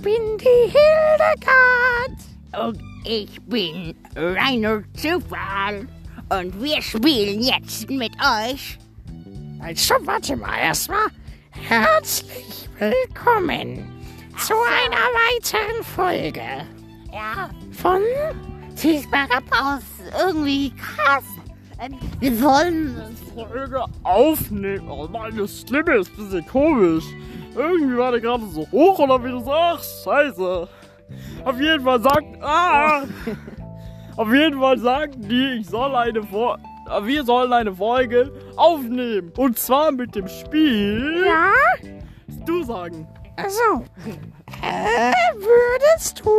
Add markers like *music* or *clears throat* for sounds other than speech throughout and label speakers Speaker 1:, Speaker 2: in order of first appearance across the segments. Speaker 1: bin die Hildegard. Und ich bin reiner Zufall. Und wir spielen jetzt mit euch.
Speaker 2: Also, warte mal erstmal. Herzlich willkommen zu einer weiteren Folge
Speaker 1: Ja,
Speaker 2: von
Speaker 1: tschüss, aus irgendwie krass. Ähm, Wir wollen.
Speaker 3: Folge aufnehmen. Oh, meine Stimme ist ein bisschen komisch. Irgendwie war der gerade so hoch oder wie du sagst. Scheiße. Auf jeden Fall sagt. Ah! Auf jeden Fall sagten die, ich soll eine Fo- äh, Wir sollen eine Folge aufnehmen. Und zwar mit dem Spiel.
Speaker 2: Ja?
Speaker 3: Du sagen.
Speaker 2: Also, äh, würdest du?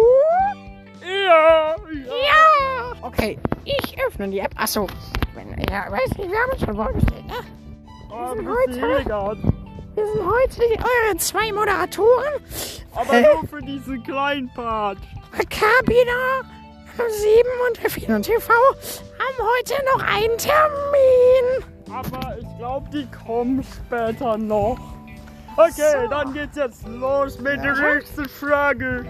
Speaker 3: Ja.
Speaker 2: Ja! Okay, ich öffne die App. Achso, wenn, ja, weiß nicht, wir haben uns schon vorgestellt, ne?
Speaker 3: Oh,
Speaker 2: Ist
Speaker 3: das ist
Speaker 2: gut,
Speaker 3: egal.
Speaker 2: Wir sind heute eure zwei Moderatoren.
Speaker 3: Aber nur für diesen kleinen Part.
Speaker 2: Kabiner 7 und F4 und TV haben heute noch einen Termin.
Speaker 3: Aber ich glaube, die kommen später noch. Okay, dann geht's jetzt los mit der nächsten Frage.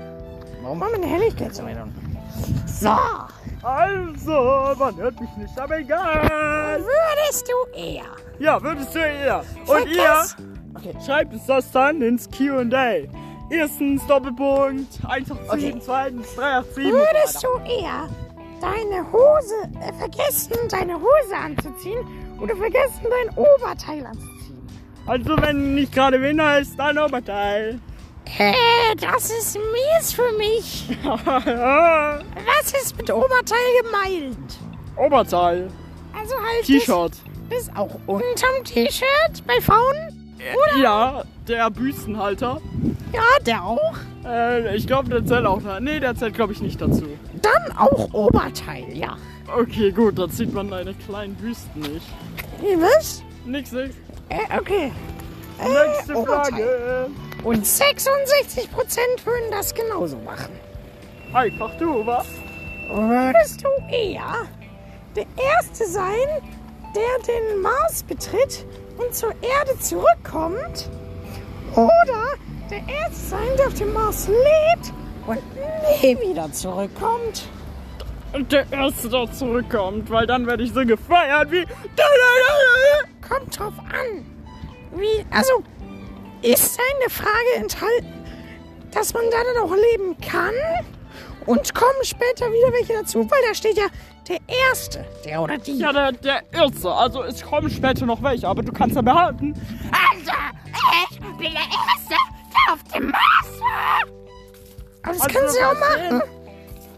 Speaker 2: Warum haben wir eine Helligkeitsmeldung? So,
Speaker 3: Also, man hört mich nicht, aber egal.
Speaker 2: würdest du eher?
Speaker 3: Ja, würdest du eher. Und
Speaker 2: Sag
Speaker 3: ihr
Speaker 2: das. Okay.
Speaker 3: schreibt es das dann ins QA. Erstens Doppelpunkt, 187,
Speaker 2: Okay. Oh,
Speaker 3: zweitens 387.
Speaker 2: Würdest du eher deine Hose äh, vergessen, deine Hose anzuziehen oder vergessen, dein Oberteil anzuziehen?
Speaker 3: Also, wenn nicht gerade Winner ist, dann Oberteil. *laughs*
Speaker 2: Äh, das ist mies für mich. Was ist mit Oberteil gemeint?
Speaker 3: Oberteil,
Speaker 2: Also halt
Speaker 3: T-Shirt.
Speaker 2: das ist auch unterm T-Shirt bei Frauen?
Speaker 3: Äh, Ja, der Büstenhalter.
Speaker 2: Ja, der auch.
Speaker 3: Äh, ich glaube, der zählt auch. Nee, der zählt, glaube ich, nicht dazu.
Speaker 2: Dann auch Oberteil, ja.
Speaker 3: Okay, gut, dann sieht man deine kleinen Büsten nicht.
Speaker 2: Was?
Speaker 3: Nix, nix.
Speaker 2: Äh, okay. Äh,
Speaker 3: Nächste
Speaker 2: Oh, Oberteil.
Speaker 3: Frage.
Speaker 2: Und 66% würden das genauso machen.
Speaker 3: Einfach du, wa?
Speaker 2: Würdest du eher der Erste sein, der den Mars betritt und zur Erde zurückkommt? Oder der Erste sein, der auf dem Mars lebt und nie wieder zurückkommt?
Speaker 3: Und der Erste, der zurückkommt, weil dann werde ich so gefeiert wie... Da, da, da, da.
Speaker 2: Kommt drauf an. Wie, also, ist da in der Frage enthalten, dass man da dann auch leben kann? Und kommen später wieder welche dazu? Weil da steht ja der Erste, der oder die.
Speaker 3: Ja, der, der Erste. Also, es kommen später noch welche, aber du kannst ja behalten.
Speaker 1: Also, ich bin der Erste, der auf dem Mars war.
Speaker 2: Aber das
Speaker 3: Also,
Speaker 2: können sie auch
Speaker 3: was denn?
Speaker 2: machen.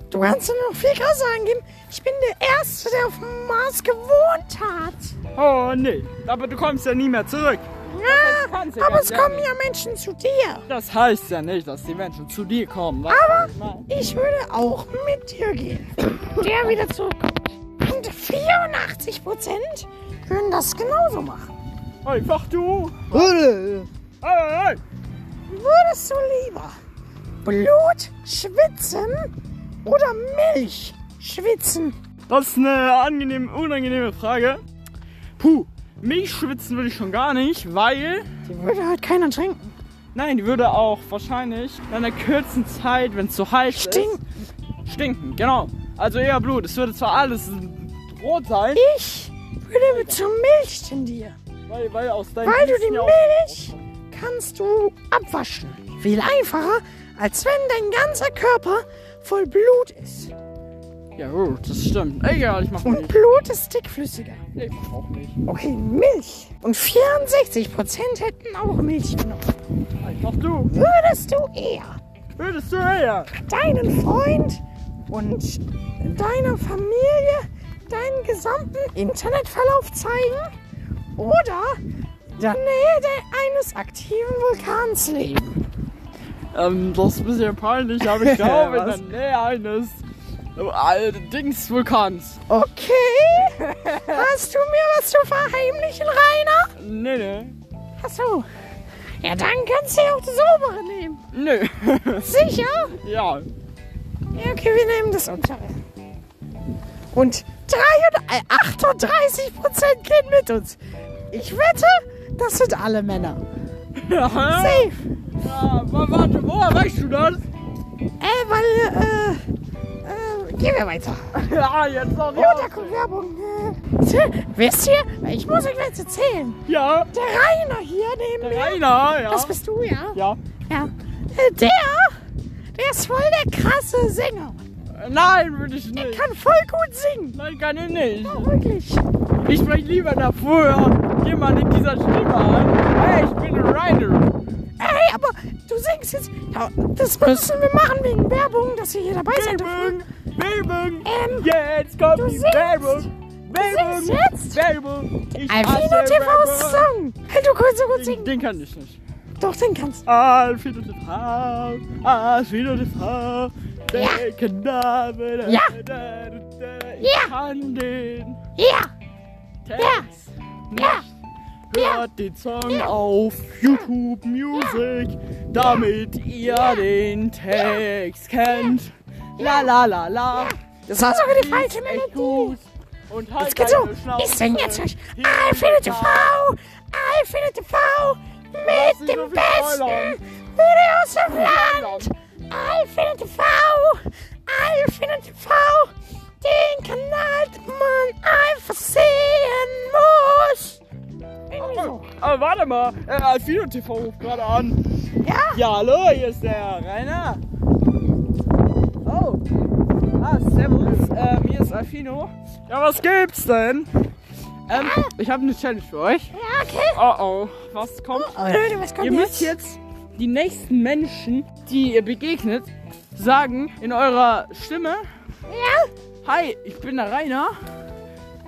Speaker 2: Du kannst ja noch viel krasser angeben. Ich bin der Erste, der auf dem Mars gewohnt hat.
Speaker 3: Oh, nee. Aber du kommst ja nie mehr zurück. kannst du
Speaker 2: Ja, aber
Speaker 3: ganz
Speaker 2: es kommen
Speaker 3: ehrlich.
Speaker 2: ja Menschen zu dir.
Speaker 3: Das heißt ja nicht, dass die Menschen zu dir kommen. weißt du, was ich meine?
Speaker 2: Aber ich würde auch mit dir gehen. Der wieder zurückkommt. Und 84 Prozent können das genauso machen.
Speaker 3: Einfach du. Hey, hey.
Speaker 2: Würdest du lieber Blut schwitzen oder Milch schwitzen?
Speaker 3: Das ist eine angenehm, unangenehme Frage. Puh, Milch schwitzen würde ich schon gar nicht, weil.
Speaker 2: Die würde halt keiner trinken.
Speaker 3: Nein, die würde auch wahrscheinlich in einer kurzen Zeit, wenn es so heiß
Speaker 2: Stinken.
Speaker 3: ist. Stinken, genau. Also eher Blut. Es würde zwar alles rot sein,
Speaker 2: Ich würde zur Milch tendieren.
Speaker 3: weil, weil aus deinem
Speaker 2: Weil du die
Speaker 3: Gießen ja auch-
Speaker 2: Milch kannst du abwaschen. Viel einfacher, als wenn dein ganzer Körper voll Blut ist.
Speaker 3: Ja, gut, das stimmt. Egal, ich mach
Speaker 2: Und
Speaker 3: Milch.
Speaker 2: Blut ist dickflüssiger.
Speaker 3: Ich mach auch Milch.
Speaker 2: Okay, Milch. Und 64% hätten auch Milch genommen.
Speaker 3: Einfach du.
Speaker 2: Würdest du eher
Speaker 3: Würdest du eher.
Speaker 2: deinen Freund und deiner Familie deinen gesamten Internetverlauf zeigen? Oder in der Nähe eines aktiven Vulkans leben?
Speaker 3: Ähm, das ist ein bisschen peinlich, aber *laughs* ich glaube,
Speaker 2: Was?
Speaker 3: in der Nähe eines. Äh, Dings Vulkans.
Speaker 2: Okay. Hast du mir was zu verheimlichen, Rainer?
Speaker 3: Nee, nee.
Speaker 2: Ach so. Ja, dann kannst du ja auch das obere nehmen.
Speaker 3: Nö.
Speaker 2: Sicher?
Speaker 3: *laughs* ja.
Speaker 2: Ja, okay, wir nehmen das untere. Und 300, äh, 38 Prozent gehen mit uns. Ich wette, das sind alle Männer.
Speaker 3: Ja.
Speaker 2: Safe.
Speaker 3: Ja, Ah, wa- warte, woher weißt du das?
Speaker 2: Äh, weil, äh, äh, gehen wir weiter.
Speaker 3: Ja, jetzt noch
Speaker 2: Oh, da kommt Werbung. Äh, tja, wisst ihr, ich muss euch was erzählen.
Speaker 3: Ja,
Speaker 2: Der Rainer hier neben mir,
Speaker 3: Rainer, ja.
Speaker 2: das bist du, ja?
Speaker 3: Ja.
Speaker 2: Ja. Äh, Der, der ist voll der krasse Sänger.
Speaker 3: Äh, Nein, würde ich
Speaker 2: Der
Speaker 3: nicht.
Speaker 2: kann voll gut singen.
Speaker 3: Nein, kann ich nicht.
Speaker 2: Ja, wirklich.
Speaker 3: Ich spreche lieber davor jemand in dieser Stimme an. Hey, ich bin ein Rainer.
Speaker 2: Ey, aber du singst jetzt. Ja, das müssen wir machen wegen Werbung, dass wir hier dabei sind.
Speaker 3: Werbung, Werbung.
Speaker 2: Ähm,
Speaker 3: Jetzt kommt
Speaker 2: du
Speaker 3: die
Speaker 2: singst.
Speaker 3: Werbung. Werbung.
Speaker 2: singst jetzt?
Speaker 3: Werbung. Ich
Speaker 2: Alfino
Speaker 3: hasse
Speaker 2: TV-Song.
Speaker 3: Werbung.
Speaker 2: Hey, du kannst so gut
Speaker 3: Den,
Speaker 2: singen.
Speaker 3: den kann ich nicht.
Speaker 2: Doch, den kannst du.
Speaker 3: Alfino TV. Alfino TV. Der Knabe. da,
Speaker 2: Ja.
Speaker 3: da, da, da. Ich
Speaker 2: Ja.
Speaker 3: kann den
Speaker 2: Ja,
Speaker 3: Text.
Speaker 2: ja.
Speaker 3: Hört den Song auf YouTube Music, damit ihr den Text kennt. La la la la.
Speaker 2: Das war sogar die falsche
Speaker 3: Ist echt
Speaker 2: Melodie.
Speaker 3: gut. Und halt
Speaker 2: Es geht so. Ich sing jetzt euch Alfino TV. Alfino TV.
Speaker 3: Lass
Speaker 2: Mit
Speaker 3: dich
Speaker 2: dem
Speaker 3: doch nicht spoilern.
Speaker 2: besten Video aus dem Land. Alfino TV. Alfino TV. Den Kanal, den man einfach sehen muss. Irgendwie so.
Speaker 3: Aber warte mal, äh, Alfino TV ruft gerade an.
Speaker 2: Ja.
Speaker 3: Ja, hallo, hier ist der Rainer. Oh. Ah, servus. Ähm, hier ist Alfino. Ja, was gibt's denn? Ähm, ich habe eine Challenge für euch.
Speaker 2: Ja, okay.
Speaker 3: Oh oh, was kommt?
Speaker 2: Oh, Leute, was kommt
Speaker 3: Ihr müsst jetzt die nächsten Menschen, die ihr begegnet, sagen in eurer Stimme:
Speaker 2: Ja,
Speaker 3: Hi, ich bin der Rainer.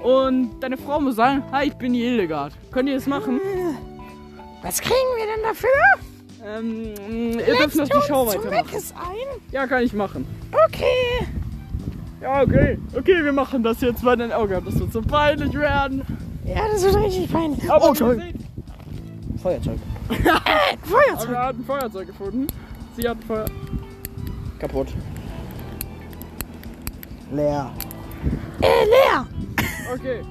Speaker 3: Und deine Frau muss sagen: Hi, ich bin die Hildegard. Könnt ihr das machen?
Speaker 2: was kriegen wir denn dafür?
Speaker 3: Ähm, ihr dürft noch
Speaker 2: Tun
Speaker 3: die Show
Speaker 2: zu
Speaker 3: weitermachen.
Speaker 2: Meckes ein.
Speaker 3: Ja, kann ich machen.
Speaker 2: Okay.
Speaker 3: Ja, okay. Okay, wir machen das jetzt, weil dann, oh Gott, das wird so peinlich werden.
Speaker 2: Ja, das wird richtig peinlich.
Speaker 3: Aber
Speaker 2: oh,
Speaker 3: wir
Speaker 2: toll.
Speaker 3: sehen-
Speaker 4: Feuerzeug.
Speaker 3: aber
Speaker 2: Feuerzeug.
Speaker 3: wir haben ein Feuerzeug gefunden. Sie hat ein Feuer.
Speaker 4: Kaputt. Leer.
Speaker 2: Äh, leer.
Speaker 3: Okay.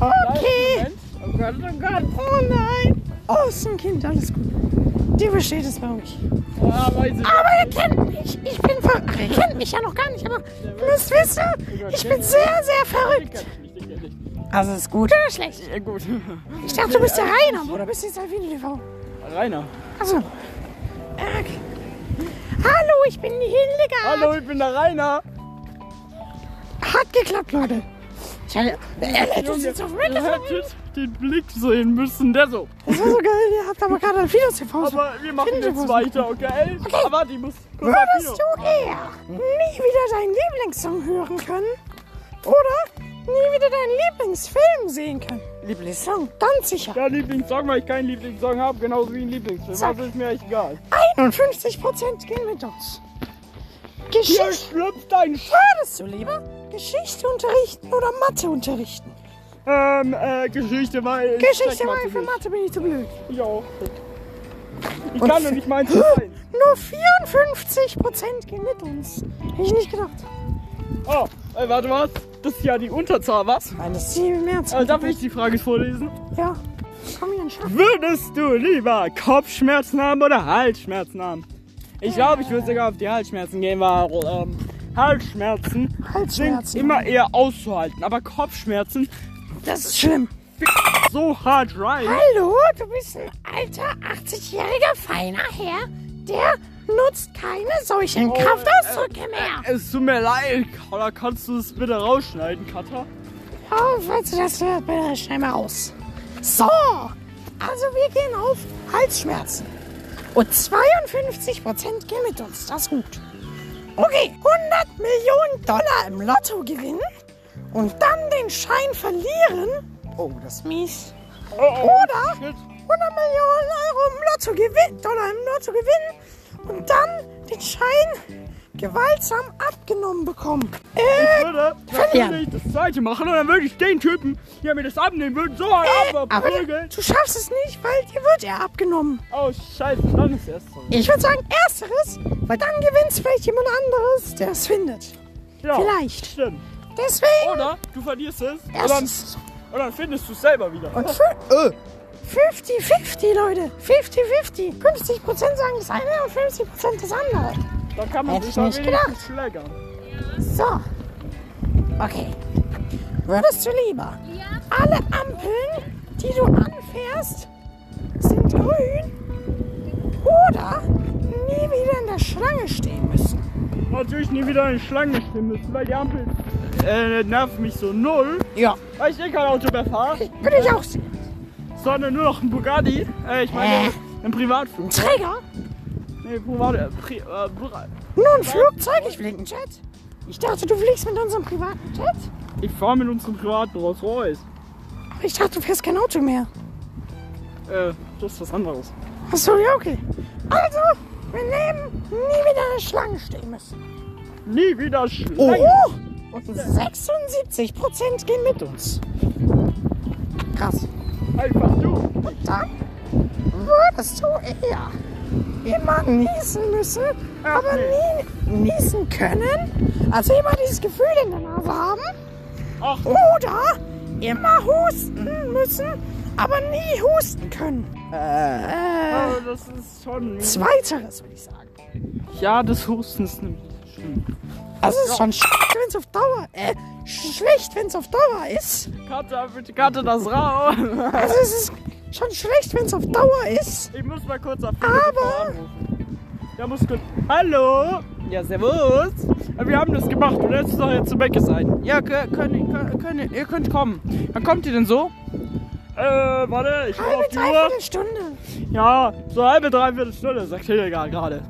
Speaker 2: Okay.
Speaker 3: Moment. Oh Gott, oh Gott.
Speaker 2: Oh nein. Oh, ist ein Kind. Alles gut. Dir versteht es, glaube ich.
Speaker 3: Ah, weiß ich.
Speaker 2: Aber ihr kennt mich. Ich bin ver... Ach, ihr kennt mich ja noch gar nicht, aber ihr müsst wissen, ich bin sehr, sehr verrückt. Also ist gut oder schlecht?
Speaker 3: Ja, gut.
Speaker 2: Ich dachte, du bist der Rainer, aber du bist jetzt halt Alvin TV.
Speaker 3: Rainer.
Speaker 2: Also. äh, Okay. Hallo, ich bin die Hildegard.
Speaker 3: Hallo, ich bin der Rainer.
Speaker 2: Hat geklappt, Leute. Ich hatte, äh, du sitzt auf dem
Speaker 3: ihr
Speaker 2: Mikrofon.
Speaker 3: hättet den Blick sehen müssen, der so.
Speaker 2: Das war so geil. Ihr habt aber gerade ein Videos TV.
Speaker 3: Aber wir machen
Speaker 2: Finde
Speaker 3: jetzt
Speaker 2: was.
Speaker 3: weiter, okay? Aber warte, ich muss kurz auf Kino.
Speaker 2: Würdest du eher nie wieder deinen Lieblingssong hören können oder nie wieder deinen Lieblingsfilm sehen können? Lieblingssong, ganz sicher.
Speaker 3: Ja, Lieblingssong, weil ich keinen Lieblingssong habe, genauso wie einen Lieblingsfilm.
Speaker 2: Zack.
Speaker 3: Also ist mir echt egal.
Speaker 2: 51% gehen mit uns.
Speaker 3: Hier
Speaker 2: Geschichte.
Speaker 3: schlüpft ein Sch
Speaker 2: Würdest du lieber Geschichte unterrichten oder Mathe unterrichten?
Speaker 3: Ähm, äh, Geschichte, weil. ich
Speaker 2: Geschichte,
Speaker 3: check mal
Speaker 2: weil für
Speaker 3: nicht.
Speaker 2: Mathe bin ich zu blöd.
Speaker 3: Ich auch. Ich kann doch nicht meins sein.
Speaker 2: *laughs* Nur 54% gehen mit uns. Hätte ich nicht gedacht.
Speaker 3: Oh, ey, warte, was? Das ist ja die Unterzahl, was?
Speaker 2: Nein, das ist die März.
Speaker 3: Äh, darf ich die Frage vorlesen?
Speaker 2: Ja. Komm hier, Schaff.
Speaker 3: Würdest du lieber Kopfschmerzen haben oder Halsschmerzen haben? Ich glaube, ich würde sogar auf die Halsschmerzen gehen, weil ähm, Halsschmerzen,
Speaker 2: Halsschmerzen.
Speaker 3: sind immer eher auszuhalten. Aber Kopfschmerzen
Speaker 2: Das ist schlimm.
Speaker 3: so hart rein.
Speaker 2: Hallo, du bist ein alter, 80-jähriger, feiner Herr, der nutzt keine solchen
Speaker 3: Oh, äh,
Speaker 2: Kraftausdrücke mehr.
Speaker 3: Es tut mir leid, oder kannst du es bitte rausschneiden, Katha?
Speaker 2: Oh, falls du das hörst, bitte schnell mal raus. So, also wir gehen auf Halsschmerzen. Und 52% gehen mit uns, das ist gut. Okay, 100 Millionen Dollar im Lotto gewinnen und dann den Schein verlieren. Oh, das ist mies. Oder 100
Speaker 3: Oh, shit.
Speaker 2: Millionen Euro im Lotto gewinnen, Dollar im Lotto gewinnen und dann den Schein gewaltsam abgenommen bekommen. Äh,
Speaker 3: Ich würde natürlich das zweite machen und dann würde ich den Typen, der mir das abnehmen würde, so hart
Speaker 2: Äh, aber
Speaker 3: abverprügeln.
Speaker 2: du schaffst es nicht, weil dir wird er abgenommen.
Speaker 3: Oh, scheiße, dann ist erst so.
Speaker 2: Ich würde sagen, ersteres, weil dann gewinnt es vielleicht jemand anderes, der es findet.
Speaker 3: Ja,
Speaker 2: Vielleicht.
Speaker 3: Stimmt.
Speaker 2: Deswegen,
Speaker 3: Oder du verlierst es und dann,
Speaker 2: erstes.
Speaker 3: und dann findest du es selber wieder.
Speaker 2: Und fü- 50-50, Leute. 50-50. 50% sagen das eine und 50% das andere.
Speaker 3: Da kann man
Speaker 2: Hätte
Speaker 3: sich
Speaker 2: ich
Speaker 3: doch
Speaker 2: nicht
Speaker 3: wenigstens schlägern.
Speaker 2: So. Okay. Würdest du lieber alle Ampeln, die du anfährst, sind grün oder nie wieder in der Schlange stehen müssen?
Speaker 3: Natürlich nie wieder in die Schlange stehen müssen, weil die Ampel äh, nervt mich so null.
Speaker 2: Ja.
Speaker 3: Weil ich eh kein Auto mehr fahre,
Speaker 2: Bin ich auch so.
Speaker 3: sondern nur noch ein Bugatti. Äh, ich meine,
Speaker 2: Hä?
Speaker 3: ein Privatflug.
Speaker 2: Träger?
Speaker 3: Nee, Privat, äh, Pri, äh, Bura-
Speaker 2: Nur ein Flugzeug? Ich fliege einen Jet. Ich dachte, du fliegst mit unserem privaten Jet.
Speaker 3: Ich fahre mit unserem privaten Rolls Royce.
Speaker 2: Aber ich dachte, du fährst kein Auto mehr.
Speaker 3: Äh, das ist was anderes.
Speaker 2: Achso, ja, okay. Also, wir nehmen nie wieder in der Schlange stehen müssen.
Speaker 3: Nie wieder
Speaker 2: Oh,
Speaker 3: Schlange.
Speaker 2: 76% gehen mit uns. Krass.
Speaker 3: Einfach du.
Speaker 2: Und dann würdest du eher immer niesen müssen,
Speaker 3: Ach,
Speaker 2: aber nie niesen können, also immer dieses Gefühl in der Nase haben,
Speaker 3: Ach,
Speaker 2: oder immer husten müssen, aber nie husten können.
Speaker 3: äh, das ist schon.
Speaker 2: Zweiteres, würde ich sagen.
Speaker 3: Ja, des Hustens nimmt schlimm.
Speaker 2: Also es ist schon schlecht, wenn es auf Dauer, äh, schlecht, wenn es auf Dauer ist.
Speaker 3: Katja, bitte Katja das raus.
Speaker 2: Also es ist schon schlecht, wenn es auf Dauer ist.
Speaker 3: Ich muss mal kurz auf
Speaker 2: Aber-
Speaker 3: anrufen. Der muss kurz. Hallo! Ja, servus! Wir haben das gemacht. Du lässt uns doch jetzt zu Beckes ein. Ja, kö- können, können, können, ihr könnt kommen. Wann kommt ihr denn so? Äh, warte, ich komme auf
Speaker 2: Halbe,
Speaker 3: die Uhr.
Speaker 2: dreiviertel Stunde.
Speaker 3: Ja, so halbe, dreiviertel Stunde, sagt Hildegard gerade.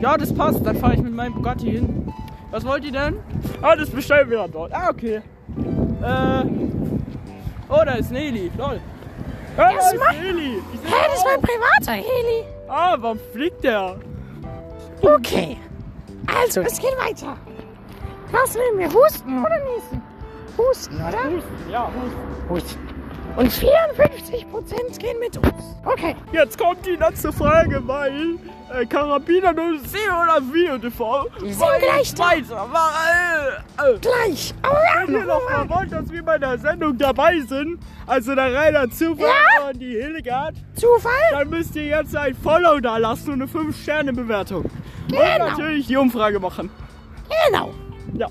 Speaker 3: Ja, das passt. Dann fahre ich mit meinem Bugatti hin. Was wollt ihr denn? Ah, das bestellen wir dann dort. Ah, okay. Äh. Oh, da ist Nelly. Lol. Ah,
Speaker 2: Das
Speaker 3: da ist
Speaker 2: macht-
Speaker 3: Nelly. Ich seh
Speaker 2: Hä, das ist
Speaker 3: auch.
Speaker 2: mein privater Heli.
Speaker 3: Ah, warum fliegt der?
Speaker 2: Okay, also es geht weiter. Was nehmen wir? Husten oder niesen? Husten, oder?
Speaker 3: Husten, ja, Husten.
Speaker 2: Und 54% gehen mit uns. Okay,
Speaker 3: Jetzt kommt die letzte Frage, weil äh, Karabiner 07 oder Videotv.
Speaker 2: die sind gleich da.
Speaker 3: Weiter, weil. Äh,
Speaker 2: Gleich. Aber wir haben
Speaker 3: Wenn ihr noch mal wollt, dass wir bei der Sendung dabei sind, also der Rainer Zufall
Speaker 2: Ja?
Speaker 3: und die Hildegard,
Speaker 2: Zufall.
Speaker 3: dann müsst ihr jetzt ein Follow da lassen und eine 5-Sterne-Bewertung. Und
Speaker 2: Genau.
Speaker 3: natürlich die Umfrage machen.
Speaker 2: Genau.
Speaker 3: Ja.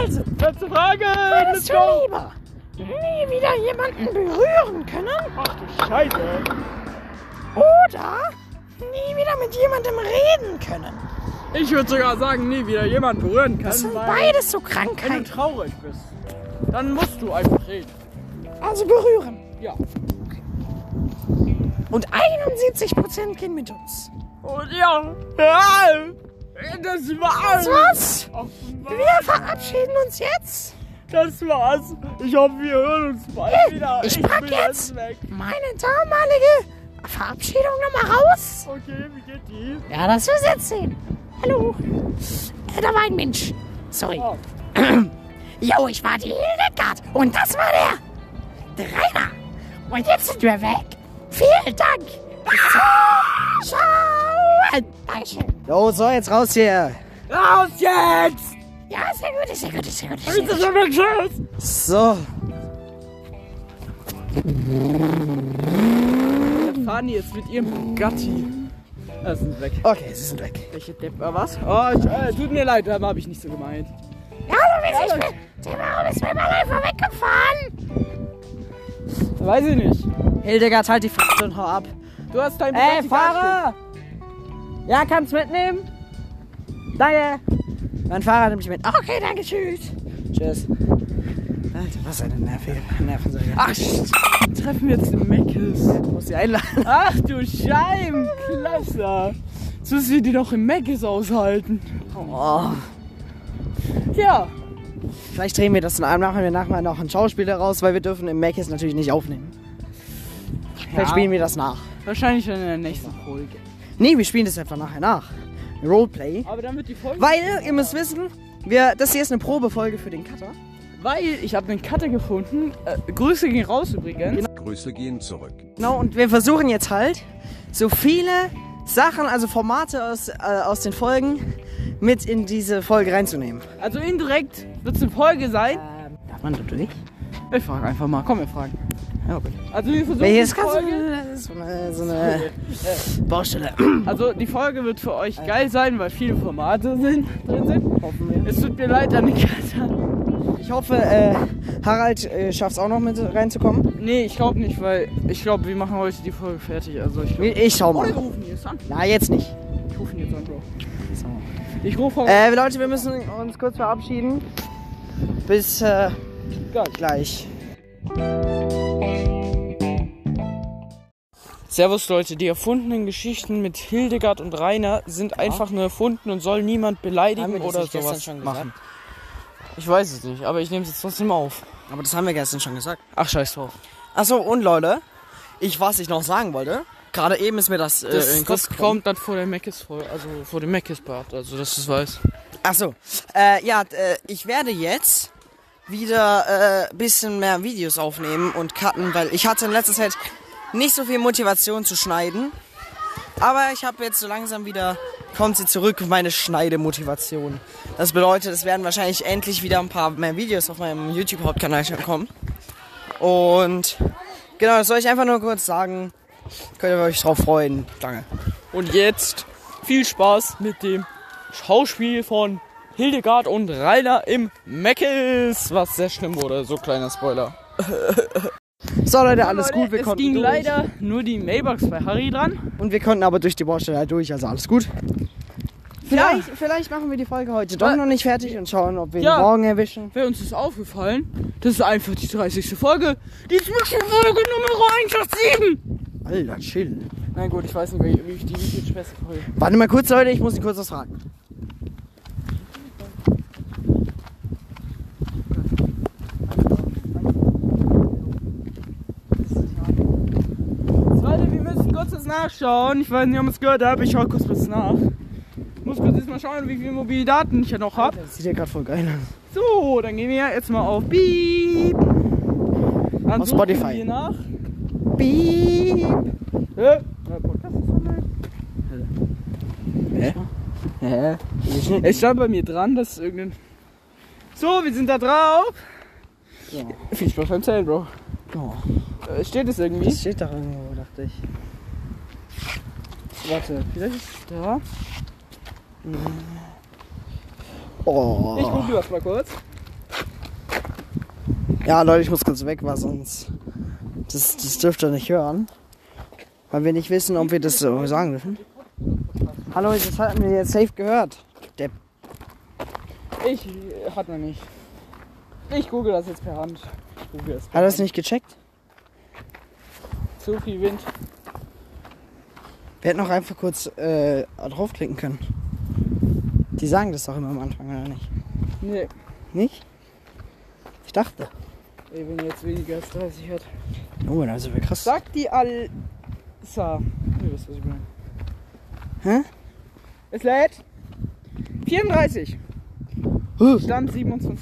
Speaker 2: Also,
Speaker 3: Letzte Frage! Let's
Speaker 2: würdest du
Speaker 3: go!
Speaker 2: lieber nie wieder jemanden berühren können
Speaker 3: Ach du Scheiße!
Speaker 2: oder nie wieder mit jemandem reden können?
Speaker 3: Ich würde sogar sagen, nie wieder jemand berühren kann,
Speaker 2: Das sind
Speaker 3: weil
Speaker 2: beides so
Speaker 3: wenn du
Speaker 2: Krankheiten.
Speaker 3: traurig bist, dann musst du einfach reden.
Speaker 2: Also berühren.
Speaker 3: Ja.
Speaker 2: Und 71% gehen mit uns.
Speaker 3: Und ja. Ja. Das war's.
Speaker 2: Das war's.
Speaker 3: Ach,
Speaker 2: Wir verabschieden uns jetzt.
Speaker 3: Das war's. Ich hoffe, wir hören uns bald wieder.
Speaker 2: ich pack
Speaker 3: bin
Speaker 2: jetzt.
Speaker 3: weg.
Speaker 2: Meine damalige Verabschiedung nochmal raus.
Speaker 3: Okay, wie geht die?
Speaker 2: Ja, das wirst du jetzt sehen. Hallo. Äh, Da war ein Mensch. Sorry.
Speaker 3: Ah.
Speaker 2: Jo, ich war die Hildegard und das war der Trainer. Und jetzt sind wir weg. Vielen Dank. Ciao. Dankeschön.
Speaker 5: Jo, so, jetzt raus hier.
Speaker 3: Raus jetzt!
Speaker 2: Ja, sehr gut, sehr gut, sehr gut. Sehr
Speaker 3: Bitte
Speaker 2: gut.
Speaker 3: schon weg, tschüss!
Speaker 5: So.
Speaker 3: Fahren die jetzt mit ihrem Bugatti. Das ist weg.
Speaker 5: Okay, sie sind weg.
Speaker 3: Welche Depp, äh, was? Oh, ich, äh, tut mir leid, habe ich nicht so gemeint.
Speaker 2: Ja, du bist ich mit. Der Warum ist mit meiner einfach weggefahren?
Speaker 3: Weiß ich nicht.
Speaker 5: Hildegard, halt die Fresse und hau ab.
Speaker 3: Du hast dein
Speaker 6: Ey, Fahrer! Ja, kannst mitnehmen? Danke.
Speaker 5: Mein Fahrer nimmt mich mit. Ach,
Speaker 2: Okay, danke, tschüss.
Speaker 5: tschüss. Alter, was eine nervige Nervensäge.
Speaker 3: Ach, shit. treffen wir jetzt den Meckes.
Speaker 5: Muss sie
Speaker 6: *laughs*
Speaker 5: einladen.
Speaker 3: Ach du Scheim, klasse. Jetzt müssen wir die doch im Meckes aushalten.
Speaker 5: Oh.
Speaker 3: Ja.
Speaker 5: Vielleicht drehen wir das und machen wir nachher noch einen Schauspieler raus, weil wir dürfen im Make natürlich nicht aufnehmen. Vielleicht spielen wir das nach.
Speaker 3: Wahrscheinlich dann in der nächsten Folge.
Speaker 5: Nee, wir spielen das einfach nachher nach. Roleplay.
Speaker 3: Aber dann wird die Folge.
Speaker 5: Weil, ihr müsst wissen, wir, das hier ist eine Probefolge für den Cutter.
Speaker 3: Weil ich habe einen Cutter gefunden. Äh, Grüße gehen raus übrigens.
Speaker 2: Genau.
Speaker 7: Grüße gehen zurück.
Speaker 5: Genau, und wir versuchen jetzt halt, so viele Sachen, also Formate aus, äh, aus den Folgen, mit in diese Folge reinzunehmen.
Speaker 3: Also indirekt wird es eine Folge sein.
Speaker 5: Darf man da durch?
Speaker 3: Wir fragen einfach mal. Komm, wir fragen.
Speaker 5: Ja, okay.
Speaker 3: Also wir versuchen
Speaker 5: Welches
Speaker 3: die Folge.
Speaker 2: ist. So eine, so eine Baustelle.
Speaker 3: Also die Folge wird für euch geil sein, weil viele Formate sind, drin sind.
Speaker 2: Hoffen wir.
Speaker 3: Es tut mir leid, Annikata.
Speaker 2: Ich hoffe, äh, Harald äh, schafft es auch noch mit reinzukommen.
Speaker 3: Nee, ich glaube nicht, weil ich glaube, wir machen heute die Folge fertig. Also ich glaube.
Speaker 2: Ich, ich schau
Speaker 3: Oder wir
Speaker 2: mal.
Speaker 3: rufen ihn jetzt an.
Speaker 2: Na, jetzt nicht.
Speaker 3: Ich rufe ihn jetzt an, Bro. Ich rufe auch
Speaker 2: Äh, Leute, wir müssen uns kurz verabschieden. Bis äh, gleich.
Speaker 3: Servus Leute, die erfundenen Geschichten mit Hildegard und Rainer sind einfach nur erfunden und sollen niemand beleidigen
Speaker 2: Haben wir das
Speaker 3: oder
Speaker 2: nicht gestern
Speaker 3: sowas
Speaker 2: schon gesagt?
Speaker 3: machen. Ich weiß es nicht, aber ich nehme es jetzt trotzdem auf.
Speaker 2: Aber das haben wir gestern schon gesagt.
Speaker 3: Ach scheiß drauf.
Speaker 2: Achso, und Leute, ich was ich noch sagen wollte. Gerade eben ist mir das, äh, in
Speaker 3: Das,
Speaker 2: den Kopf
Speaker 3: das
Speaker 2: gekommen.
Speaker 3: kommt dann vor der Meckes vor, also vor dem Meckes Part, also dass es weiß.
Speaker 2: Achso, äh, ja, äh, ich werde jetzt wieder äh, bisschen mehr Videos aufnehmen und cutten, weil ich hatte in letzter Zeit nicht so viel Motivation zu schneiden. Aber ich habe jetzt so langsam wieder, kommt sie zurück, meine Schneidemotivation. Das bedeutet, es werden wahrscheinlich endlich wieder ein paar mehr Videos auf meinem YouTube-Hauptkanal kommen. Und genau, das soll ich einfach nur kurz sagen. Könnt ihr euch drauf freuen. Danke.
Speaker 3: Und jetzt viel Spaß mit dem Schauspiel von Hildegard und Rainer im Meckes, was sehr schlimm wurde, so kleiner Spoiler.
Speaker 2: So Leute, alles gut, wir
Speaker 3: Genau, es
Speaker 2: konnten
Speaker 3: ging
Speaker 2: durch.
Speaker 3: leider nur die Mailbox bei Harry dran.
Speaker 2: Und wir konnten aber durch die Baustelle halt durch, also alles gut. Vielleicht, vielleicht machen wir die Folge heute doch
Speaker 3: Äh,
Speaker 2: noch nicht fertig und schauen, ob wir ihn
Speaker 3: ja.
Speaker 2: morgen erwischen.
Speaker 3: Wer uns ist aufgefallen, das ist einfach die 30. Folge. Die Zwischenfolge Nummer 187.
Speaker 2: Alter, chill.
Speaker 3: Nein gut, ich weiß nicht, wie wie ich die wie viel besser Folge.
Speaker 2: Warte mal kurz, Leute, ich muss ihn kurz was fragen.
Speaker 3: Leute, wir müssen kurz was nachschauen. Ich weiß nicht, ob ihr es gehört habt, ich schaue kurz was nach. Muss kurz jetzt mal schauen, wie viele mobile Daten ich ja noch habe.
Speaker 2: Das sieht ja gerade voll geil aus.
Speaker 3: So, dann gehen wir jetzt mal auf Beep. Dann
Speaker 2: Auf
Speaker 3: suchen
Speaker 2: Spotify.
Speaker 3: Wir nach.
Speaker 2: Piep.
Speaker 3: Äh, äh, Podcast ist online.
Speaker 2: Hä?
Speaker 3: Es stand bei mir dran, dass irgendein. So, wir sind da drauf.
Speaker 2: Ja.
Speaker 3: Viel Spaß beim Zählen, Bro.
Speaker 2: Oh.
Speaker 3: Äh, steht es irgendwie?
Speaker 2: Das steht doch irgendwo, dachte ich. Warte.
Speaker 3: Vielleicht ist es da. Ich
Speaker 2: Oh.
Speaker 3: gucke das mal kurz.
Speaker 2: Ja, Leute, ich muss kurz weg, weil sonst. Das, das dürft ihr nicht hören. Weil wir nicht wissen, ob wir das so sagen dürfen. Hallo, das hat mir jetzt safe gehört.
Speaker 3: Ich äh, hat man nicht. Ich google das jetzt per Hand. Ich google das per
Speaker 2: Hat er es
Speaker 3: Hand.
Speaker 2: nicht gecheckt?
Speaker 3: Zu viel Wind.
Speaker 2: Wir hätten auch einfach kurz äh, draufklicken können. Die sagen das doch immer am Anfang, oder nicht?
Speaker 3: Nee,
Speaker 2: Nicht? Ich dachte.
Speaker 3: ey, wenn ihr jetzt weniger als 30 hat.
Speaker 2: Junge, also wir krass.
Speaker 3: Sag die Alsa. Ihr wisst, was ich meine.
Speaker 2: Hä?
Speaker 3: Es lädt 34.
Speaker 2: Huh.
Speaker 3: Stand 27.12.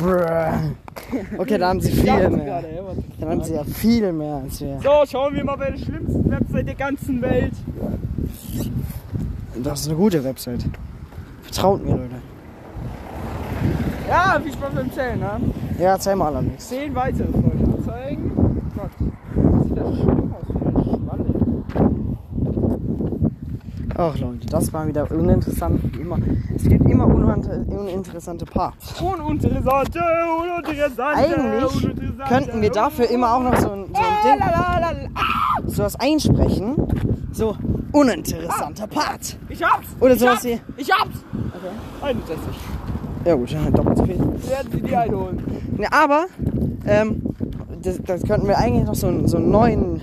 Speaker 2: Brrr. Okay, da haben sie viel
Speaker 3: Dachte
Speaker 2: mehr.
Speaker 3: hä? Warte.
Speaker 2: Da haben sie ja viel mehr als wir.
Speaker 3: So, schauen wir mal, wer die schlimmsten Website der ganzen Welt.
Speaker 2: Das ist eine gute Website. Vertraut mir, Leute.
Speaker 3: Ja, viel Spaß beim Zählen, ne?
Speaker 2: Ja, erzähl mal Alex.
Speaker 3: 10 weitere Folgen anzeigen. Gott, das sieht das schlimm aus. wie eine Schwalle.
Speaker 2: Ach Leute, das war wieder uninteressant wie immer. Es gibt immer uninter uninteressante Parts.
Speaker 8: Uninteressante, uninteressante.
Speaker 2: Eigentlich
Speaker 8: uninteressante.
Speaker 2: könnten wir dafür immer auch noch so ein, so ein Ding,
Speaker 3: Ah,
Speaker 2: sowas einsprechen. So, uninteressanter Part.
Speaker 3: Ich hab's!
Speaker 2: Oder
Speaker 3: ich
Speaker 2: sowas
Speaker 3: hab's,
Speaker 2: wie-
Speaker 3: Ich hab's! 61.
Speaker 2: Ja gut, halt doppelt so viel.
Speaker 3: Werden sie die einholen.
Speaker 2: Ne, aber ähm, das, das könnten wir eigentlich noch so, einen- so, einen neuen,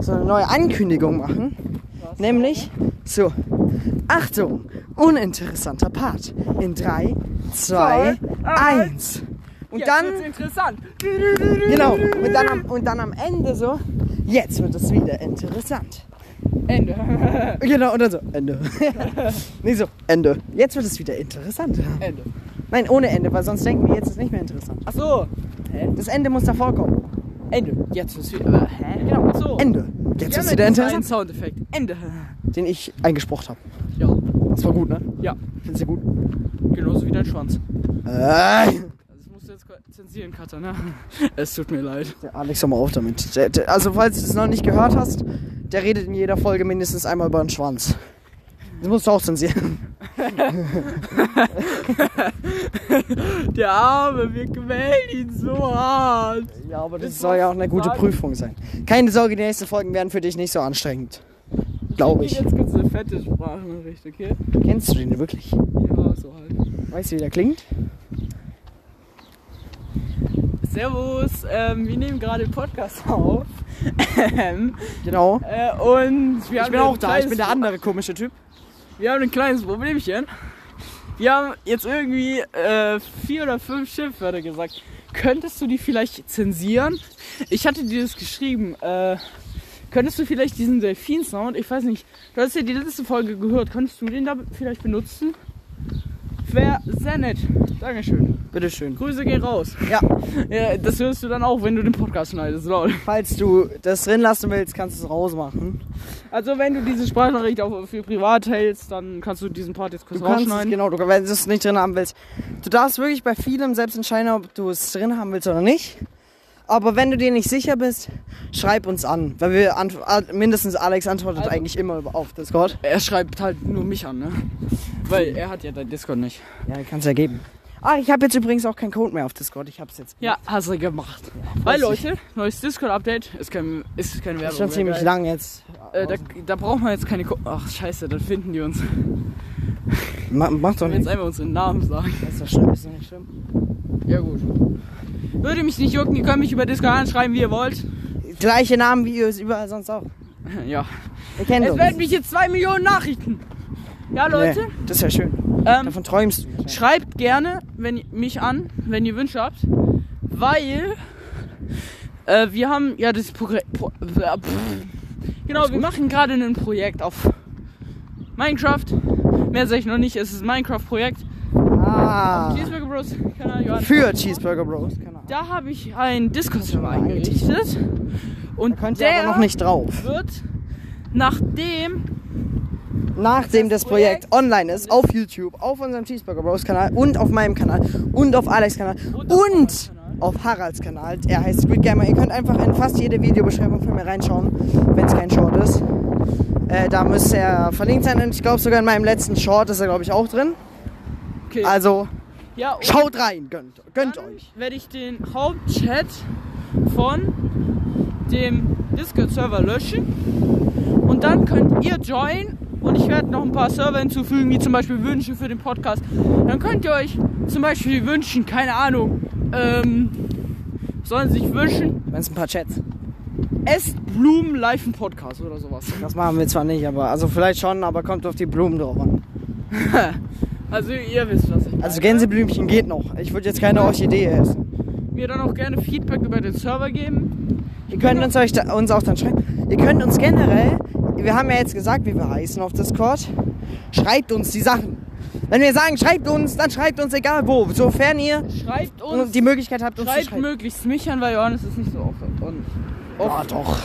Speaker 2: so eine neue Ankündigung machen. Nämlich so, Achtung, uninteressanter Part. In 3, 2, 1. Und
Speaker 3: Jetzt
Speaker 2: dann,
Speaker 3: wird's interessant.
Speaker 2: genau, und dann, am, und dann am Ende so, jetzt wird es wieder interessant.
Speaker 3: *laughs* Ende. *laughs*
Speaker 2: Genau, und dann so, Ende. *laughs* nee, so, Ende. Jetzt wird es wieder interessant.
Speaker 3: Ende.
Speaker 2: Nein, ohne Ende, weil sonst denken wir, jetzt ist nicht mehr interessant.
Speaker 3: Ach so.
Speaker 2: Das Ende muss davor kommen.
Speaker 3: Ende. Jetzt ist wieder. Hä? Genau. ach So.
Speaker 2: Ende. Jetzt ist wieder
Speaker 3: Ein
Speaker 2: interessant.
Speaker 3: Soundeffekt. Ende.
Speaker 2: den ich eingesprochen habe.
Speaker 3: Ja.
Speaker 2: Das war gut, ne?
Speaker 3: Ja.
Speaker 2: Findest du gut?
Speaker 3: Genauso wie dein Schwanz.
Speaker 2: Äh.
Speaker 3: Das musst du jetzt Sie in Katana. ne? *laughs* Es tut mir leid.
Speaker 2: Der Alex, hör mal auf damit. Der, der, also, falls du es noch nicht gehört hast, der redet in jeder Folge mindestens einmal über den Schwanz. Das musst du auch zensieren.
Speaker 3: Der Arme, wir quälen ihn so hart.
Speaker 2: Ja, aber das soll ja auch eine gute Prüfung sein. Keine Sorge, die nächsten Folgen werden für dich nicht so anstrengend. Glaube ich.
Speaker 3: Jetzt gibt's eine fette Sprachnachricht, okay?
Speaker 2: Kennst du den wirklich?
Speaker 3: Ja, so halt.
Speaker 2: Weißt du, wie der klingt?
Speaker 3: Servus, ähm, wir nehmen gerade den Podcast auf. *laughs* Ähm,
Speaker 2: Genau.
Speaker 3: äh, und wir haben
Speaker 2: Ich bin
Speaker 3: ein
Speaker 2: auch da, ich
Speaker 3: kleines-
Speaker 2: bin der andere komische Typ.
Speaker 3: Wir haben ein kleines Problemchen. Wir haben jetzt irgendwie äh, vier oder fünf Schimpfwörter gesagt. Könntest du die vielleicht zensieren? Ich hatte dir das geschrieben. Äh, könntest du vielleicht diesen Delfin-Sound, ich weiß nicht, du hast ja die letzte Folge gehört, könntest du den da vielleicht benutzen? Wäre sehr nett. Dankeschön.
Speaker 2: Bitteschön.
Speaker 3: Grüße gehen raus.
Speaker 2: Ja,
Speaker 3: Ja, das hörst du dann auch, wenn du den Podcast schneidest, lol.
Speaker 2: falls du das drin lassen willst, kannst du es rausmachen.
Speaker 3: Also wenn du diese Sprachnachricht auch für privat hältst, dann kannst du diesen Part jetzt kurz
Speaker 2: Du kannst es,
Speaker 3: rausschneiden.
Speaker 2: genau, du, wenn du es nicht drin haben willst. Du darfst wirklich bei vielem selbst entscheiden, ob du es drin haben willst oder nicht. Aber wenn du dir nicht sicher bist, schreib uns an. Weil wir antw- ah, mindestens Alex antwortet
Speaker 3: Also-
Speaker 2: eigentlich immer über- auf Discord.
Speaker 3: Er schreibt halt nur mich an, ne? Weil er hat ja dein Discord nicht.
Speaker 2: Ja, kannst ja geben. Ah, ich habe jetzt übrigens auch keinen Code mehr auf Discord. Ich hab's jetzt.
Speaker 3: Ja, hast du gemacht. Weil Leute, neues Discord-Update ist kein ist keine Werbung.
Speaker 2: Schon
Speaker 3: mehr,
Speaker 2: ziemlich
Speaker 3: geil.
Speaker 2: lang jetzt.
Speaker 3: Äh, da, da braucht man jetzt keine. Ko Ach scheiße, dann finden die uns. Wenn
Speaker 2: Ma mach doch
Speaker 3: wir jetzt
Speaker 2: nichts.
Speaker 3: einfach unseren Namen sagen.
Speaker 2: Ist doch schlimm, ist doch nicht schlimm.
Speaker 3: Ja gut. Würde mich nicht jucken, ihr könnt mich über Discord anschreiben, wie ihr wollt.
Speaker 2: Gleiche Namen wie ihr es überall sonst auch.
Speaker 3: Ja.
Speaker 2: Ihr kennt
Speaker 3: Es
Speaker 2: uns.
Speaker 3: werden mich jetzt zwei Millionen Nachrichten. Ja Leute,
Speaker 2: Nee, das ist ja schön.
Speaker 3: ähm,
Speaker 2: Davon träumst du.
Speaker 3: Schreibt gerne wenn, ihr- mich an, wenn ihr Wünsche habt, weil äh, wir haben ja das Progr Pro äh, pff. Genau, wir machen gerade ein Projekt auf Minecraft. Mehr sage ich noch nicht, es ist ein Minecraft-Projekt.
Speaker 2: Ah.
Speaker 3: Cheeseburger Bros. Kanal Johann.
Speaker 2: Für Cheeseburger Bros. Keine Ahnung.
Speaker 3: Da habe ich einen Discord-Server eingerichtet. Und
Speaker 2: Könnt ihr
Speaker 3: der
Speaker 2: aber noch nicht drauf.
Speaker 3: wird nachdem
Speaker 2: Nachdem das Projekt, online ist, auf YouTube, auf unserem Cheeseburger Bros Kanal und auf meinem Kanal und auf Alex Kanal und,
Speaker 3: Und auf
Speaker 2: auf Haralds Kanal. Er heißt Squid Gamer. Ihr könnt einfach in fast jede Videobeschreibung von mir reinschauen, wenn es kein Short ist. Äh, da müsste er verlinkt sein und ich glaube sogar in meinem letzten Short ist er glaube ich auch drin.
Speaker 3: okay.
Speaker 2: Also
Speaker 3: ja, und
Speaker 2: schaut rein, gönnt, gönnt
Speaker 3: Dann
Speaker 2: euch.
Speaker 3: werde ich den Hauptchat von dem Discord-Server löschen und dann könnt ihr joinen und ich werde noch ein paar Server hinzufügen, wie zum Beispiel Wünsche für den Podcast. Dann könnt ihr euch zum Beispiel wünschen, keine Ahnung, ähm, sollen sich wünschen,
Speaker 2: Wenn es ein paar Chats.
Speaker 3: esst Blumen live im Podcast oder sowas.
Speaker 2: Das machen wir zwar nicht, aber also vielleicht schon, aber kommt auf die Blumen drauf an.
Speaker 3: Also ihr wisst was. Ich meine.
Speaker 2: Also Gänseblümchen geht noch. Ich würde jetzt keine Orchidee essen.
Speaker 3: mir dann auch gerne Feedback über den Server geben.
Speaker 2: Ihr könnt uns, euch da, uns auch dann schreiben. Ihr könnt uns generell, wir haben ja jetzt gesagt, wie wir heißen auf Discord, schreibt uns die Sachen. Wenn wir sagen, schreibt uns, dann schreibt uns egal wo, sofern ihr
Speaker 3: Schreibt uns,
Speaker 2: die Möglichkeit habt, uns zu
Speaker 3: schreibt
Speaker 2: schreiben.
Speaker 3: möglichst mich an, weil Johannes ist nicht so oft. Und
Speaker 2: Ja, doch.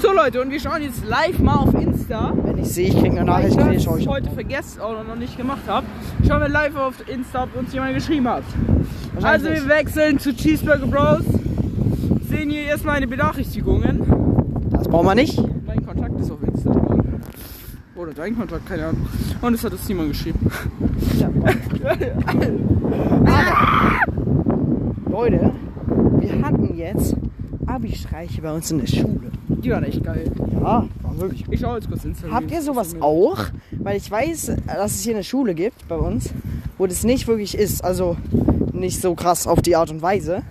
Speaker 3: So Leute, und wir schauen jetzt live mal auf Insta.
Speaker 2: Wenn ich sehe, ich kriege eine
Speaker 3: Weil
Speaker 2: Nachricht,
Speaker 3: ich
Speaker 2: kriege ich
Speaker 3: das
Speaker 2: euch.
Speaker 3: heute vergessen oder noch nicht gemacht habe. Schauen wir live auf Insta, ob uns jemand geschrieben hat. Also
Speaker 2: Wahrscheinlich
Speaker 3: wir wechseln zu Cheeseburger Bros. Sehen hier erst meine Benachrichtigungen.
Speaker 2: Das brauchen wir nicht.
Speaker 3: Mein Kontakt ist auf Insta. Oder dein Kontakt, keine Ahnung. Und es hat uns niemand geschrieben.
Speaker 2: Leute, wir hatten jetzt Abi-Streiche bei uns in der Schule.
Speaker 3: Die waren echt geil.
Speaker 2: Ja, war wirklich.
Speaker 3: Ich schaue jetzt kurz Insta.
Speaker 2: Mhm. Habt ihr sowas auch? Weil ich weiß, dass es hier eine Schule gibt bei uns, wo das nicht wirklich ist. Also nicht so krass auf die Art und Weise,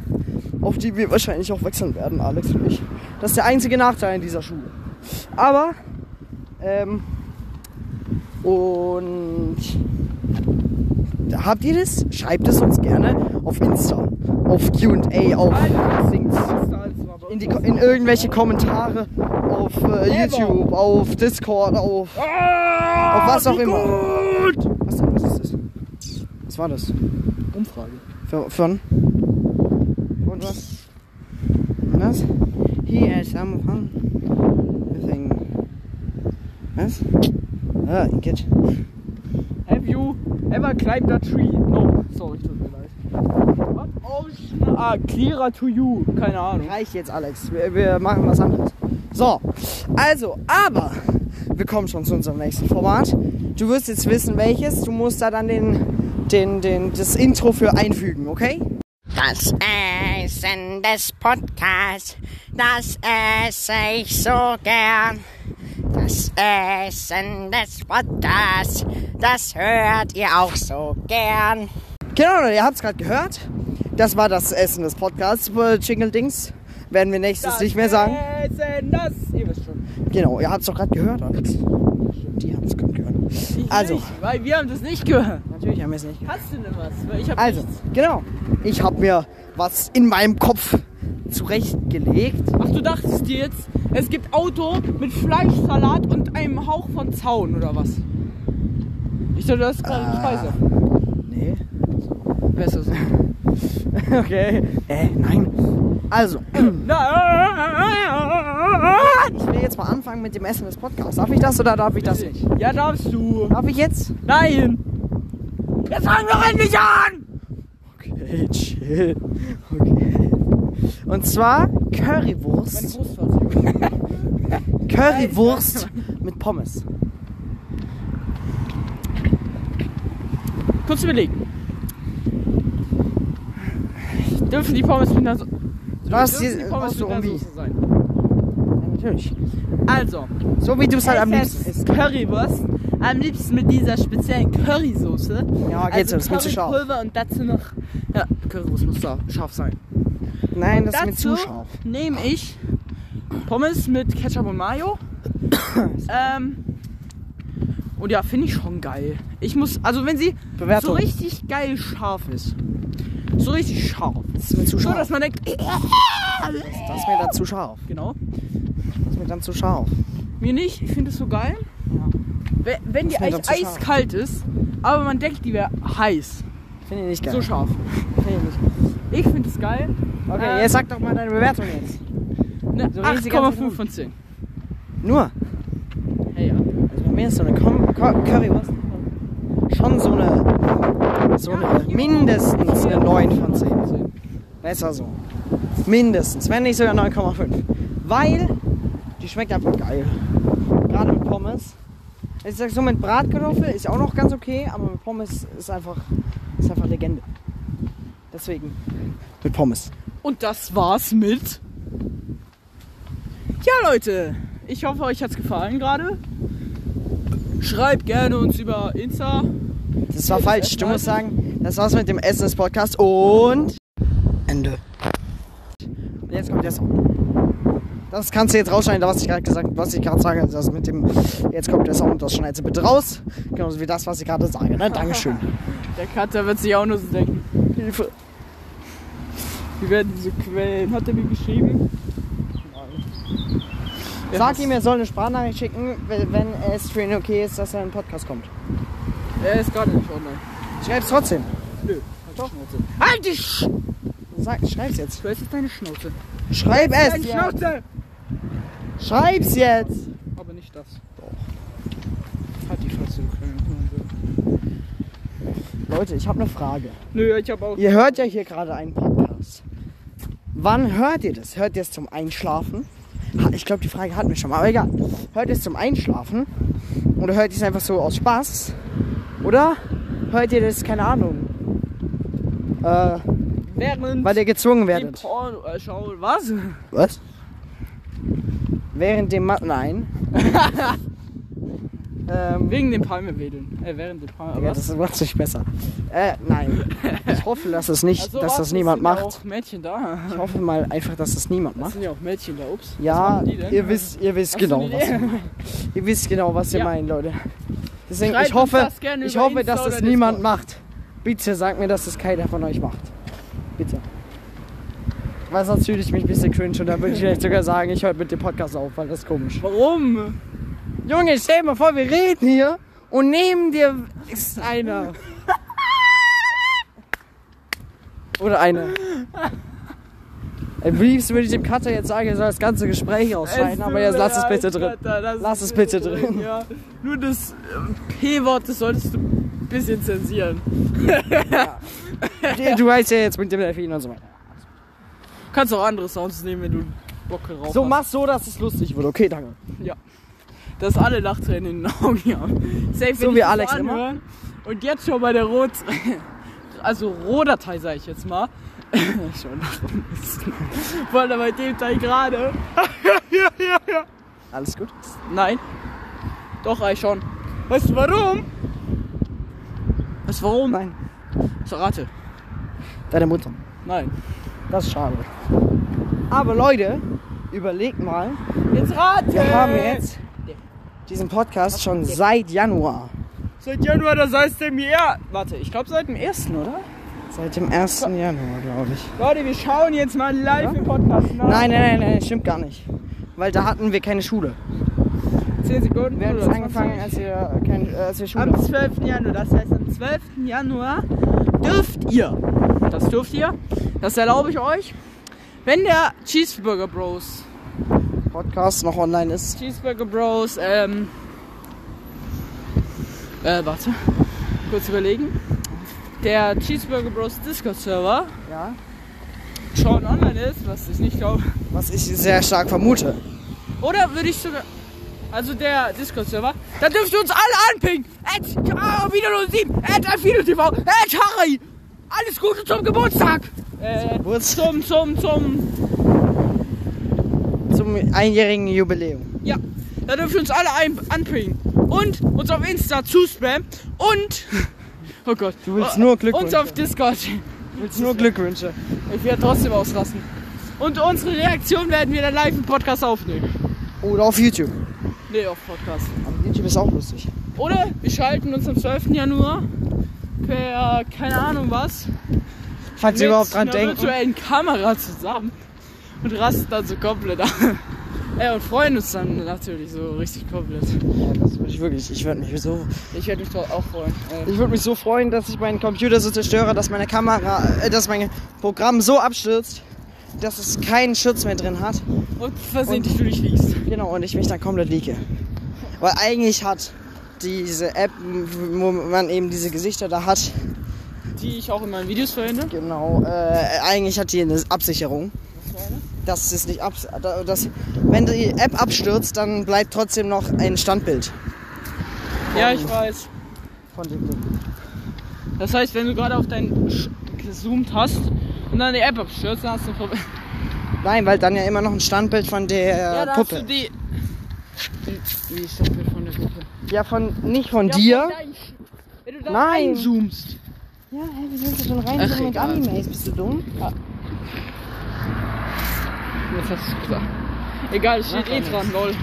Speaker 2: auf die wir wahrscheinlich auch wechseln werden, Alex und ich. Das ist der einzige Nachteil in dieser Schule. Aber, ähm, und habt ihr das? Schreibt es uns gerne auf Insta, auf QA, auf Dings in, die, Ko- in irgendwelche Kommentare auf äh, YouTube, auf Discord, auf,
Speaker 3: Ah,
Speaker 2: auf was auch immer. Was, denn, was ist das? Was war das?
Speaker 3: Umfrage.
Speaker 2: Für, von? Und was? Was? Hier ist am Anfang. Nothing. Was? Ah, geht.
Speaker 3: Have you ever climbed a tree? No, sorry, tut mir leid. Ocean, ah, clearer to you. Keine Ahnung.
Speaker 2: Reicht jetzt, Alex. Wir, wir machen was anderes. So, also, aber wir kommen schon zu unserem nächsten Format. Du wirst jetzt wissen, welches. Du musst da dann den, den, den, das Intro für einfügen, okay?
Speaker 9: Das Essen des Podcasts, das esse ich so gern. Das Essen des Podcasts, das hört ihr auch so gern.
Speaker 2: Genau, ihr habt es gerade gehört. Das war das Essen des Podcasts. äh, Jingle Dings werden wir nächstes nicht mehr sagen.
Speaker 3: Essen, das. Ihr wisst schon.
Speaker 2: Genau, ihr habt es doch gerade gehört, Alex. Die haben es gerade gehört.
Speaker 3: Ich
Speaker 2: Also.
Speaker 3: Nicht, weil wir haben das nicht gehört.
Speaker 2: Natürlich haben wir es nicht gehört.
Speaker 3: Hast du denn was? Weil ich hab
Speaker 2: Also,
Speaker 3: nichts.
Speaker 2: genau. Ich habe mir was in meinem Kopf zurechtgelegt.
Speaker 3: Ach, du dachtest dir jetzt, es gibt Auto mit Fleischsalat und einem Hauch von Zaun oder was? Ich dachte, das ist gerade eine Speise.
Speaker 2: Nee.
Speaker 3: Besser so.
Speaker 2: *laughs* Okay. Äh, nein. Also, *clears throat* ich will jetzt mal anfangen mit dem Essen des Podcasts. Darf ich das oder darf ich das nicht?
Speaker 3: Ja, darfst du.
Speaker 2: Darf ich jetzt?
Speaker 3: Nein. Jetzt fang doch endlich an.
Speaker 2: Okay, chill. Okay. Und zwar Currywurst.
Speaker 3: Großvater.
Speaker 2: Currywurst mit Pommes.
Speaker 3: Kurz überlegen. Dürfen die Pommes mit einer so
Speaker 2: Was?
Speaker 3: dürfen die
Speaker 2: die-
Speaker 3: Pommes
Speaker 2: was so
Speaker 3: mit einer
Speaker 2: irgendwie?
Speaker 3: Soße sein?
Speaker 2: Natürlich.
Speaker 3: Also,
Speaker 2: So wie du es halt am
Speaker 3: es
Speaker 2: liebsten
Speaker 3: ist
Speaker 2: isst.
Speaker 3: Currywurst. Am liebsten mit dieser speziellen Currysoße.
Speaker 2: Ja,
Speaker 3: Also
Speaker 2: geht so, Ah, das ist mir zu scharf.
Speaker 3: Currypulver und dazu noch. Ja, Currywurst muss da scharf sein.
Speaker 2: Nein, das ist mir
Speaker 3: dazu
Speaker 2: zu scharf.
Speaker 3: nehme ich Pommes mit Ketchup und Mayo. ähm, und ja, finde ich schon geil. Ich muss, also wenn sie
Speaker 2: Bewertung.
Speaker 3: so richtig geil scharf ist. So richtig scharf.
Speaker 2: Das ist mir zu
Speaker 3: So,
Speaker 2: scharf.
Speaker 3: dass man denkt, *laughs*
Speaker 2: Das ist mir dann zu scharf.
Speaker 3: genau.
Speaker 2: Das ist mir dann zu scharf.
Speaker 3: Mir nicht, ich finde es so geil. Wenn, wenn die
Speaker 2: Ist mir dann
Speaker 3: eigentlich
Speaker 2: zu scharf.
Speaker 3: eiskalt ist, aber man denkt, die wäre heiß.
Speaker 2: Finde ich nicht geil.
Speaker 3: So scharf. Ich finde es geil.
Speaker 2: Okay,
Speaker 3: Ähm,
Speaker 2: jetzt sag doch mal deine Bewertung jetzt.
Speaker 3: Ne,
Speaker 2: So riesig ganz
Speaker 3: 8,5
Speaker 2: gut.
Speaker 3: von 10.
Speaker 2: Nur.
Speaker 3: Hey, ja.
Speaker 2: Also bei mir ist so eine Com Co Currywurst schon so eine, so eine mindestens eine 9 von 10. Besser so. Mindestens, wenn nicht sogar 9,5. Weil die schmeckt einfach geil. Gerade mit Pommes. Ich sag so, mit Bratkartoffel ist auch noch ganz okay, aber mit Pommes ist einfach, ist einfach Legende. Deswegen. Mit Pommes.
Speaker 3: Und das war's mit. Ja, Leute, ich hoffe, euch hat's gefallen gerade. Schreibt gerne uns über Insta.
Speaker 2: Das war falsch. Du musst sagen, das war's mit dem Essen des Podcasts und Ende. Und jetzt kommt der Song. Das kannst du jetzt rausschneiden, was ich gerade gesagt was ich gerade sage. Das mit dem, jetzt kommt der Song, das schneidest du bitte raus. Genauso wie das, was ich gerade sage. Ne? Dankeschön.
Speaker 3: Der Cutter wird sich auch nur so denken. Hilfe. Wir werden diese Quellen. Hat er mir geschrieben? Wer
Speaker 2: Sag
Speaker 3: hat's-
Speaker 2: ihm, er soll eine Sprachnachricht schicken, wenn wenn es für ihn okay ist, dass er in den Podcast kommt.
Speaker 3: Er ist gerade nicht online.
Speaker 2: Schreib's trotzdem.
Speaker 3: Nö. Halt die Schnauze. Halt die Sch
Speaker 2: Sag, schreib's jetzt.
Speaker 3: Du hältst deine Schnauze.
Speaker 2: Schreib es!
Speaker 3: Deine
Speaker 2: Jetzt.
Speaker 3: Schnauze!
Speaker 2: Schreib's jetzt!
Speaker 3: Aber nicht das. Halt die Schnauze, du kleine Hurensohn.
Speaker 2: Leute, ich habe eine Frage.
Speaker 3: Nö, ich hab auch.
Speaker 2: Ihr hört ja hier gerade einen Podcast. Wann hört ihr das? Hört ihr es zum Einschlafen? Ha, Ich glaube, die Frage hatten wir schon mal, aber egal. Hört ihr es zum Einschlafen? Oder hört ihr es einfach so aus Spaß? Oder hört ihr das, keine Ahnung, äh,
Speaker 3: Während.
Speaker 2: weil ihr gezwungen
Speaker 3: Im
Speaker 2: werdet?
Speaker 3: Porno, äh, schau, was?
Speaker 2: Was? Während dem Ma
Speaker 3: *laughs*
Speaker 2: Nein. ähm,
Speaker 3: Wegen dem Palme wedeln. Äh, während dem Palme.
Speaker 2: ja,
Speaker 3: was?
Speaker 2: das macht sich besser. Äh, nein. Ich hoffe, dass, es nicht,
Speaker 3: Also,
Speaker 2: dass
Speaker 3: was,
Speaker 2: das niemand
Speaker 3: sind ja
Speaker 2: macht.
Speaker 3: auch Mädchen
Speaker 2: *laughs*
Speaker 3: da.
Speaker 2: Ich hoffe mal einfach, dass das niemand
Speaker 3: Das
Speaker 2: macht.
Speaker 3: sind ja auch Mädchen da, ups. Was
Speaker 2: Ja,
Speaker 3: machen die denn?
Speaker 2: ihr wisst, ihr wisst
Speaker 3: Hast du
Speaker 2: genau,
Speaker 3: eine
Speaker 2: was ihr *laughs*
Speaker 3: Idee?
Speaker 2: meint. Ihr wisst genau, was ihr
Speaker 3: Ja.
Speaker 2: meint, Leute. Deswegen,
Speaker 3: Schreibt
Speaker 2: ich
Speaker 3: uns
Speaker 2: hoffe,
Speaker 3: das gerne
Speaker 2: ich
Speaker 3: über
Speaker 2: hoffe,
Speaker 3: Insta
Speaker 2: dass das
Speaker 3: oder
Speaker 2: niemand
Speaker 3: Discord.
Speaker 2: macht. Bitte sagt mir, dass das keiner von euch macht. Bitte. Weil sonst fühle ich mich ein bisschen cringe und dann würde ich vielleicht sogar sagen, ich höre mit dem Podcast auf, weil das ist komisch.
Speaker 3: Warum?
Speaker 2: Junge, stell dir mal vor, wir reden hier und neben dir ist einer. Oder eine. Am liebsten würde ich dem Cutter jetzt sagen, er soll das ganze Gespräch ausschneiden, aber jetzt lass es bitte drin. Lass es bitte drin.
Speaker 3: Ja. ähm, Nur das äh, P-Wort, das solltest du ein bisschen zensieren.
Speaker 2: Du weißt ja jetzt mit dem Delfin und so weiter.
Speaker 3: Kannst auch andere Sounds nehmen, wenn du Bock drauf
Speaker 2: So,
Speaker 3: hast.
Speaker 2: mach so, dass es lustig wird. Okay, danke.
Speaker 3: dass alle Lachtränen in den Augen *laughs* haben. Safe,
Speaker 2: So
Speaker 3: wenn
Speaker 2: wie
Speaker 3: ich das
Speaker 2: Alex immer.
Speaker 3: anhöre. Und jetzt schon bei der Rot... *laughs* Also Rohdatei sage ich jetzt mal. *laughs* schon Vor allem bei dem Teil gerade.
Speaker 2: Alles gut?
Speaker 3: Nein. Doch, eigentlich schon.
Speaker 10: Weißt du warum?
Speaker 3: Was, warum?
Speaker 2: Nein.
Speaker 3: Ich rate.
Speaker 2: Deine Mutter.
Speaker 3: Nein.
Speaker 2: Das ist schade. Aber Leute, überlegt mal.
Speaker 3: Jetzt rate!
Speaker 2: Wir haben jetzt diesen Podcast schon seit Januar.
Speaker 10: Seit Januar, das heißt dem Jahr.
Speaker 3: Warte, ich glaube seit dem ersten, oder?
Speaker 2: Seit dem 1. Januar, glaube ich.
Speaker 3: Leute, wir schauen jetzt mal live im Podcast nach.
Speaker 2: Nein, nein, nein, nein, stimmt gar nicht. Weil da hatten wir keine Schule.
Speaker 3: 10 Sekunden.
Speaker 2: Wir haben das
Speaker 3: oder
Speaker 2: angefangen,
Speaker 3: 20.
Speaker 2: als wir, äh, kein, äh, als wir Schule
Speaker 3: Am
Speaker 2: hatten.
Speaker 3: 12. Januar, das heißt am 12. Januar dürft ihr, das dürft ihr, das erlaube ich euch, wenn der Cheeseburger Bros,
Speaker 2: Podcast noch online ist.
Speaker 3: Cheeseburger Bros, ähm, äh, warte, kurz überlegen, der Cheeseburger Bros Discord Server
Speaker 2: Ja.
Speaker 3: schon online ist, was ich nicht glaube,
Speaker 2: Was ich sehr stark vermute.
Speaker 3: oder würde ich sogar, also der Discord Server, dann dürft ihr uns alle anpingen, at oh, wieder 07, at Alfino TV, at Harry, alles Gute zum Geburtstag! Äh,
Speaker 2: Wurz
Speaker 3: Zum, zum, zum.
Speaker 2: zum einjährigen Jubiläum.
Speaker 3: Ja, da dürft ihr uns alle ein anpingen. Und uns auf Insta zuspammen. *laughs* Und. Oh Gott.
Speaker 2: Du willst nur Glückwünsche.
Speaker 3: Uns auf Discord.
Speaker 2: Willst nur Glückwünsche.
Speaker 3: Ich werde trotzdem auslassen. Und unsere Reaktion werden wir dann live im Podcast aufnehmen.
Speaker 2: Oder auf YouTube.
Speaker 3: Nee, auf Podcast.
Speaker 2: Aber YouTube ist auch lustig.
Speaker 3: Oder wir schalten uns am 12. Januar per keine Ahnung was.
Speaker 2: Falls ihr überhaupt dran
Speaker 3: einer
Speaker 2: denken.
Speaker 3: virtuellen Kamera zusammen. Und rasten dann so komplett ab. *laughs* Ey, und freuen uns dann natürlich so richtig komplett.
Speaker 2: Ja, das würde ich wirklich. Ich würde mich so.
Speaker 3: Ich werde mich doch auch freuen. Äh,
Speaker 2: Ich würde mich so freuen, dass ich meinen Computer so zerstöre, dass meine Kamera, äh, dass mein Programm so abstürzt, dass es keinen Schutz mehr drin hat.
Speaker 3: Und versehentlich du dich liegst.
Speaker 2: Genau, und ich mich dann komplett leake. Weil eigentlich hat diese App, wo man eben diese Gesichter da hat,
Speaker 3: Die ich auch in meinen Videos verwende.
Speaker 2: genau, äh, eigentlich hat die eine Absicherung. Dass es nicht ab, da- dass, wenn die App abstürzt, dann bleibt trotzdem noch ein Standbild
Speaker 3: Ja, ich weiß.
Speaker 2: von dem Ding.
Speaker 3: Das heißt, wenn du gerade auf deinen Sch gezoomt hast und dann die App abstürzt, dann hast du ein Problem.
Speaker 2: Äh, Nein, weil dann ja immer noch ein Standbild von der
Speaker 3: ja, dann
Speaker 2: Puppe.
Speaker 3: hast du die. die wie ist das Bild von der Gruppe?
Speaker 2: Ja, von nicht von dir.
Speaker 3: Wenn du da
Speaker 2: Nein.
Speaker 3: reinzoomst.
Speaker 2: Ja, hä, wie willst du denn rein
Speaker 3: Ach,
Speaker 2: mit
Speaker 3: egal.
Speaker 2: Animes? Bist du dumm?
Speaker 3: Jetzt hast du gesagt. Egal, es steht eh dran, lol.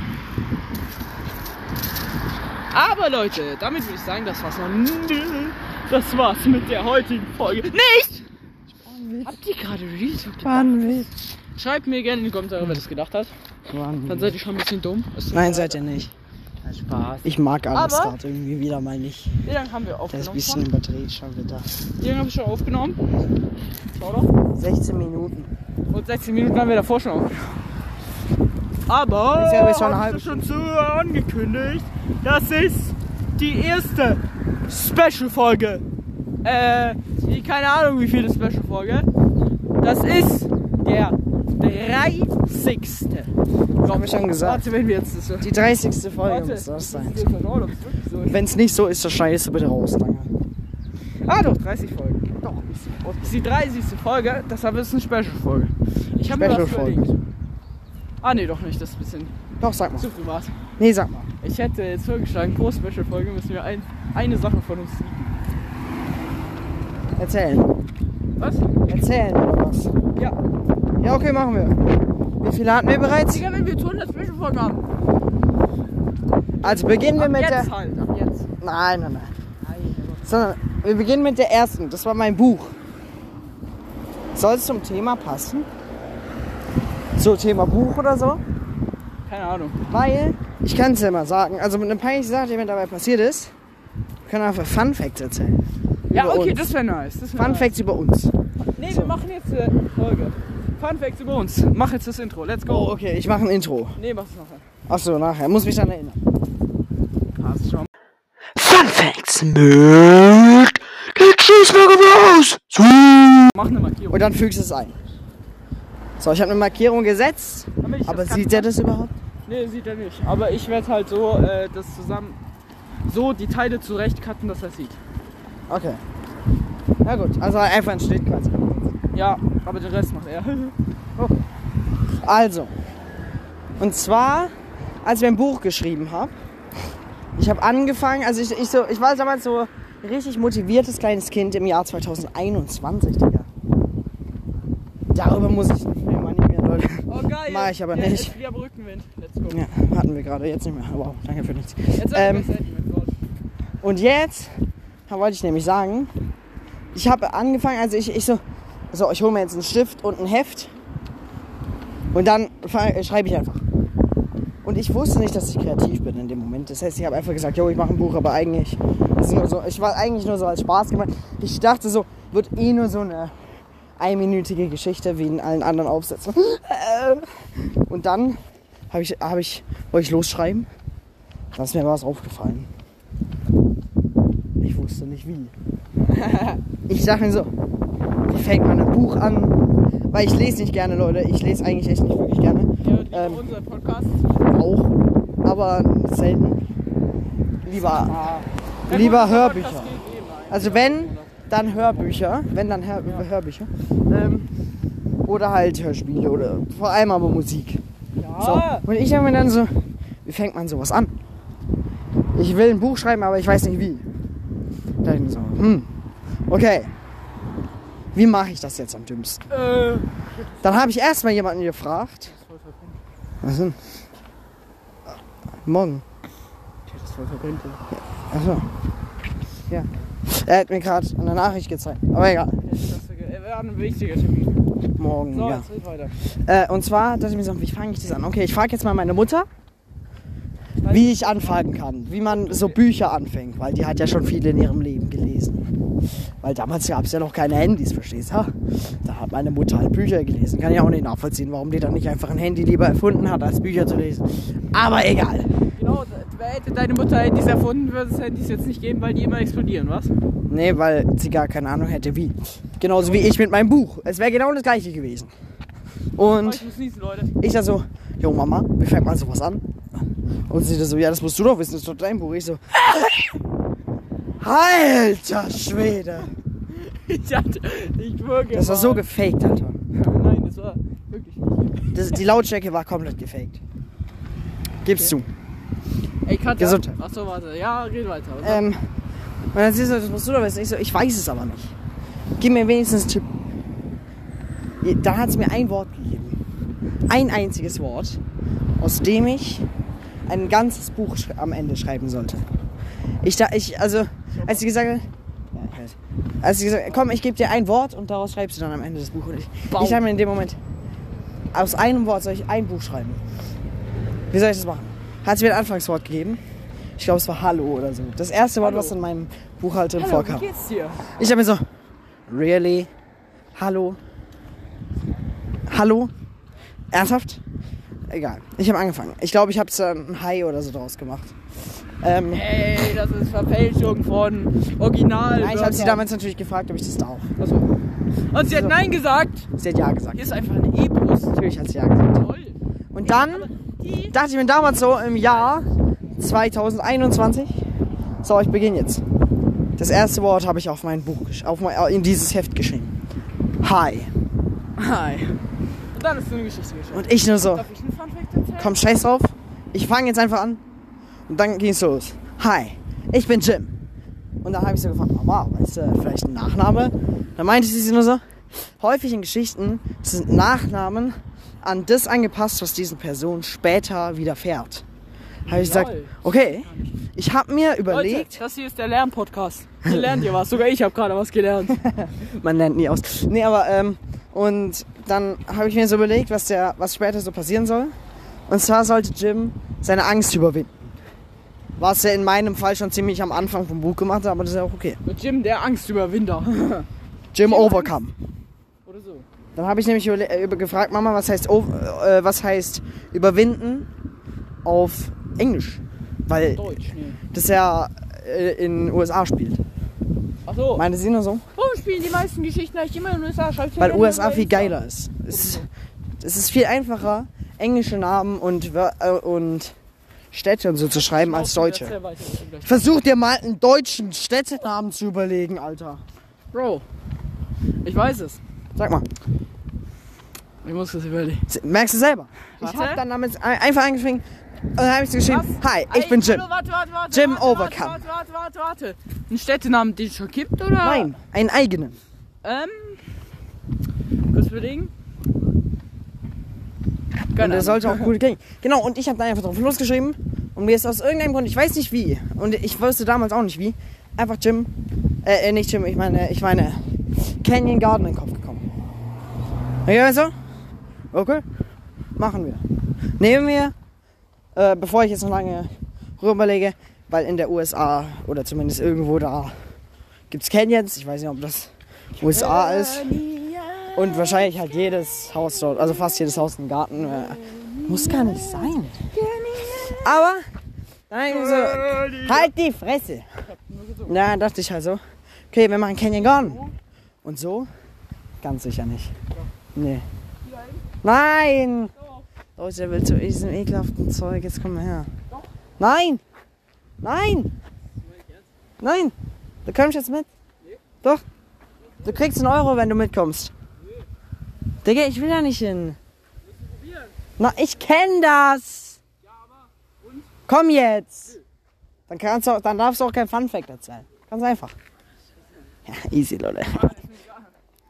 Speaker 3: Aber Leute, damit würde ich sagen, das war's noch. n- Das war's mit der heutigen Folge. Nicht! Habt ihr gerade Real Talk gemacht? Schreibt mir gerne in die Kommentare, wer das gedacht hat. Dann seid ihr schon ein bisschen dumm. Ist
Speaker 2: Nein, seid ihr nicht.
Speaker 3: Spaß.
Speaker 2: Ich mag alles
Speaker 3: Aber-
Speaker 2: dort irgendwie wieder mal nicht.
Speaker 3: Wie lange haben wir
Speaker 2: Das ist ein
Speaker 3: aufgenommen?
Speaker 2: bisschen überdreht schon wieder.
Speaker 3: Wie lange haben wir schon aufgenommen? Schau doch.
Speaker 2: 16 Minuten.
Speaker 3: Und 16 Minuten haben wir davor schon aufgenommen. Aber.
Speaker 2: Ist ja bis schon eine
Speaker 10: Hast du
Speaker 2: halbe
Speaker 10: schon zu angekündigt? Das ist die erste Special-Folge.
Speaker 3: äh, die, keine Ahnung, wie viele Special-Folge. Das ist der 30.
Speaker 2: Hab ich schon gesagt.
Speaker 3: Warte, wenn wir jetzt das.
Speaker 2: Die 30. Folge
Speaker 3: Warte,
Speaker 2: muss das sein.
Speaker 3: ist jetzt in Ordnung, das ist wirklich so.
Speaker 2: Wenn es nicht so ist, dann schneidest du bitte raus. Danke.
Speaker 3: Ah, doch, 30 Folgen. Doch, ist die 30. Folge, deshalb ist es eine Special-Folge. Ich habe mir was
Speaker 2: Special-Folge.
Speaker 3: überlegt. Ah, nee, doch nicht, das ist ein bisschen
Speaker 2: Doch, sag mal.
Speaker 3: zu privat.
Speaker 2: Nee, sag mal.
Speaker 3: Ich hätte jetzt vorgeschlagen, pro Special-Folge müssen wir ein, eine Sache von uns lieben.
Speaker 2: Erzählen.
Speaker 3: Was?
Speaker 2: Erzählen oder was?
Speaker 3: Ja.
Speaker 2: Ja, okay, machen wir. Wie viele hatten wir bereits?
Speaker 3: Digga, wenn wir zu 100 Special-Folgen haben.
Speaker 2: Also beginnen wir
Speaker 3: Ab
Speaker 2: mit
Speaker 3: jetzt
Speaker 2: der.
Speaker 3: halt, ab jetzt.
Speaker 2: Nein, nein, nein. Sondern wir beginnen mit der ersten. Das war mein Buch. Soll es zum Thema passen? Zum Thema Buch oder so?
Speaker 3: Keine Ahnung.
Speaker 2: Weil, ich kann es ja mal sagen, also mit einer peinlichen Sache, die mir dabei passiert ist, wir können einfach Fun Facts erzählen.
Speaker 3: Ja,
Speaker 2: Über
Speaker 3: okay,
Speaker 2: uns.
Speaker 3: das wäre nice. Das wär
Speaker 2: Fun
Speaker 3: nice.
Speaker 2: Facts über uns.
Speaker 3: Nee, wir machen jetzt eine Folge. Fun Facts über uns. Mach jetzt das Intro. Let's go.
Speaker 2: Oh, okay, ich mache ein Intro.
Speaker 3: Nee, mach's nachher.
Speaker 2: Achso, nachher. Muss mich dann erinnern.
Speaker 3: Passt schon.
Speaker 2: Fun Facts mit
Speaker 3: Mach eine Markierung.
Speaker 2: Und dann fügst du es ein. So, ich habe eine Markierung gesetzt,
Speaker 3: Damit ich
Speaker 2: aber
Speaker 3: das
Speaker 2: sieht
Speaker 3: Ganze-
Speaker 2: er das überhaupt?
Speaker 3: Nee, sieht er nicht. Aber ich werde halt so äh, das zusammen. So die Teile zurechtcutten, dass er sieht.
Speaker 2: Okay. Na gut, also einfach ein Schnitt
Speaker 3: Ja, aber den Rest macht er. *laughs*
Speaker 2: Also, und zwar, als wir ein Buch geschrieben haben, ich habe angefangen, also ich, ich, so, ich war damals so ein richtig motiviertes kleines Kind im Jahr 2021, Digga. Darüber muss ich nicht mehr manipulieren, Leute.
Speaker 3: Oh geil.
Speaker 2: Mach ich aber
Speaker 3: Ja,
Speaker 2: nicht.
Speaker 3: Jetzt wieder am Rückenwind. Let's go.
Speaker 2: *laughs* Ja, hatten wir gerade, jetzt nicht mehr. Wow, danke für nichts.
Speaker 3: Jetzt
Speaker 2: Ähm.
Speaker 3: sag ich mal Gott.
Speaker 2: Und jetzt da wollte ich nämlich sagen, ich habe angefangen, also ich, ich so, so, ich hole mir jetzt einen Stift und ein Heft und dann fa- äh, schreibe ich einfach. Und ich wusste nicht, dass ich kreativ bin in dem Moment. Das heißt, ich habe einfach gesagt, jo, ich mache ein Buch, aber eigentlich ist es nur so, ich war eigentlich nur so als Spaß gemacht. Ich dachte so, wird eh nur so eine einminütige Geschichte wie in allen anderen Aufsätzen. *laughs* Und dann habe ich, habe ich, wollte ich losschreiben. Da ist mir was aufgefallen. Ich wusste nicht wie. *laughs* ich dachte mir so, wie fängt man ein Buch an? Weil ich lese nicht gerne, Leute. Ich lese eigentlich echt nicht wirklich gerne.
Speaker 3: Ja, und
Speaker 2: Ähm.
Speaker 3: ähm. unser Podcast.
Speaker 2: Auch. Aber selten. Lieber, lieber Hörbücher. Also wenn, dann Hörbücher. Wenn, dann Hör Hörbücher. Ähm, oder halt Hörspiele oder vor allem aber Musik.
Speaker 3: Ah.
Speaker 2: So. Und ich habe mir dann so, wie fängt man sowas an? Ich will ein Buch schreiben, aber ich weiß nicht wie. Da dachte ich mir so, hm, okay. Wie mache ich das jetzt am dümmsten?
Speaker 3: Äh.
Speaker 2: Dann habe ich erstmal jemanden gefragt. Was denn? Morgen. Ich hätte es voll verbrennt. Achso. Ja. Er hat mir gerade eine Nachricht gezeigt. Aber egal.
Speaker 3: Das wäre äh, ein wichtiger Termin.
Speaker 2: Morgen,
Speaker 3: So,
Speaker 2: ja.
Speaker 3: jetzt red weiter.
Speaker 2: Äh, und zwar dachte ich mir so, wie fange ich das an? Okay, ich frage jetzt mal meine Mutter, wie ich anfangen kann, wie man so Bücher anfängt, weil die hat ja schon viele in ihrem Leben gelesen. Weil damals gab es ja noch keine Handys, verstehst du? Da hat meine Mutter halt Bücher gelesen. Kann ich auch nicht nachvollziehen, warum die dann nicht einfach ein Handy lieber erfunden hat, als Bücher zu lesen. Aber egal.
Speaker 3: Genau, d- hätte deine Mutter Handys erfunden, würde es Handys jetzt nicht geben, weil die immer explodieren, was?
Speaker 2: Hm. Nee, weil sie gar keine Ahnung hätte, wie. Genauso wie ich mit meinem Buch. Es wäre genau das gleiche gewesen.
Speaker 3: Oh,
Speaker 2: Und
Speaker 3: ich muss niesen, Leute. *laughs*
Speaker 2: Ich da so, jo Mama, wie fängt man sowas an? Und sie da so, ja, das musst du doch wissen, das ist doch dein Buch. Ich so, alter Schwede.
Speaker 3: Ich hatte, ich wirklich.
Speaker 2: Das war so gefaked, Alter.
Speaker 3: Nein, das war wirklich nicht.
Speaker 2: Das, die Lautstärke war komplett gefaked. Gibst du.
Speaker 3: Ey, Katja.
Speaker 2: Gesundheit.
Speaker 3: Achso, warte. Ja, red weiter.
Speaker 2: Ähm, und dann sie so, das musst du doch wissen. Ich so, ich weiß es aber nicht. Gib mir wenigstens einen Tipp. Je- Da hat es mir ein Wort gegeben. Ein einziges Wort, aus dem ich ein ganzes Buch sch- am Ende schreiben sollte. Ich da, ich, also, als sie gesagt hat, ja, ich weiß. als sie gesagt hat, komm, ich gebe dir ein Wort und daraus schreibst du dann am Ende das Buch. Und ich, ich habe mir in dem Moment, aus einem Wort soll ich ein Buch schreiben. Wie soll ich das machen? Hat sie mir ein Anfangswort gegeben. Ich glaube, es war Hallo oder so. Das erste Wort, was in meinem Buch halt drin
Speaker 3: Hallo,
Speaker 2: vorkam.
Speaker 3: wie geht's dir?
Speaker 2: Ich habe mir so, really? Hallo? Hallo? Ernsthaft? Egal. Ich habe angefangen. Ich glaube, ich habe da ein Hi oder so draus gemacht. Ähm,
Speaker 3: Ey, das ist Verfälschung von Original.
Speaker 2: nein, ich habe sie damals natürlich gefragt, ob ich das darf.
Speaker 3: Achso. Und sie hat Nein gesagt.
Speaker 2: Sie hat ja gesagt.
Speaker 3: Hier ist einfach ein E-Bus.
Speaker 2: Natürlich hat sie ja gesagt.
Speaker 3: Toll.
Speaker 2: Und dann dachte ich mir damals so im Jahr 2021, so, ich beginne jetzt. Das erste Wort habe ich auf mein Buch, gesch- auf mein, in dieses Heft geschrieben. Hi.
Speaker 3: Hi. Und dann ist so eine Geschichte geschrieben.
Speaker 2: Und ich nur so.
Speaker 3: Darf ich einen Funfact erzählen?
Speaker 2: Komm, scheiß drauf. Ich fange jetzt einfach an. Und dann ging's los. Hi, ich bin Jim. Und dann habe ich so gefragt, Mama, weißt du, vielleicht ein Nachname? Dann meinte sie nur so, häufig in Geschichten sind Nachnamen an das angepasst, was diesen Personen später widerfährt. Habe ich gesagt,
Speaker 3: Lol.
Speaker 2: okay, ich habe mir überlegt,
Speaker 3: Leute, das hier ist der Lernpodcast. Hier lernt ihr was. Sogar ich habe gerade was
Speaker 2: *laughs*
Speaker 3: gelernt.
Speaker 2: man lernt nie aus. Nee, aber ähm, und dann habe ich mir so überlegt, was der, was später so passieren soll. Und zwar sollte Jim seine Angst überwinden. Was er in meinem Fall schon ziemlich am Anfang vom Buch gemacht hat, aber das ist ja auch okay.
Speaker 3: Mit Jim, der
Speaker 2: *laughs*
Speaker 3: Angstüberwinder.
Speaker 2: Jim overcome.
Speaker 3: Oder so.
Speaker 2: Dann habe ich nämlich überle- äh, über gefragt, Mama, was heißt, over, äh, was heißt überwinden auf Englisch? Weil
Speaker 3: Deutsch, nee.
Speaker 2: das ja äh, in USA spielt.
Speaker 3: Achso,
Speaker 2: Meine sind nur so,
Speaker 3: warum spielen die meisten Geschichten eigentlich immer in den USA? Schreibt's
Speaker 2: weil
Speaker 3: ja
Speaker 2: USA
Speaker 3: immer
Speaker 2: viel
Speaker 3: in den
Speaker 2: geiler ist. Es, ist- es ist viel einfacher, englische Namen und, Wör- äh, und Städte und so zu schreiben als deutsche.
Speaker 3: Erzähl weiter, ich bin gleich-
Speaker 2: Versuch dir mal einen deutschen Städtenamen zu überlegen, Alter.
Speaker 3: Bro, ich weiß es.
Speaker 2: Sag mal,
Speaker 3: Ich muss das überlegen.
Speaker 2: s- merkst du selber? Ich
Speaker 3: Warte.
Speaker 2: hab dann damit ein- einfach angefangen und dann hab ich so geschrieben, hi, ich
Speaker 3: Ey,
Speaker 2: bin Jim.
Speaker 3: hallo, Warte, warte, warte,
Speaker 2: Jim
Speaker 3: warte,
Speaker 2: Overcome.
Speaker 3: Warte, warte, warte, warte. Ein Städtenamen, den es schon gibt, oder?
Speaker 2: Nein, einen eigenen.
Speaker 3: Ähm. Kurz überlegen.
Speaker 2: Und
Speaker 3: Keine
Speaker 2: der
Speaker 3: Ahnung.
Speaker 2: sollte auch gut klingen. Genau, und ich habe dann einfach drauf losgeschrieben. Und mir ist aus irgendeinem Grund, ich weiß nicht wie, und ich wusste damals auch nicht wie, einfach Jim, äh, äh, nicht Jim, ich meine, ich meine, Canyon Garden in den Kopf gekommen. Okay, weißt du? Okay, machen wir. Nehmen wir, äh, bevor ich jetzt noch lange rüberlege, weil in der USA oder zumindest irgendwo da gibt's Canyons. Ich weiß nicht, ob das USA ist. Und wahrscheinlich hat jedes Haus dort, also fast jedes Haus einen Garten. Äh, muss gar nicht sein. Aber, dann hab ich so, halt die Fresse. Na, dann dachte ich halt so, okay, wir machen Canyon Garden. Und so? Ganz sicher nicht. Nee. Nein! Leute, der will zu diesem ekelhaften Zeug, jetzt komm mal her. Nein! Nein! Nein! Du kommst jetzt mit? Doch! Du kriegst einen Euro, wenn du mitkommst. Digga, ich will da nicht hin. Na, ich kenn das. Komm jetzt. Dann, kannst du auch, dann darfst du auch kein Funfact erzählen. Ganz einfach. Ja, easy, Leute.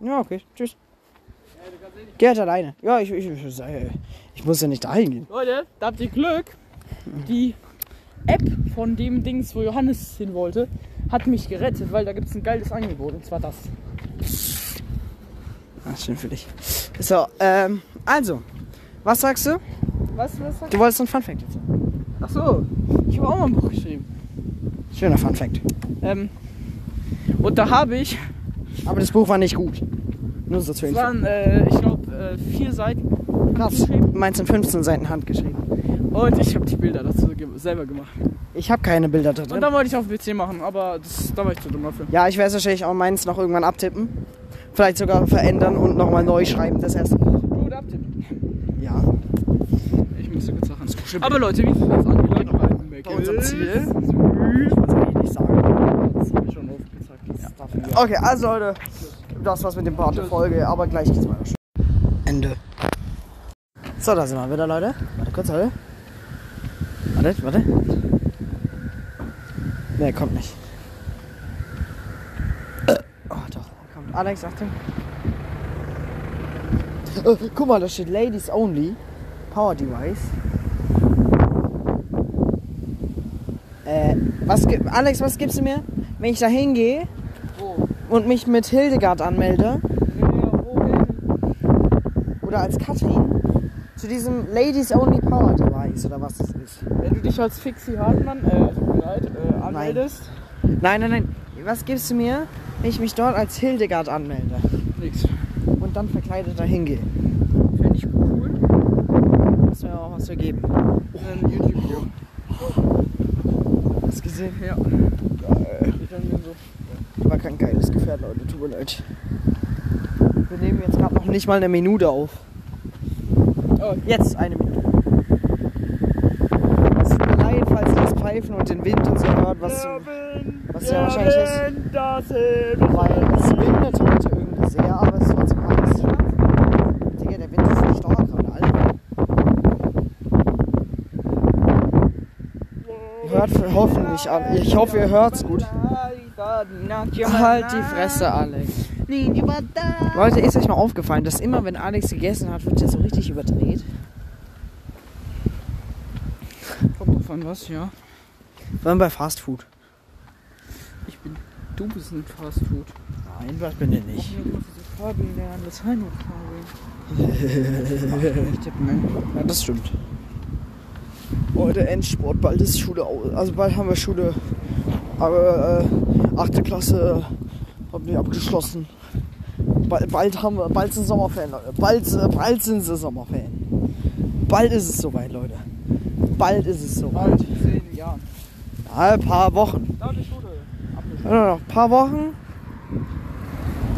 Speaker 2: Ja, okay. Tschüss. Geh halt alleine. Ja, ich, ich, ich, ich muss ja nicht dahin gehen.
Speaker 3: Leute, da habt ihr Glück. Die App von dem Dings, wo Johannes hin wollte, hat mich gerettet, weil da gibt es ein geiles Angebot und zwar das.
Speaker 2: Ah, schön für dich. So, ähm, also. Was sagst du?
Speaker 3: Was, was sagst
Speaker 2: Du wolltest einen Funfact erzählen.
Speaker 3: du? Achso, ich habe auch mal ein Buch geschrieben.
Speaker 2: Schöner Funfact.
Speaker 3: Ähm, und da habe ich,
Speaker 2: Aber das Buch war nicht gut. Nur so zur
Speaker 3: es
Speaker 2: Info.
Speaker 3: waren, äh, ich glaube, äh, vier Seiten
Speaker 2: Krass.
Speaker 3: geschrieben.
Speaker 2: Meins in 15 Seiten handgeschrieben.
Speaker 3: und ich habe die Bilder dazu ge- selber gemacht.
Speaker 2: Ich habe keine Bilder da
Speaker 3: Und
Speaker 2: drin.
Speaker 3: dann wollte ich auf dem PC machen, aber das, da war ich zu dumm dafür.
Speaker 2: Ja, ich werde wahrscheinlich auch meins noch irgendwann abtippen. Vielleicht sogar verändern und nochmal neu schreiben, das erste Buch.
Speaker 3: Gut, abtippen.
Speaker 2: Ja.
Speaker 3: Ich muss sogar Sachen. Aber Leute, wie sieht das an? Wir landen bei
Speaker 2: Bei unserem Ziel.
Speaker 3: Ich
Speaker 2: Was soll ich nicht sagen?
Speaker 3: habe schon aufgezeigt. Das darf man ja.
Speaker 2: Okay, also Leute, das war's mit dem Part der Folge, aber gleich geht's weiter. Ende. So, da sind wir wieder, Leute. Warte kurz, Leute. Warte, warte. Ne, kommt nicht. Oh, doch, kommt. Alex, Achtung. Äh, guck mal, da steht Ladies Only. Power Device. Äh, was gibt. Alex, was gibst du mir, wenn ich da hingehe und mich mit Hildegard anmelde? Oder als Katrin? Zu diesem Ladies Only Power Device oder was das ist.
Speaker 3: Wenn du dich als Fixie Hartmann, äh, tut mir leid, äh, anmeldest,
Speaker 2: Nein, nein, nein. Was gibst du mir, wenn ich mich dort als Hildegard anmelde
Speaker 3: nix.
Speaker 2: und dann verkleidet dahin gehe?
Speaker 3: Fände ich cool.
Speaker 2: Muss mir auch was vergeben.
Speaker 3: Ein Oh, YouTube-Video.
Speaker 2: Hast gesehen?
Speaker 3: Ja. Ich dann bin so.
Speaker 2: War kein geiles Gefährt, Leute. Tut mir leid. Wir nehmen jetzt gerade noch nicht mal eine Minute auf.
Speaker 3: Oh.
Speaker 2: Jetzt eine Minute. Es tut mir leid, falls ihr das Pfeifen und den Wind und so hört, was, was ja wahrscheinlich ist.
Speaker 10: Das hilft.
Speaker 2: Weil es windet heute irgendwie sehr, aber es ist trotzdem heiß. Digga, der Wind ist nicht stark gerade, Alter. Hört für, hoffentlich an. Ich hoffe, ihr hört's gut. Halt die Fresse, Alex. Leute, ist euch mal aufgefallen, dass immer, wenn Alex gegessen hat, wird er so richtig überdreht?
Speaker 3: Kommt drauf an was, ja.
Speaker 2: Vor allem bei Fast Food.
Speaker 3: Ich bin. Du bist ein Fast Food.
Speaker 2: Nein, was bin ich nicht.
Speaker 3: Ich muss diese Kabel lernen, das Heino-Kabel. Ich tippen, ne?
Speaker 2: Ja, das stimmt. Heute Endsport, bald ist Schule aus. Also bald haben wir Schule. Aber äh, 8. Klasse äh, haben wir abgeschlossen. Bald, bald haben wir, bald sind Sommerferien, Leute. Bald, äh, bald sind sie Sommerferien. Bald ist es soweit, Leute. Bald ist es soweit.
Speaker 3: Bald, in zehn Jahren.
Speaker 2: Ja, ein paar Wochen.
Speaker 3: Da hat die Schule.
Speaker 2: Ja, noch ein paar Wochen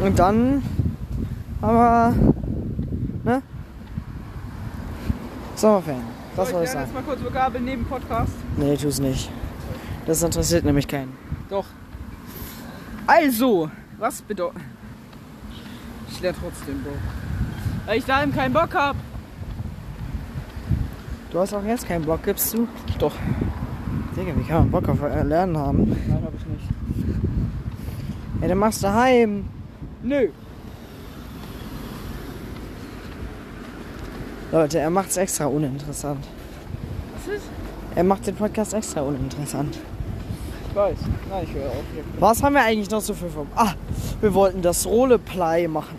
Speaker 2: Und dann, aber, ne? Sommerferien. Das
Speaker 3: Soll
Speaker 2: wollte ich
Speaker 3: ich dann
Speaker 2: sagen.
Speaker 3: jetzt mal kurz Vokabel neben Podcast?
Speaker 2: Nee, tu's nicht. Das interessiert nämlich keinen.
Speaker 3: Also, was bedeutet. Ich lerne trotzdem, Bro. Weil ich da eben keinen Bock hab.
Speaker 2: Du hast auch jetzt keinen Bock, gibst du?
Speaker 3: Doch.
Speaker 2: Digga, wie kann man Bock auf äh, Lernen haben?
Speaker 3: Nein, hab ich nicht.
Speaker 2: Ja, dann machst du heim.
Speaker 3: Nö.
Speaker 2: Leute, er macht's extra uninteressant.
Speaker 3: Was ist?
Speaker 2: Er macht den Podcast extra uninteressant.
Speaker 3: Ich weiß. Nein, ich höre auf.
Speaker 2: Was haben wir eigentlich noch so für Form? Ah, wir wollten das Roleplay machen.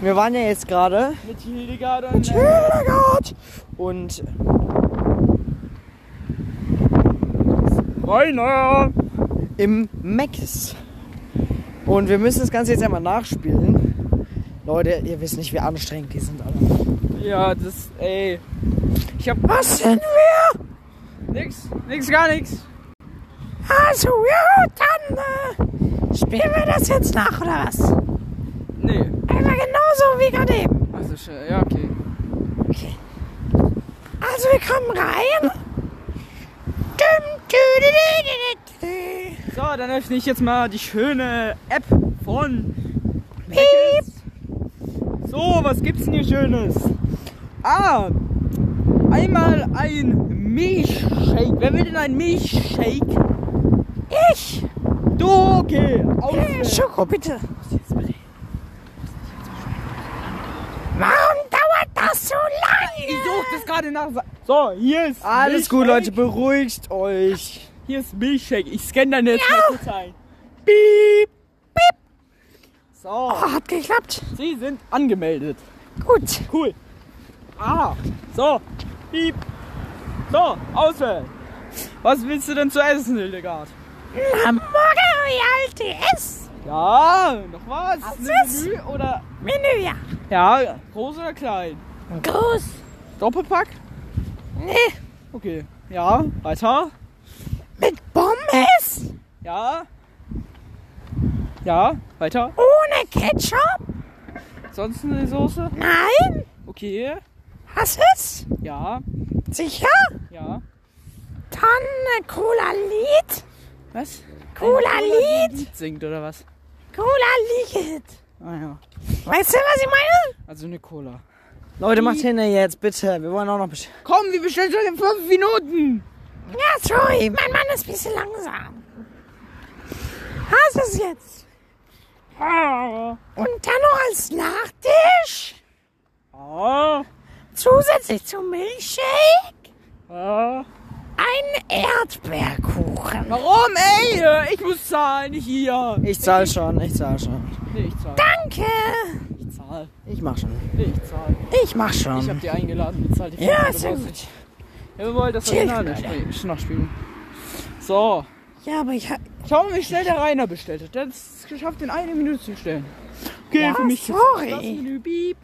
Speaker 2: Wir waren ja jetzt gerade
Speaker 3: Mit Hildegard und. Äh,
Speaker 2: Hildegard und
Speaker 10: Rainer!
Speaker 2: im Max. Und wir müssen das Ganze jetzt einmal nachspielen. Leute, ihr wisst nicht, wie anstrengend die sind alle.
Speaker 3: ja, das. Ey. Ich hab.
Speaker 2: Was sind wir?
Speaker 3: Nix. Nix, gar nix.
Speaker 1: Also, ja, dann äh, spielen wir das jetzt nach, oder was?
Speaker 3: Nee.
Speaker 1: Einmal genauso wie gerade eben.
Speaker 3: Also, sch- ja, okay.
Speaker 1: Also, wir kommen rein. Dum, dü, dü, dü, dü, dü, dü.
Speaker 3: So, dann öffne ich jetzt mal die schöne App von. Mackes. So, was gibt's denn hier Schönes? Ah, einmal ein Milchshake. Wer will denn ein Milchshake? Ich! Du, okay. Auf,
Speaker 1: Schoko, bitte. Warum dauert das so
Speaker 3: ich
Speaker 1: lange?
Speaker 3: such das gerade nach. So, hier ist.
Speaker 2: Alles gut,
Speaker 3: Milchshake.
Speaker 2: Leute, beruhigt euch.
Speaker 3: Hier ist Milchshake. Ich scanne dann jetzt mal kurz ein.
Speaker 1: Piep.
Speaker 3: So,
Speaker 1: Oh, hat geklappt.
Speaker 3: Sie sind angemeldet.
Speaker 1: Gut.
Speaker 3: Cool. Ah, so. Piep. So, auswählen. Was willst du denn zu essen, Hildegard?
Speaker 1: Am Morgen
Speaker 2: oh,
Speaker 1: wie alt ist?
Speaker 3: Ja, noch was? Ein
Speaker 1: ist?
Speaker 3: Menü oder?
Speaker 1: Menü, ja.
Speaker 3: Ja, groß oder klein?
Speaker 1: Groß.
Speaker 3: Doppelpack?
Speaker 1: Nee.
Speaker 3: Okay. Ja, weiter.
Speaker 1: Mit Pommes?
Speaker 3: Ja. Ja, weiter.
Speaker 1: Ohne Ketchup?
Speaker 3: Sonst eine Soße?
Speaker 1: Nein.
Speaker 3: Okay.
Speaker 1: Was ist?
Speaker 3: Ja,
Speaker 1: Sicher?
Speaker 3: ja.
Speaker 1: Dann äh, Cola Lied?
Speaker 3: Was?
Speaker 1: Cola
Speaker 3: Ein
Speaker 1: Lied?
Speaker 3: Lied singt oder was?
Speaker 1: Cola Lied.
Speaker 3: Ah ja.
Speaker 1: Weißt du, was ich meine?
Speaker 3: Also eine Cola.
Speaker 2: Leute, macht hin jetzt, bitte. Wir wollen auch noch Bescheid.
Speaker 3: Komm, wir bestellen schon in fünf Minuten.
Speaker 1: Ja, sorry. Mein Mann ist ein bisschen langsam. Hast du es jetzt?
Speaker 3: Ah.
Speaker 1: Und dann noch als Nachtisch?
Speaker 3: Ah.
Speaker 1: Zusätzlich zum Milchshake?
Speaker 3: Ah.
Speaker 1: Ein Erdbeerkuchen.
Speaker 3: Warum, ey? Ich muss zahlen, nicht ihr.
Speaker 2: Ich zahl schon, ich zahl schon.
Speaker 3: Nee, ich zahl.
Speaker 1: Danke.
Speaker 3: Ich zahl.
Speaker 2: Ich mach schon.
Speaker 3: Nee, ich zahl.
Speaker 2: Ich mach schon.
Speaker 3: Ich hab die eingeladen, die zahlt die
Speaker 1: Ja,
Speaker 3: Frage,
Speaker 1: sehr
Speaker 3: du brauchst
Speaker 1: gut.
Speaker 3: nicht. Ja, wir wollen das
Speaker 1: Tja,
Speaker 3: Original nachspielen- nachspielen. So.
Speaker 1: Ja, aber ich hab.
Speaker 3: Schauen wir, wie schnell der Rainer bestellt hat. Der hat es geschafft, in einer Minute zu bestellen. Okay,
Speaker 1: Ja,
Speaker 3: für mich. jetzt
Speaker 1: sorry.
Speaker 3: Das Menü, piep.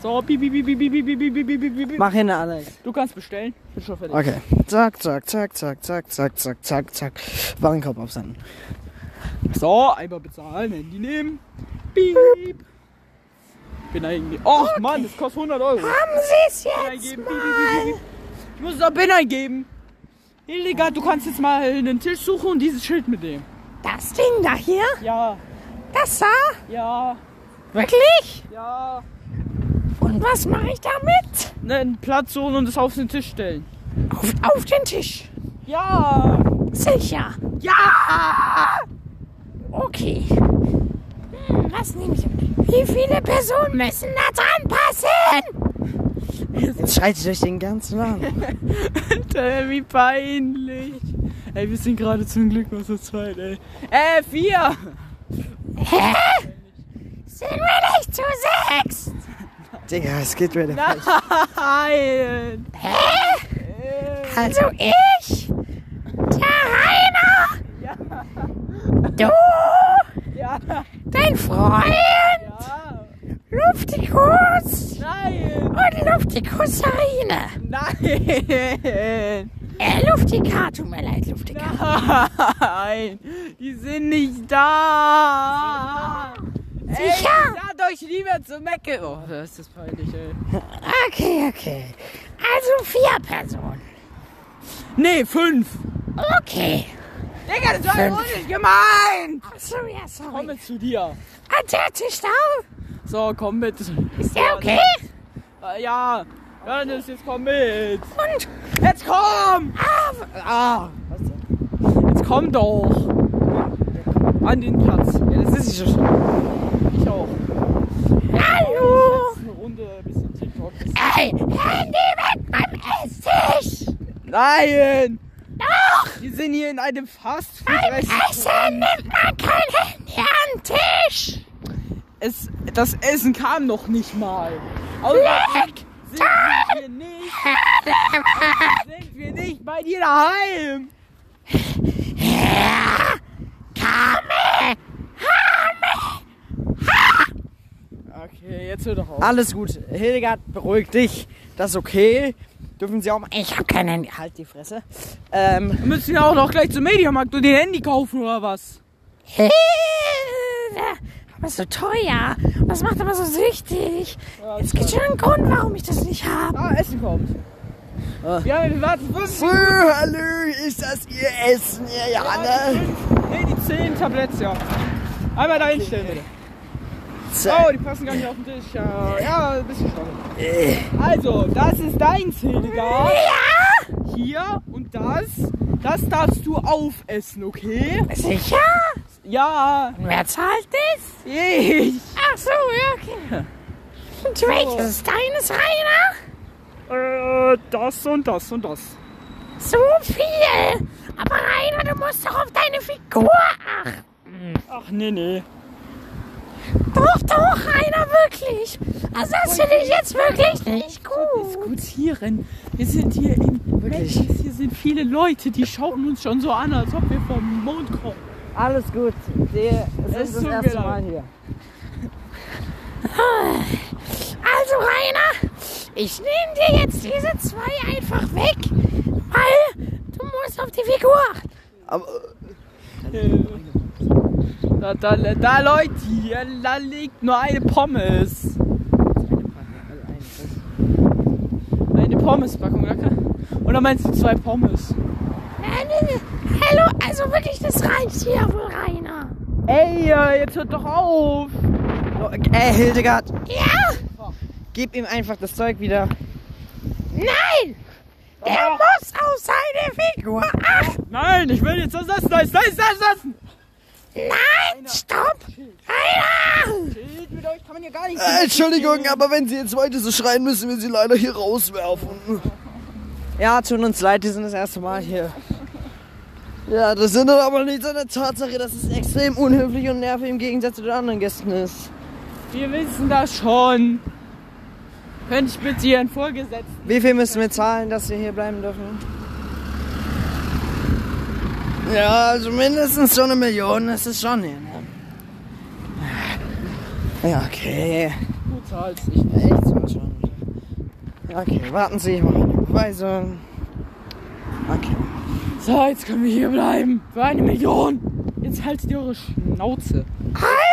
Speaker 3: So, piep, piep, piep, piep, piep, piep, piep, piep, piep, piep, piep.
Speaker 2: Mach hin, Alex.
Speaker 3: Du kannst bestellen. Bin schon fertig.
Speaker 2: Okay. Zack, zack, zack, zack, zack, zack, zack, zack, zack. Warenkorb aufsenden.
Speaker 3: So, einmal bezahlen, Handy nehmen. Piep. Bin da irgendwie. Och Mann, das kostet 100 Euro.
Speaker 1: Haben Sie es
Speaker 3: Bin
Speaker 1: jetzt?
Speaker 3: eingeben. Piep, piep, piep, piep, piep. Ich muss da Bin eingeben. Hildegard, du kannst jetzt mal einen Tisch suchen und dieses Schild mit dem.
Speaker 1: Das Ding da hier?
Speaker 3: Ja,
Speaker 1: Das da?
Speaker 3: ja,
Speaker 1: Wirklich?
Speaker 3: ja.
Speaker 1: Und was mache ich damit?
Speaker 3: Einen Platz suchen und es auf den Tisch stellen.
Speaker 1: Auf, auf den Tisch.
Speaker 3: *laughs* Ja,
Speaker 1: Sicher. Ja! Okay. Hm, was nehme ich? Wie viele Personen müssen da dran passen?
Speaker 2: Jetzt schreit ihr euch den ganzen *laughs* Namen.
Speaker 3: Alter, wie peinlich. Ey, wir sind gerade zum Glück nur zu zweit, ey. Äh, vier.
Speaker 1: Sind wir nicht zu sechs?
Speaker 2: Digga, es geht wieder.
Speaker 3: Nein. Äh,
Speaker 1: Also ich, der Rainer, du,
Speaker 3: Ja,
Speaker 1: dein Freund,
Speaker 3: ja.
Speaker 1: Luftikus
Speaker 3: Nein.
Speaker 1: und Luftikus Sarine.
Speaker 3: Nein.
Speaker 1: Äh, Luftika, tut mir leid, Luftika.
Speaker 3: Nein. Die sind nicht da.
Speaker 1: sicher?
Speaker 3: Dadurch lieber zu Mecke. Oh, das ist das peinlich, ey.
Speaker 1: Okay, okay. Also vier Personen.
Speaker 3: Nee, fünf.
Speaker 1: Okay.
Speaker 3: Digga, das war ironisch gemeint.
Speaker 1: Ach so, ja, sorry.
Speaker 3: Komm mit zu dir.
Speaker 1: Hat der Tisch da?
Speaker 3: So, komm mit.
Speaker 1: Ist der okay?
Speaker 3: Äh, Ja, Johannes, jetzt komm mit.
Speaker 1: Und
Speaker 3: Jetzt komm! Ah, Jetzt komm doch! An den Platz. Ja, das ist ich schon. Ich auch.
Speaker 1: hallo.
Speaker 3: Eine Runde, ein bisschen TikTok.
Speaker 1: Ey, Handy weg beim Esstisch.
Speaker 3: Nein! Wir sind hier in einem fast
Speaker 1: Essen nimmt man kein Handy am Tisch.
Speaker 3: es, Das Essen kam noch nicht mal. Außerdem sind wir nicht. Sind wir nicht bei dir daheim? Okay, jetzt hör doch auf.
Speaker 2: Alles gut. Hildegard, beruhig dich. Das ist okay. Dürfen Sie auch mal. Ich hab keinen. Halt die Fresse. Ähm,
Speaker 3: Wir müssen ja auch noch gleich zum Mediamarkt und den Handy kaufen oder was?
Speaker 1: Hilfe. Aber so teuer. Und Das macht aber so süchtig. Es gibt schon einen Grund, warum ich das nicht habe.
Speaker 3: Ah, Essen kommt. Ja, wir warten fünf.
Speaker 2: äh, hallo, ist das Ihr Essen, ne? Ihr Janne?
Speaker 3: Nee, die zehn Tabletts, ja. Einmal da hinstellen, bitte.
Speaker 2: Zack.
Speaker 3: Oh, die passen gar nicht auf den Tisch. Ja, ja ein bisschen schade. Also, das ist deins, Hildegard. Ja! Hier und das. Das darfst du aufessen, okay?
Speaker 1: Sicher?
Speaker 3: Ja,
Speaker 1: Wer zahlt das?
Speaker 3: ich.
Speaker 1: Ach so, ja, *laughs* okay. Und welches ist deines, Rainer?
Speaker 10: Äh, das und das und das.
Speaker 1: So viel. Aber Rainer, du musst doch auf deine Figur achten.
Speaker 10: Ach, nee, nee.
Speaker 1: Doch, doch, Rainer, wirklich. Also das finde ich jetzt wirklich nicht gut.
Speaker 3: Diskutieren. Wir sind hier in Wirklich? Hier sind viele Leute, die schauen uns schon so an, als ob wir vom Mond kommen.
Speaker 2: Alles gut. Wir
Speaker 3: Es
Speaker 2: sind
Speaker 3: tut
Speaker 2: das
Speaker 3: mir
Speaker 2: erste
Speaker 3: leid.
Speaker 2: Mal hier.
Speaker 1: Also Rainer, ich nehme dir jetzt diese zwei einfach weg, weil du musst auf die Figur achten.
Speaker 3: Da, da, da Leute, hier, da liegt nur eine Pommes. Eine Pommespackung, da kann. Oder meinst du zwei Pommes?
Speaker 1: Nein, nein, nein. Äh, Hallo, also wirklich, das reicht hier wohl, Rainer.
Speaker 3: Ey, äh, jetzt hört doch auf!
Speaker 2: Ey, äh, Hildegard,
Speaker 1: Ja?
Speaker 2: gib ihm einfach das Zeug wieder.
Speaker 1: Nein! Der muss auf seine Figur achten.
Speaker 3: Nein, ich will jetzt das lassen, das, das, das lassen!
Speaker 1: Nein, stopp! Rainer!
Speaker 3: Schild mit euch kann man ja gar nicht.
Speaker 7: Äh, Entschuldigung, aber wenn Sie jetzt weiter so schreien, müssen wir Sie leider hier rauswerfen.
Speaker 2: Ja, tun uns leid, die sind das erste Mal hier.
Speaker 7: Ja, das sind dann aber nichts an der Tatsache.
Speaker 2: Tatsache, dass es extrem unhöflich und nervig im Gegensatz zu den anderen Gästen ist.
Speaker 3: Wir wissen das schon. Könnte ich bitte Ihren Vorgesetzten.
Speaker 2: Wie viel müssen wir zahlen, dass wir hier bleiben dürfen?
Speaker 7: Ja, also mindestens so eine Million ist es schon hier.
Speaker 2: ne? Ja, okay.
Speaker 3: Du zahlst nicht.
Speaker 2: Echt so schon. Okay, warten Sie, ich mache eine Beweisung. Okay.
Speaker 3: So, jetzt können wir hier bleiben. Für eine Million. Jetzt haltet ihr eure Schnauze.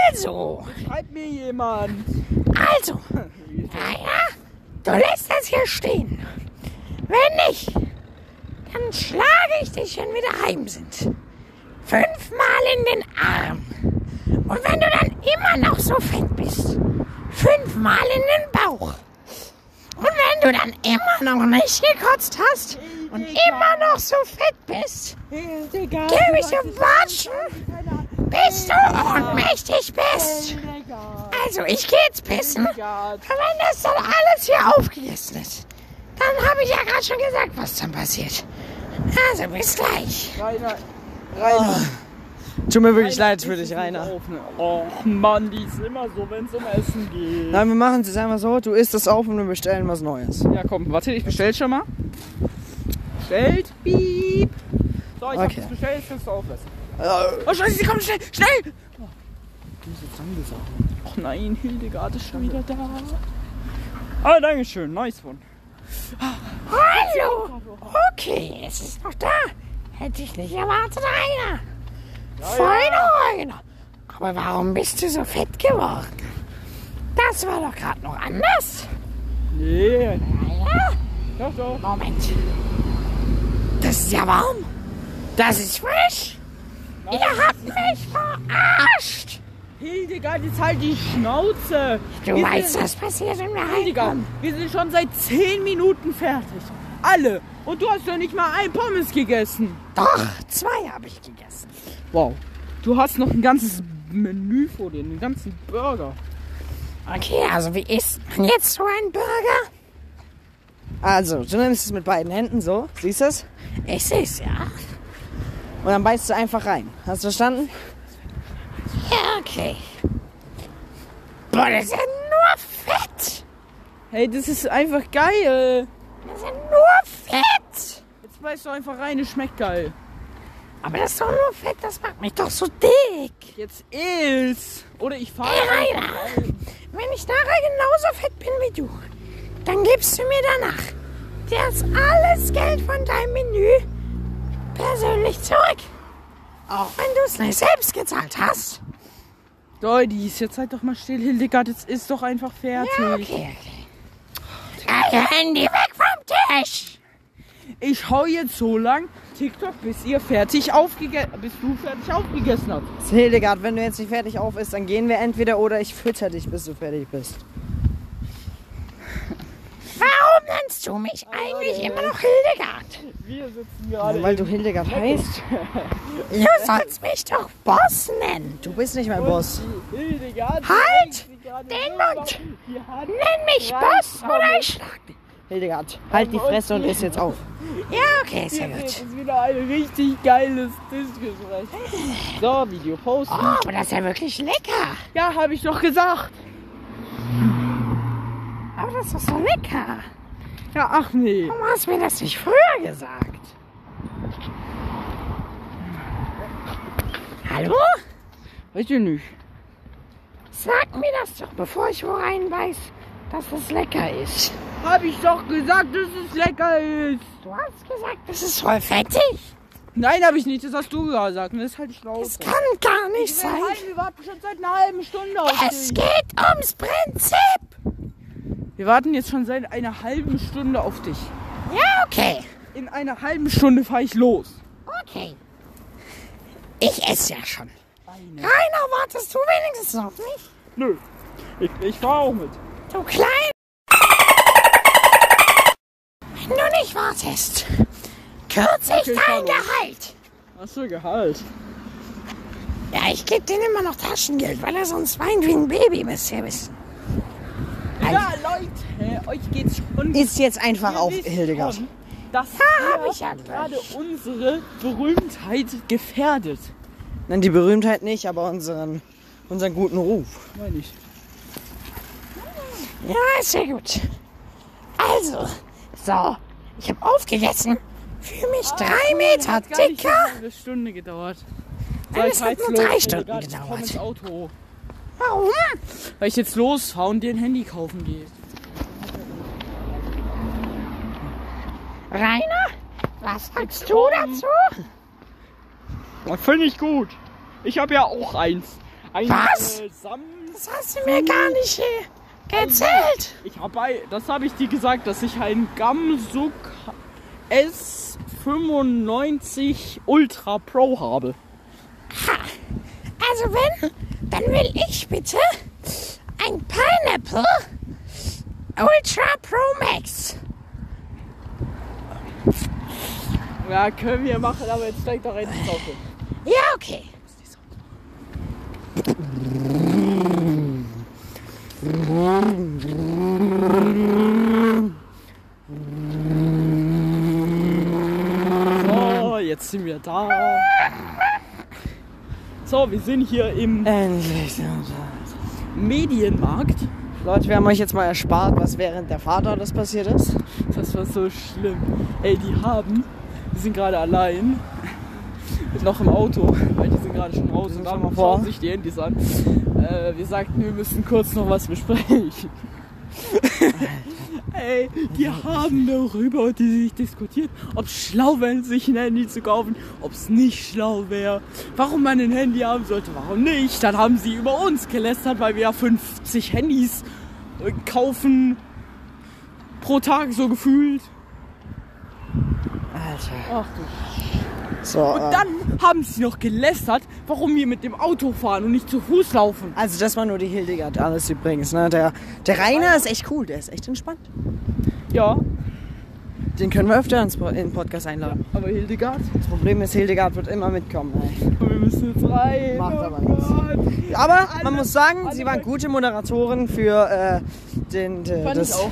Speaker 1: Also,
Speaker 3: Schreibt mir jemand.
Speaker 1: also, Rainer, du lässt das hier stehen. Wenn nicht, dann schlage ich dich, wenn wir daheim sind. Fünfmal in den Arm. Und wenn du dann immer noch so fett bist, fünfmal in den Bauch. Und wenn du dann immer noch nicht gekotzt hast und immer noch so fett bist,
Speaker 3: Hildegard.
Speaker 1: gebe ich im Watschen, bis du ohnmächtig bist.
Speaker 3: Hildegard.
Speaker 1: Also, ich gehe jetzt pissen. Und wenn das dann alles hier aufgegessen ist, dann habe ich ja gerade schon gesagt, was dann passiert. Also bis gleich.
Speaker 3: Rainer.
Speaker 2: Oh. Tut mir wirklich leid für dich, Rainer.
Speaker 3: Auf, ne? Oh Mann, die ist immer so, wenn es um Essen geht.
Speaker 2: Nein, wir machen es jetzt einfach so. Du isst das auf und wir bestellen was Neues.
Speaker 3: Ja, komm, warte, ich bestell schon mal. Bestellt. Piep. So, ich
Speaker 2: Okay.
Speaker 3: hab's bestellt, jetzt kannst du auflassen.
Speaker 7: Äh,
Speaker 3: Oh, scheiße, sie kommen schnell, schnell! Oh, du bist jetzt angesagt. Och nein, Hildegard ist schon wieder da. Ah, danke schön, nice one.
Speaker 1: Hallo. Okay, es ist noch da. Hätte ich nicht erwartet, Rainer. Feiner Rainer. Aber warum bist du so fett geworden? Das war doch gerade noch anders.
Speaker 3: Nee.
Speaker 1: Doch, doch. Moment. Das ist ja warm. Das ist frisch. Ihr habt mich verarscht.
Speaker 3: Hildegard, jetzt halt die Schnauze.
Speaker 1: Du
Speaker 3: Wir
Speaker 1: weißt,
Speaker 3: sind,
Speaker 1: was passiert, wenn wir
Speaker 3: Hildegard,
Speaker 1: heimkommen.
Speaker 3: wir sind schon seit 10 Minuten fertig. Alle. Und du hast doch nicht mal ein Pommes gegessen.
Speaker 1: Doch, zwei habe ich gegessen.
Speaker 3: Wow. Du hast noch ein ganzes Menü vor dir, einen ganzen Burger.
Speaker 1: Okay, also wie isst man jetzt so einen Burger?
Speaker 2: Also, du nimmst es mit beiden Händen so, siehst du es?
Speaker 1: Ich seh's, ja.
Speaker 2: Und dann beißt du einfach rein. Hast du verstanden?
Speaker 1: Ja, okay. Boah, das ist ja nur Fett.
Speaker 3: Hey, das ist einfach geil.
Speaker 1: Das ist ja nur Fett.
Speaker 3: Jetzt beißt du einfach rein, es schmeckt geil.
Speaker 1: Aber das ist doch nur Fett, das macht mich doch so dick.
Speaker 3: Jetzt ist. Oder ich fahre.
Speaker 1: Hey, Rainer, wenn ich nachher genauso fett bin wie du, dann gibst du mir danach das alles Geld von deinem Menü persönlich zurück. Auch wenn du es nicht selbst gezahlt hast.
Speaker 3: Deudis, jetzt halt doch mal still, Hildegard. Jetzt ist doch einfach fertig.
Speaker 1: Okay, okay. Dein Handy weg vom Tisch.
Speaker 3: Ich hau jetzt so lang TikTok, bis ihr fertig aufgegessen, bis du fertig aufgegessen hast.
Speaker 2: Hildegard, wenn du jetzt nicht fertig auf ist, dann gehen wir entweder oder ich fütter dich, bis du fertig bist.
Speaker 1: Warum nennst du mich eigentlich immer noch Hildegard?
Speaker 2: Weil du Hildegard heißt?
Speaker 1: Du sollst mich doch Boss nennen.
Speaker 2: Du bist nicht mein Boss.
Speaker 3: Hildegard,
Speaker 1: Halt den Mund. Nenn mich Boss oder ich schlag.
Speaker 2: Hildegard, halt die Fresse und iss jetzt auf.
Speaker 1: Ja, okay, sehr gut.
Speaker 3: ist wieder ein richtig geiles Tischgespräch. So, Video posten.
Speaker 1: Oh, aber das ist ja wirklich lecker.
Speaker 3: Ja, habe ich doch gesagt.
Speaker 1: Aber das ist doch so lecker.
Speaker 3: Ja, ach nee.
Speaker 1: Warum hast du mir das nicht früher gesagt? Hallo?
Speaker 3: Weiß ich nicht.
Speaker 1: Sag mir das doch, bevor ich wo reinbeiß, dass es lecker ist.
Speaker 3: Habe ich doch gesagt, dass es lecker ist.
Speaker 1: Du hast gesagt, das ist voll fettig.
Speaker 3: Nein, habe ich nicht. Das hast du gesagt. Das ist halt schlau.
Speaker 1: Das kann gar nicht sein.
Speaker 3: Wir warten schon seit einer halben Stunde auf
Speaker 1: Es geht ums Prinzip.
Speaker 3: Wir warten jetzt schon seit einer halben Stunde auf dich.
Speaker 1: Ja, okay.
Speaker 3: In einer halben Stunde fahre ich los.
Speaker 1: Okay. Ich esse ja schon. Rainer, wartest du wenigstens auf mich?
Speaker 10: Nö. Ich, ich fahr auch mit.
Speaker 1: Du klein. Wenn du nicht wartest, kürze ich dein Gehalt.
Speaker 10: Hast du Gehalt?
Speaker 1: Ja, ich gebe denen immer noch Taschengeld, weil er sonst weint wie ein Baby, müsst ihr wissen.
Speaker 3: Ja, Leute, euch geht's schon
Speaker 2: Iss jetzt einfach auf,
Speaker 3: wisst
Speaker 2: Hildegard.
Speaker 3: schon, dass
Speaker 1: hab
Speaker 3: ihr
Speaker 1: ich ja gleich.
Speaker 3: gerade unsere Berühmtheit gefährdet.
Speaker 2: Nein, die Berühmtheit nicht, aber unseren, unseren guten Ruf.
Speaker 3: Meine ich.
Speaker 1: Ja, ist ja gut. Also, so, ich habe aufgegessen, fühle mich drei Meter
Speaker 3: Hat gar nicht
Speaker 1: dicker.
Speaker 3: mal eine Stunde gedauert. So,
Speaker 1: Nein,
Speaker 3: ich
Speaker 1: es
Speaker 3: fahr
Speaker 1: hat
Speaker 3: jetzt
Speaker 1: nur drei
Speaker 3: los,
Speaker 1: Stunden
Speaker 3: Hildegard, ich komm
Speaker 1: gedauert.
Speaker 3: ins Auto.
Speaker 1: Warum?
Speaker 3: Weil ich jetzt losfahre und dir ein Handy kaufen gehe.
Speaker 1: Rainer, was sagst du dazu?
Speaker 10: Das finde ich gut. Ich habe ja auch eins. Ein,
Speaker 1: Was?
Speaker 10: Äh, Sam
Speaker 1: Das hast du mir gar nicht äh, erzählt.
Speaker 10: ich hab ein, das habe ich dir gesagt, dass ich ein Gamsuk S95 Ultra Pro habe.
Speaker 1: Also wenn, dann will ich bitte ein Pineapple Ultra Pro Max.
Speaker 3: Ja, können wir machen, aber jetzt steigt doch rein ins Auto.
Speaker 1: Ja, okay.
Speaker 3: So, Oh, jetzt sind wir da. So, wir sind hier im
Speaker 2: Äh. Endlich. sind wir.
Speaker 3: Medienmarkt.
Speaker 2: Leute, wir haben euch jetzt mal erspart, was während der Fahrt alles passiert ist.
Speaker 3: Das war so schlimm. Ey, die haben, wir sind gerade allein, noch im Auto, weil die sind gerade schon raus und
Speaker 2: schon
Speaker 3: haben
Speaker 2: mal vor.
Speaker 3: schauen sich die Handys an.
Speaker 2: *laughs*
Speaker 3: Äh, wir sagten, wir müssen kurz noch was besprechen. Ey, die haben darüber die sich diskutiert, ob es schlau wäre, sich ein Handy zu kaufen, ob es nicht schlau wäre, warum man ein Handy haben sollte, warum nicht. Dann haben sie über uns gelästert, weil wir ja 50 Handys äh, kaufen pro Tag so gefühlt.
Speaker 2: So,
Speaker 3: Und
Speaker 2: äh,
Speaker 3: dann haben sie noch gelästert, warum wir mit dem Auto fahren und nicht zu Fuß laufen.
Speaker 2: also das war nur die Hildegard alles übrigens. Ne? Der, der Rainer ist echt cool, der ist echt entspannt.
Speaker 3: Ja,
Speaker 2: Den können wir öfter ins Po- in den Podcast einladen.
Speaker 3: aber Hildegard,
Speaker 2: Das Problem ist, Hildegard wird immer mitkommen. Ey.
Speaker 3: wir müssen jetzt rein. Oh
Speaker 2: Macht aber
Speaker 3: nichts.
Speaker 2: Aber man muss sagen, sie waren gute Moderatoren für äh, den, de-
Speaker 3: Fand
Speaker 2: das.
Speaker 3: ich auch.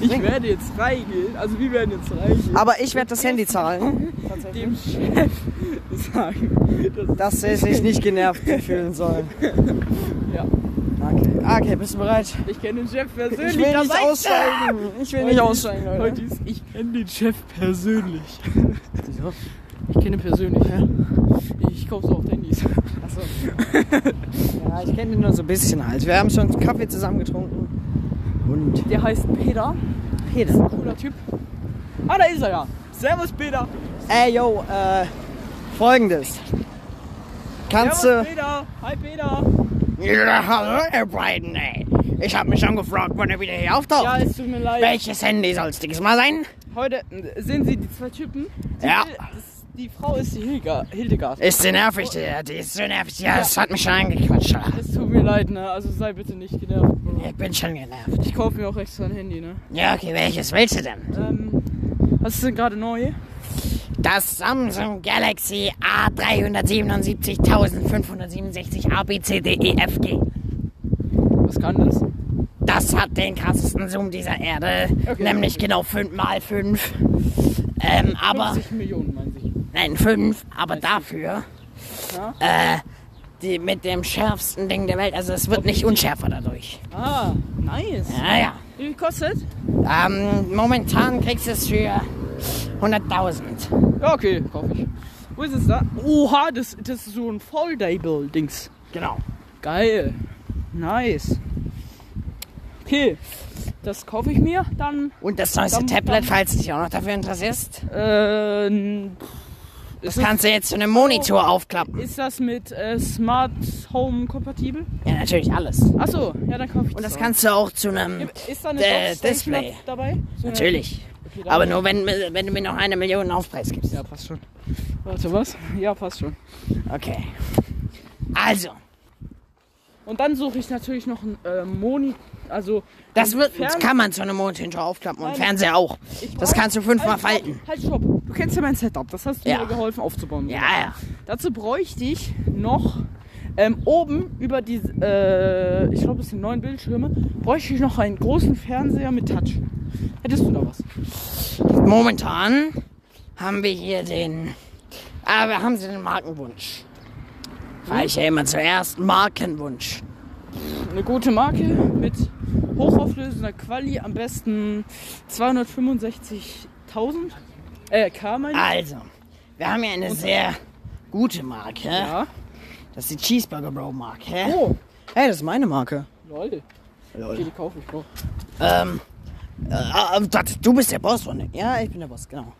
Speaker 3: Ich werde jetzt reingehen, also wir werden jetzt reingehen.
Speaker 2: Aber ich werde das Handy zahlen,
Speaker 3: dem Chef *laughs* sagen,
Speaker 2: dass
Speaker 3: dass
Speaker 2: sie sich nicht
Speaker 3: *laughs*
Speaker 2: genervt fühlen sollen.
Speaker 3: Ja.
Speaker 2: Okay, okay bist du bereit?
Speaker 3: ich kenne den Chef persönlich.
Speaker 2: Ich will
Speaker 3: da
Speaker 2: nicht
Speaker 3: war
Speaker 2: aussteigen. Ich will nicht
Speaker 3: Heute-
Speaker 2: aussteigen,
Speaker 3: ich-
Speaker 2: Leute.
Speaker 3: Heute ist, ich kenne den Chef persönlich.
Speaker 2: Wieso?
Speaker 3: Ich kenne ihn persönlich. Ich kaufe so auf Handys.
Speaker 2: Ja, ich kenne den nur so ein bisschen halt. Wir haben schon Kaffee zusammen getrunken. Und
Speaker 3: Der heißt Peter,
Speaker 2: Peter.
Speaker 3: cooler Typ. Ah, da ist er ja. Servus Peter.
Speaker 2: Ey, yo, äh, folgendes. Kannst du.
Speaker 3: Servus Peter. Hi Peter.
Speaker 9: Ja, hallo, ihr beiden, ey. Ich hab mich schon gefragt, wann er wieder hier auftaucht.
Speaker 3: Ja, es tut mir leid.
Speaker 9: Welches Handy soll's dieses Mal sein?
Speaker 3: Heute äh, sehen Sie die zwei Typen. Die
Speaker 9: Ja.
Speaker 3: Hil- Das, die Frau ist die Hilga, Hildegard.
Speaker 9: Ist so nervig, der, die ist so nervig. Ja, das hat mich schon angequatscht. Alter.
Speaker 3: Es tut mir leid, ne? Also sei bitte nicht genervt.
Speaker 9: Ich bin schon genervt.
Speaker 3: Ich kaufe mir auch extra ein Handy, ne?
Speaker 9: Ja, okay, welches willst du denn?
Speaker 3: Ähm, was ist denn gerade neu?
Speaker 9: Das Samsung Galaxy A377567 ABCDEFG.
Speaker 3: Was kann das?
Speaker 9: Das hat den krassesten Zoom dieser Erde,
Speaker 3: Okay.
Speaker 9: nämlich genau 5x5. Ähm, aber,
Speaker 3: 50 Millionen, meinen Sie.
Speaker 9: nein, 5, aber dafür,
Speaker 3: Ja.
Speaker 9: äh, die mit dem schärfsten Ding der Welt, also es wird nicht unschärfer dadurch.
Speaker 3: Ah, nice.
Speaker 9: Naja,
Speaker 3: Wie viel kostet?
Speaker 9: ähm, momentan kriegst du es für 100.000.
Speaker 3: Ja, okay, kaufe ich. Wo ist es da? Oha, das, das ist so ein Foldable-Dings.
Speaker 9: Genau.
Speaker 3: Geil. Nice. Okay, das kaufe ich mir. Dann,
Speaker 9: Und das neueste
Speaker 3: Dam-
Speaker 9: Tablet,
Speaker 3: dam-
Speaker 9: falls du dich auch noch dafür interessierst,
Speaker 3: äh, n-
Speaker 9: das
Speaker 3: ist- Oh,
Speaker 9: kannst du jetzt zu einem Monitor aufklappen.
Speaker 3: ist das mit äh, Smart Home kompatibel?
Speaker 9: Ja, natürlich alles.
Speaker 3: Achso, ja, dann kaufe ich
Speaker 9: Und das
Speaker 3: auch.
Speaker 9: kannst du auch zu einem,
Speaker 3: Ist da eine
Speaker 9: Äh,
Speaker 3: Dockstation
Speaker 9: Display.
Speaker 3: da- dabei? So eine-
Speaker 9: natürlich.
Speaker 3: Okay, dann-
Speaker 9: Aber nur, wenn, wenn du mir noch eine Million Aufpreis gibst.
Speaker 3: Ja, passt schon. Warte, was? Ja, passt schon.
Speaker 9: Okay. Also,
Speaker 3: Und dann suche ich natürlich noch einen äh, Moni. Also,
Speaker 9: das, wird,
Speaker 3: Fern-
Speaker 9: das kann man zu einem Monitor aufklappen und
Speaker 3: Nein.
Speaker 9: Fernseher auch.
Speaker 3: ich
Speaker 9: Das
Speaker 3: brauch-
Speaker 9: kannst du fünfmal
Speaker 3: halt, stopp,
Speaker 9: falten.
Speaker 3: Halt, stopp. Du kennst ja mein Setup. Das hast du
Speaker 9: Ja.
Speaker 3: mir geholfen aufzubauen. Genau.
Speaker 9: Ja, ja.
Speaker 3: Dazu bräuchte ich noch ähm, oben über die, äh, ich glaube, es sind neun Bildschirme, bräuchte ich noch einen großen Fernseher mit Touch. Hättest du da was?
Speaker 9: Momentan haben wir hier den. Ah, wir haben Sie den Markenwunsch? Weil ich ja immer zuerst Markenwunsch.
Speaker 3: Eine gute Marke mit hochauflösender Quali, am besten 265.000. Äh, K meine ich.
Speaker 9: Also, wir haben hier eine sehr gute Marke.
Speaker 3: Ja.
Speaker 9: Das ist die Cheeseburger Bro Marke.
Speaker 2: Oh, hey, das ist meine Marke.
Speaker 3: Lol. Okay, die kaufe ich noch.
Speaker 9: Ähm, äh, äh, das- du bist der Boss von dem.
Speaker 2: Ja, ich bin der Boss, genau.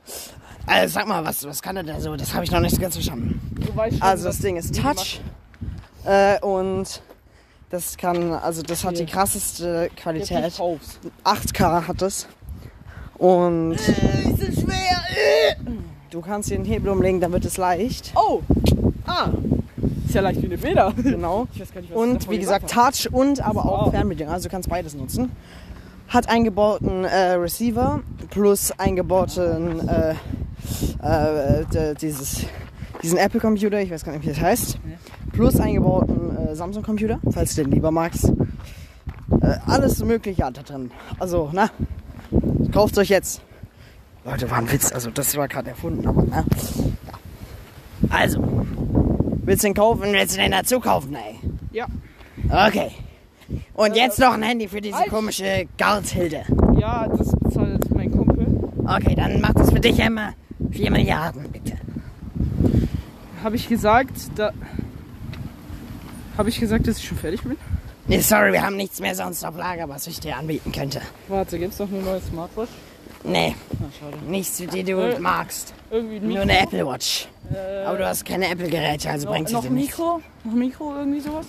Speaker 9: Also, sag mal, was, was kann er da so? Das habe ich noch nicht so ganz verstanden.
Speaker 3: Du weißt schon,
Speaker 2: Also
Speaker 3: dass
Speaker 2: das Ding ist
Speaker 3: die
Speaker 2: Touch äh, und das kann, also das hat die
Speaker 3: Hier.
Speaker 2: krasseste
Speaker 3: Marke- Ja, du
Speaker 2: Qualität.
Speaker 3: kaufst.
Speaker 2: 8K hat es.
Speaker 3: Äh,
Speaker 2: Und
Speaker 9: Die sind schwer.
Speaker 2: du kannst hier den Hebel umlegen, dann wird es leicht.
Speaker 3: Oh! Ah! Ist ja leicht wie eine
Speaker 9: *laughs*
Speaker 3: Feder.
Speaker 2: Genau.
Speaker 3: Ich weiß gar nicht, was ich
Speaker 2: Und
Speaker 3: davon
Speaker 2: wie
Speaker 3: gesagt
Speaker 2: gesagt, Touch und aber auch
Speaker 3: Wow.
Speaker 2: Fernbedienung. Also du kannst beides nutzen. Hat eingebauten äh, Receiver plus eingebauten äh, äh, d- dieses, diesen Apple-Computer, ich weiß gar nicht, wie das heißt. Plus eingebauten äh, Samsung-Computer, falls du den lieber magst. Äh, alles Mögliche hat da drin. Also, na, kauft euch jetzt. Leute, war ein Witz. Also, das war gerade erfunden, aber na.
Speaker 9: Also,
Speaker 2: Willst du den kaufen?
Speaker 9: und willst du den dazu kaufen, ey?
Speaker 3: Ja.
Speaker 9: Okay. Und jetzt noch ein Handy für diese
Speaker 3: Halt.
Speaker 9: komische Garthilde.
Speaker 3: Ja, das bezahlt mein Kumpel.
Speaker 9: Okay, dann mach das für dich, Emma. 4 Milliarden, bitte.
Speaker 3: Habe ich gesagt, da. Habe ich gesagt, dass ich schon fertig bin?
Speaker 9: Nee, sorry, wir haben nichts mehr sonst auf Lager, was ich dir anbieten könnte.
Speaker 3: Warte, gibt's noch eine neue Smartwatch?
Speaker 9: Nee, nichts, die du magst.
Speaker 3: Irgendwie ein
Speaker 9: Nur
Speaker 3: Oh, Äh, Mikro? Äh,
Speaker 9: eine Apple Watch. Aber du hast keine Apple-Geräte, also bringt sie
Speaker 3: noch
Speaker 9: dir
Speaker 3: ein
Speaker 9: nichts.
Speaker 3: Mikro? Noch ein Mikro, irgendwie sowas?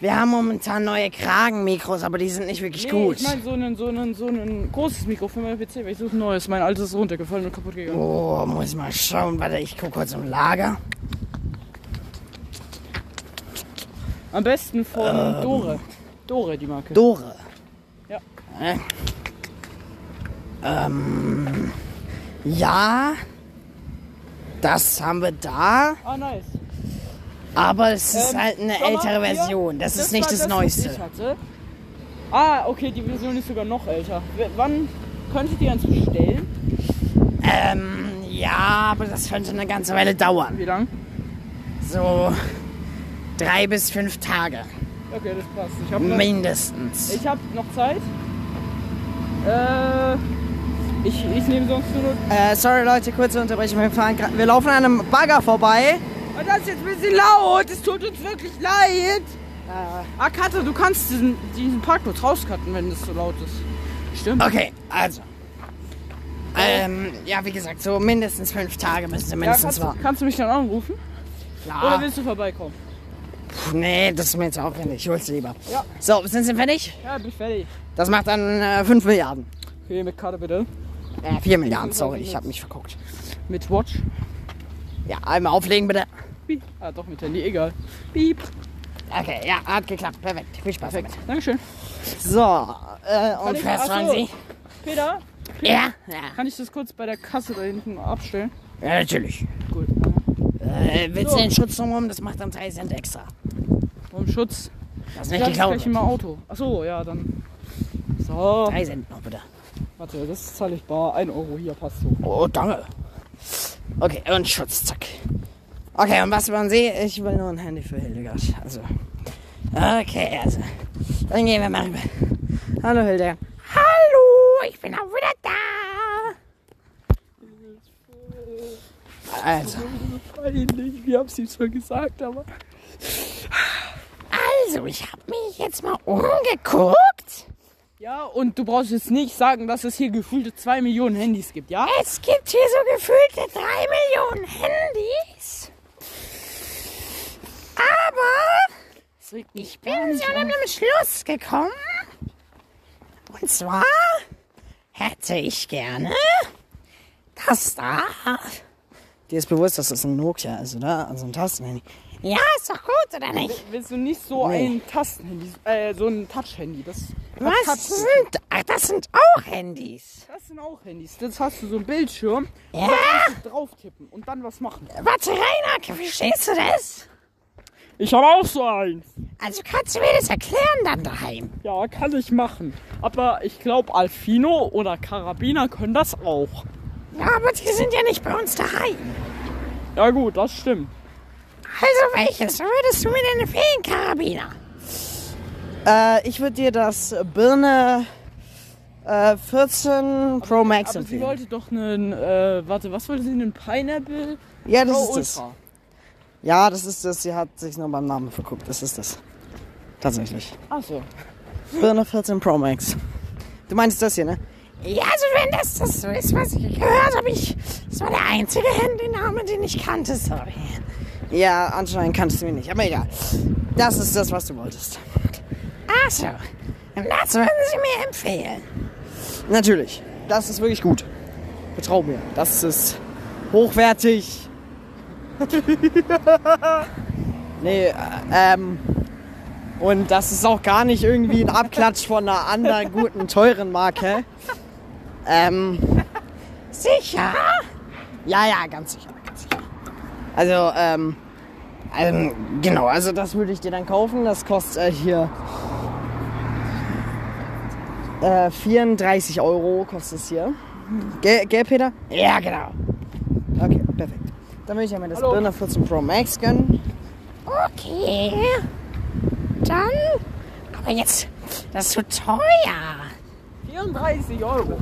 Speaker 9: Wir haben momentan neue Kragenmikros, aber die sind nicht wirklich gut.
Speaker 3: Ich meine, so ein so einen, so einen großes Mikro für meinen PC, weil ich suche ein neues. Mein altes ist runtergefallen und kaputt gegangen.
Speaker 9: Oh, muss ich mal schauen. Warte, ich guck kurz im Lager. Oh.
Speaker 3: Am besten von
Speaker 9: Ähm.
Speaker 3: Dore. Dore, die Marke.
Speaker 9: Dore.
Speaker 3: Ja.
Speaker 9: Äh. Ähm, ja, das haben wir da,
Speaker 3: ah, nice.
Speaker 9: aber es ist
Speaker 3: Ähm,
Speaker 9: halt eine
Speaker 3: schau mal,
Speaker 9: ältere
Speaker 3: hier,
Speaker 9: Version. Das, ist
Speaker 3: war
Speaker 9: nicht das,
Speaker 3: was ich
Speaker 9: Neueste.
Speaker 3: hatte. Ah, okay, die Version ist sogar noch älter. W- Wann könntet ihr uns bestellen?
Speaker 9: Ähm, ja, aber das könnte eine ganze Weile dauern.
Speaker 3: Wie lang?
Speaker 9: So drei bis fünf Tage.
Speaker 3: Okay, das passt. Ich habe
Speaker 9: Mindestens.
Speaker 3: ich hab noch Zeit. Äh, ich, ich nehme sonst nur noch...
Speaker 2: Äh, sorry Leute, kurze Unterbrechung. Wir, fahren grad- wir laufen an einem Bagger vorbei.
Speaker 3: Ah, Das ist jetzt ein bisschen laut. Es tut uns wirklich leid. Ah, Katte, du kannst diesen, diesen Parkplatz rauscutten, wenn es so laut ist. Stimmt.
Speaker 9: Okay, also. Ähm, ja, wie gesagt, so mindestens fünf Tage müssen sie
Speaker 3: Ja,
Speaker 9: mindestens
Speaker 3: kannst,
Speaker 9: warten.
Speaker 3: kannst du mich dann anrufen? Oder
Speaker 9: Klar.
Speaker 3: willst du vorbeikommen?
Speaker 9: Puh, nee, das ist mir jetzt aufwendig. Ich hol's lieber.
Speaker 3: Ja.
Speaker 9: So, sind sie fertig?
Speaker 3: Ja, bin fertig.
Speaker 9: Das macht dann äh, 5 Milliarden.
Speaker 3: Okay, mit Karte bitte.
Speaker 9: Äh, 4 Milliarden, sorry, ich habe mich verguckt.
Speaker 3: Mit Watch.
Speaker 9: Ja, einmal auflegen bitte.
Speaker 3: Piep. Ah, doch, mit Handy, egal. Piep.
Speaker 9: Okay, ja, hat geklappt. Perfekt. Viel Spaß
Speaker 3: Perfekt. Dankeschön.
Speaker 2: So,
Speaker 9: damit. Und was
Speaker 3: Ach
Speaker 9: wollen
Speaker 3: so.
Speaker 9: Sie?
Speaker 3: Peter,
Speaker 9: Ja? Ja,
Speaker 3: kann ich das kurz bei der Kasse da hinten abstellen?
Speaker 9: ja natürlich.
Speaker 3: Gut.
Speaker 9: Äh, willst
Speaker 3: So.
Speaker 9: du den Schutz drumherum? Das macht dann 3 Cent extra.
Speaker 3: Vom Schutz.
Speaker 9: Das
Speaker 3: Ich
Speaker 9: ist nicht
Speaker 3: hab's
Speaker 9: geklaut.
Speaker 3: gleich im
Speaker 9: wird.
Speaker 3: Auto. Achso, ja, dann. So.
Speaker 9: 3 Cent noch bitte.
Speaker 3: Warte, das zahle ich bar. 1 Euro hier, passt so.
Speaker 9: Oh, danke. Okay, und Schutz, zack. Okay, und was wollen Sie? Ich will nur ein Handy für Hildegard. Also. Okay, also. Dann gehen wir mal rüber.
Speaker 2: hallo Hilde.
Speaker 9: Hallo, ich bin auch wieder da. Also,
Speaker 3: Peinlich, wir haben es ihm schon gesagt, aber.
Speaker 9: also ich habe mich jetzt mal umgeguckt.
Speaker 3: Ja, und du brauchst jetzt nicht sagen, dass es hier gefühlte 2 Millionen Handys gibt, ja?
Speaker 9: Es gibt hier so gefühlte 3 Millionen Handys. Aber ich bin zu einem Schluss gekommen. Und zwar hätte ich gerne, dass da
Speaker 2: Dir ist bewusst, dass das ein Nokia ist, oder? Also ein Tastenhandy.
Speaker 9: Ja, ist doch gut, oder nicht?
Speaker 3: Willst du nicht so ein Tastenhandy, äh, so ein Touch-Handy? Das,
Speaker 9: Was sind? Ach, das sind auch Handys.
Speaker 3: das sind auch Handys. Das hast du so einen Bildschirm,
Speaker 9: Ja,
Speaker 3: drauf tippen und dann was machen.
Speaker 9: warte, Rainer, verstehst du das?
Speaker 10: Ich habe auch so eins.
Speaker 9: Also kannst du mir das erklären dann daheim?
Speaker 10: Ja, kann ich machen. Aber ich glaube, Alfino oder Karabiner können das auch.
Speaker 9: Ja, aber die sind ja nicht bei uns daheim.
Speaker 10: Ja gut, das stimmt.
Speaker 9: Also welches würdest du mir denn empfehlen, Karabiner?
Speaker 2: Äh, ich würde dir das Birne äh, 14 Pro Max
Speaker 3: Aber sie
Speaker 2: empfehlen.
Speaker 3: wollte doch einen, äh, warte, was wollte sie? Einen Pineapple
Speaker 2: Ja, das ist
Speaker 3: Pro
Speaker 2: das.
Speaker 3: Ultra.
Speaker 2: Ja, das ist das. Sie hat sich nur beim Namen verguckt. Das ist das. Tatsächlich.
Speaker 3: Achso.
Speaker 2: Birne 14 Pro Max. Du meinst das hier, ne?
Speaker 9: Ja, also wenn das das so ist, was ich gehört habe, ich... Das war der einzige Handyname, den ich kannte, sorry.
Speaker 2: Ja, anscheinend kannst du mich nicht. Aber egal. Das ist das, was du wolltest.
Speaker 9: Also, das würden sie mir empfehlen.
Speaker 2: Natürlich. Das ist wirklich gut. Vertrau mir. Das ist hochwertig. *laughs* nee, äh, ähm. Und das ist auch gar nicht irgendwie ein Abklatsch von einer anderen guten, teuren Marke. Ähm.
Speaker 9: Sicher?
Speaker 2: Ja, ja, ganz sicher. Ganz sicher. Also, ähm, ähm, genau, also das würde ich dir dann kaufen. Das kostet äh, hier äh, 34 Euro kostet es hier. Gell, gell, Peter?
Speaker 9: Ja, genau.
Speaker 2: Okay, perfekt. Dann würde ich einmal das Birner 14 Pro Max gönnen.
Speaker 9: Okay. Dann. Aber jetzt. Das ist zu teuer.
Speaker 3: 34 Euro.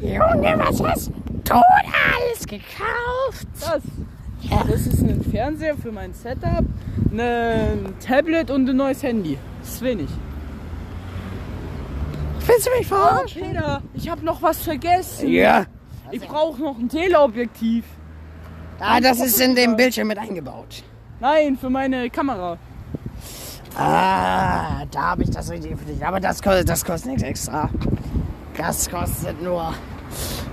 Speaker 9: ne, Junge, was hast du da alles gekauft?
Speaker 3: Das. Das ist ein Fernseher für mein Setup, ne, ein Tablet und ein neues Handy. Das ist wenig.
Speaker 1: Willst du mich verarschen?
Speaker 3: Peter, ich habe noch was vergessen.
Speaker 9: Ja.
Speaker 3: Ich brauche noch ein Teleobjektiv.
Speaker 9: Ah, das ist in dem Bildschirm mit eingebaut.
Speaker 3: Nein, für meine Kamera.
Speaker 9: Ah, da habe ich das richtig für dich. Aber das kostet, das kostet nichts extra. Das kostet nur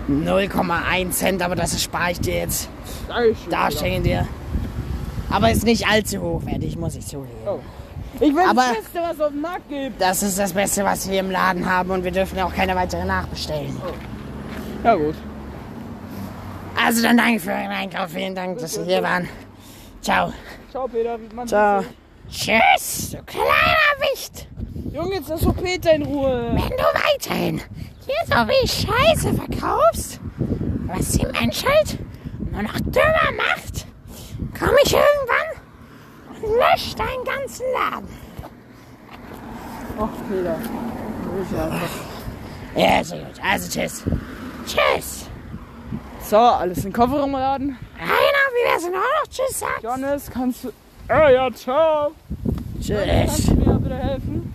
Speaker 9: 0,1 Cent, aber das erspare ich dir jetzt.
Speaker 3: Dankeschön.
Speaker 9: Da schenken dir. Aber ist nicht allzu hochwertig, muss ich zugeben.
Speaker 3: Oh. Ich will
Speaker 9: Aber-
Speaker 3: das Beste, was auf dem Markt gibt.
Speaker 9: Das ist das Beste, was wir im Laden haben und wir dürfen auch keine weitere nachbestellen.
Speaker 3: Ja gut.
Speaker 9: Also dann danke für euren Einkauf. Vielen Dank, dass Sie hier waren. Ciao.
Speaker 3: Ciao Peter, wie man
Speaker 2: Ciao.
Speaker 9: Tschüss, du kleiner Wicht.
Speaker 3: Junge, jetzt lass doch Peter in Ruhe.
Speaker 9: Wenn du weiterhin hier so wie Scheiße verkaufst, was die Menschheit nur noch dümmer macht, komme ich irgendwann und lösche deinen ganzen Laden. Och, Peter. Ja, so gut. Also tschüss. Tschüss.
Speaker 3: So, alles in den Kofferraum laden.
Speaker 9: Rainer, wie wär's denn auch noch Tschüss sagst?
Speaker 3: Johannes, kannst du
Speaker 10: Ah ja, ciao.
Speaker 9: Tschüss.
Speaker 3: mir bitte helfen?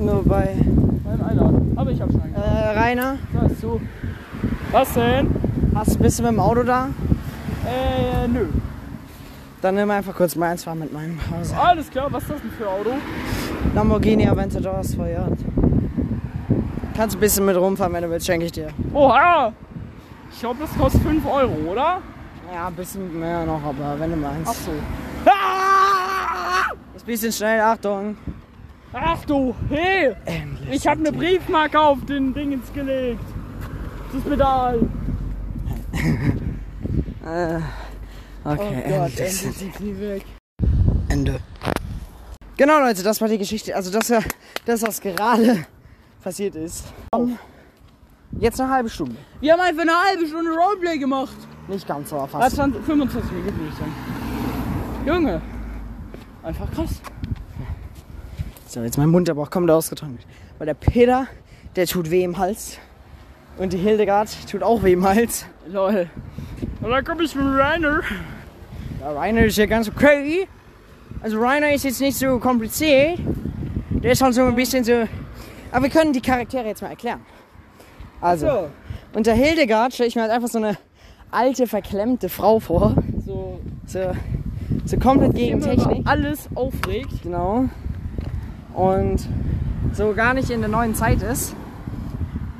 Speaker 2: Nur bei
Speaker 3: Beim Einladen. Aber ich hab schon
Speaker 2: äh,
Speaker 3: eingeladen.
Speaker 2: Rainer.
Speaker 3: So, ist zu. Was denn?
Speaker 2: Hast, bist du mit dem Auto da?
Speaker 3: Äh, nö.
Speaker 2: Dann nimm einfach kurz meins, fahr mit meinem Pause.
Speaker 3: Alles klar, was ist das denn für ein Auto?
Speaker 2: Lamborghini Aventador ist verjährt. Kannst ein bisschen mit rumfahren, wenn du willst, schenke ich dir.
Speaker 3: Oha! Ich glaube, das kostet 5 Euro, oder? *laughs*
Speaker 2: Ja, ein bisschen mehr noch, aber wenn du meinst.
Speaker 3: so. Ah!
Speaker 2: Ist ein bisschen schnell, Achtung.
Speaker 3: Ach du, hey! Ich habe eine Briefmarke auf den Dingens gelegt. Das Pedal.
Speaker 2: Okay,
Speaker 3: Gott, endlich sind die weg.
Speaker 2: Ende. Genau, Leute, das war die Geschichte. Also das, war- das was gerade passiert ist. Um, Jetzt eine halbe Stunde.
Speaker 3: Wir haben einfach eine halbe Stunde Roleplay gemacht.
Speaker 2: Nicht ganz, aber
Speaker 3: Ah,
Speaker 2: fast.
Speaker 3: 20, 25 Minuten würde ich sagen. Junge. Einfach krass.
Speaker 2: So, jetzt mein Mund aber auch komplett ausgetrocknet. Weil der Peter, der tut weh im Hals. Und die Hildegard tut auch weh im Hals.
Speaker 3: Lol.
Speaker 10: Und dann komme ich mit Rainer.
Speaker 2: Ja, Rainer ist ja ganz okay. Also Rainer ist jetzt nicht so kompliziert. Der ist halt so ein bisschen so... Aber wir können die Charaktere jetzt mal erklären. Also,
Speaker 3: So.
Speaker 2: unter Hildegard stelle ich mir halt einfach so eine alte, verklemmte Frau vor.
Speaker 3: So.
Speaker 2: So, so komplett gegen
Speaker 3: Immer über
Speaker 2: Technik.
Speaker 3: Alles aufregt.
Speaker 2: Genau. Und so gar nicht in der neuen Zeit ist.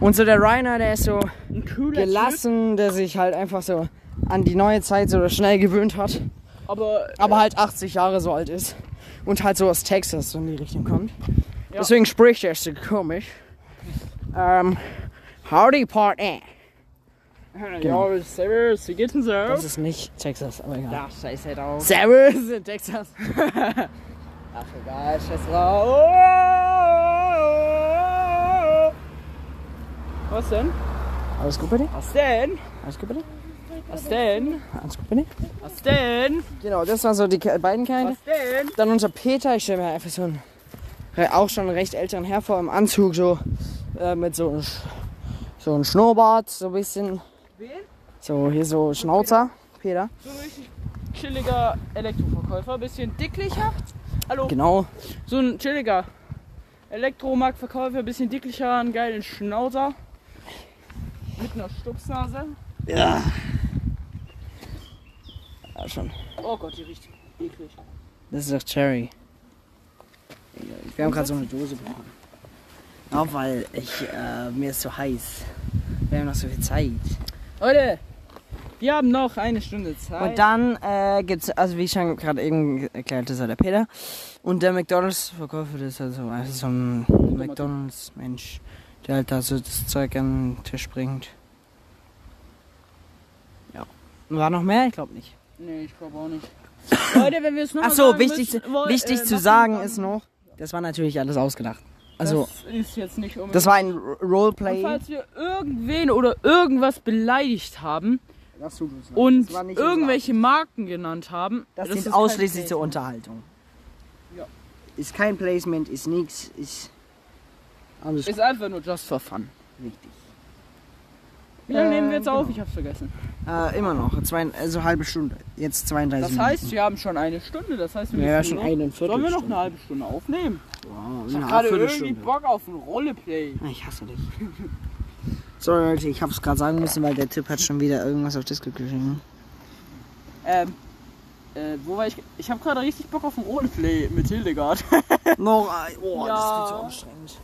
Speaker 2: Und so der Rainer, der ist so
Speaker 3: Ein cooler
Speaker 2: gelassen, der sich halt einfach so an die neue Zeit so schnell gewöhnt hat.
Speaker 3: Typ, aber
Speaker 2: Aber halt 80 Jahre so alt ist. Und halt so aus Texas so in die Richtung kommt. Deswegen spricht er so komisch. Ähm, howdy partner.
Speaker 3: ja, servus, wie geht's denn so?
Speaker 2: Das ist nicht Texas, aber egal.
Speaker 3: Ach, scheiße halt drauf.
Speaker 2: Servus in Texas.
Speaker 3: Ach, egal, scheiß drauf. Was denn?
Speaker 2: Alles gut bei dir?
Speaker 3: Was denn?
Speaker 2: Alles gut bei dir?
Speaker 3: Was denn?
Speaker 2: Alles gut bei dir?
Speaker 3: Was denn?
Speaker 2: Genau, das waren so die Ke- beiden Kerle.
Speaker 3: Was denn?
Speaker 2: Dann unser Peter, ich stelle mir einfach so einen re- auch schon einen recht älteren Herr vor im Anzug, so äh, mit so einem Sch so einem Schnurrbart, so ein bisschen.
Speaker 3: Wen?
Speaker 2: So hier so Schnauzer, Peter.
Speaker 3: So ein richtig chilliger Elektroverkäufer, bisschen dicklicher. Hallo?
Speaker 2: Genau.
Speaker 3: So ein chilliger Elektromarktverkäufer, bisschen dicklicher, einen geilen Schnauzer. Mit einer Stupsnase.
Speaker 2: Ja, schon.
Speaker 3: Oh Gott, die riecht eklig.
Speaker 2: Das ist doch Cherry. Wir haben gerade so eine Dose bekommen. Auch weil ich, äh, mir ist so heiß. Wir haben noch so viel Zeit.
Speaker 3: Leute, wir haben noch eine Stunde Zeit.
Speaker 2: Und dann äh, gibt's, also wie ich schon gerade eben erklärt, das ist halt der Peter. Und der McDonalds-Verkäufer, das ist also, also so ein McDonalds-Mensch, der halt da so das Zeug an den Tisch bringt. Ja. War noch mehr? Ich glaube nicht.
Speaker 3: Nee, ich glaube auch nicht. Leute, wenn wir es nochmal
Speaker 2: Achso,
Speaker 3: sagen
Speaker 2: wichtig,
Speaker 3: müssen, woll-
Speaker 2: wichtig
Speaker 3: äh,
Speaker 2: zu
Speaker 3: machen,
Speaker 2: sagen
Speaker 3: dann-
Speaker 2: ist noch, das war natürlich alles ausgedacht.
Speaker 3: Das
Speaker 2: Also,
Speaker 3: ist jetzt nicht unbedingt.
Speaker 2: das war ein R-
Speaker 3: und
Speaker 2: Roleplay.
Speaker 3: falls wir irgendwen oder irgendwas beleidigt haben
Speaker 2: Das tut uns leid.
Speaker 3: und
Speaker 2: Das war nicht
Speaker 3: irgendwelche Marken genannt haben,
Speaker 2: Das,
Speaker 3: ist halt
Speaker 2: dient
Speaker 3: kein
Speaker 2: ausschließlich zur
Speaker 3: Placement.
Speaker 2: Unterhaltung.
Speaker 3: Ja.
Speaker 2: Ist kein Placement, ist nix, ist alles
Speaker 3: Ist einfach nur just for fun.
Speaker 2: richtig.
Speaker 3: Wie lange nehmen wir jetzt
Speaker 2: genau.
Speaker 3: auf? Ich hab's vergessen.
Speaker 2: Äh, immer noch, zwei, also halbe Stunde. Jetzt 32
Speaker 3: Das heißt, wir haben schon eine Stunde. Das heißt, wir
Speaker 2: Ja,
Speaker 3: müssen
Speaker 2: schon
Speaker 3: noch-
Speaker 2: eine
Speaker 3: Sollen wir noch
Speaker 2: Viertelstunde.
Speaker 3: eine halbe Stunde aufnehmen?
Speaker 2: Minuten.
Speaker 3: Ich
Speaker 2: Ja,
Speaker 3: hab
Speaker 2: eine
Speaker 3: gerade irgendwie
Speaker 2: Viertelstunde.
Speaker 3: Bock auf ein Rolleplay.
Speaker 2: Ich hasse dich. *laughs* Sorry Leute, ich hab's gerade sagen müssen, weil der Typ hat schon wieder irgendwas auf Disco geschrieben.
Speaker 3: Ähm, äh, wo war ich? Ich habe gerade richtig Bock auf ein Roleplay mit Hildegard. *laughs*
Speaker 2: Noch, ein- oh,
Speaker 3: Ja.
Speaker 2: das ist so anstrengend.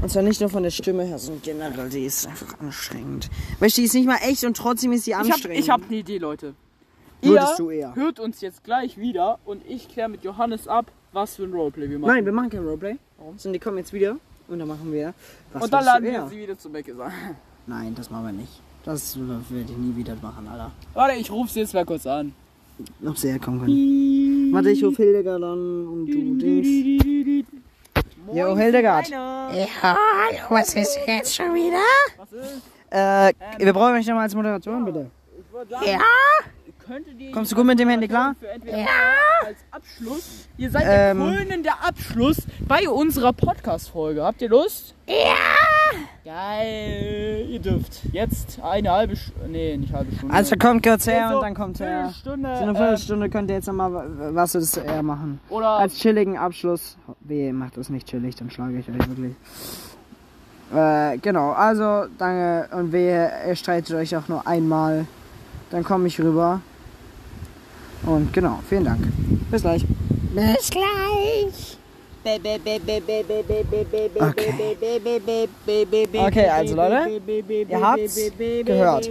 Speaker 2: Und zwar nicht nur von der Stimme her, sondern generell, die ist einfach anstrengend. Weißt du, die ist nicht mal echt und trotzdem ist sie
Speaker 3: Ich habe
Speaker 2: anstrengend.
Speaker 3: ich hab eine Idee, Leute.
Speaker 2: Würdest du eher.
Speaker 3: hört uns jetzt gleich wieder und ich kläre mit Johannes ab, was für ein Roleplay wir machen.
Speaker 2: Nein, wir machen kein Roleplay. Sondern die kommen jetzt wieder und dann machen wir. Was willst
Speaker 3: und dann
Speaker 2: du
Speaker 3: laden wir
Speaker 2: eher?
Speaker 3: sie wieder zu Becke sein.
Speaker 2: Nein, das machen wir nicht. Das werde ich nie wieder machen, Alter.
Speaker 3: Warte, ich rufe sie jetzt mal kurz an.
Speaker 2: Ob sie herkommen
Speaker 3: *laughs*
Speaker 2: können. Warte, ich ruf Hildegard an und du Dings. Jo, Hildegard.
Speaker 1: Ja, hallo, was ist jetzt schon wieder?
Speaker 2: Äh, wir brauchen dich nochmal als Moderation, bitte.
Speaker 1: Ja,
Speaker 3: Könntet ihr
Speaker 2: Kommst du gut mit dem Handy klar?
Speaker 3: für entweder als Abschluss? Ihr seid der
Speaker 2: Ähm.
Speaker 3: krönende Abschluss bei unserer Podcast-Folge. Habt ihr Lust? Ja! Geil! Ihr dürft jetzt eine halbe Stunde. Nee, nicht halbe Stunde.
Speaker 2: Also kommt kurz her
Speaker 3: So,
Speaker 2: und dann kommt her.
Speaker 3: Viertelstunde,
Speaker 2: So eine Viertelstunde könnt ihr jetzt nochmal was würdest du eher machen.
Speaker 3: äh, oder
Speaker 2: Als chilligen Abschluss. Wehe, macht das nicht chillig, dann schlage ich euch wirklich. Äh, genau, also danke und wehe, ihr streitet euch auch nur einmal. Dann komme ich rüber. Und genau, vielen Dank. Bis gleich.
Speaker 1: bis gleich.
Speaker 2: Okay. Okay, also Leute, ihr habt's gehört.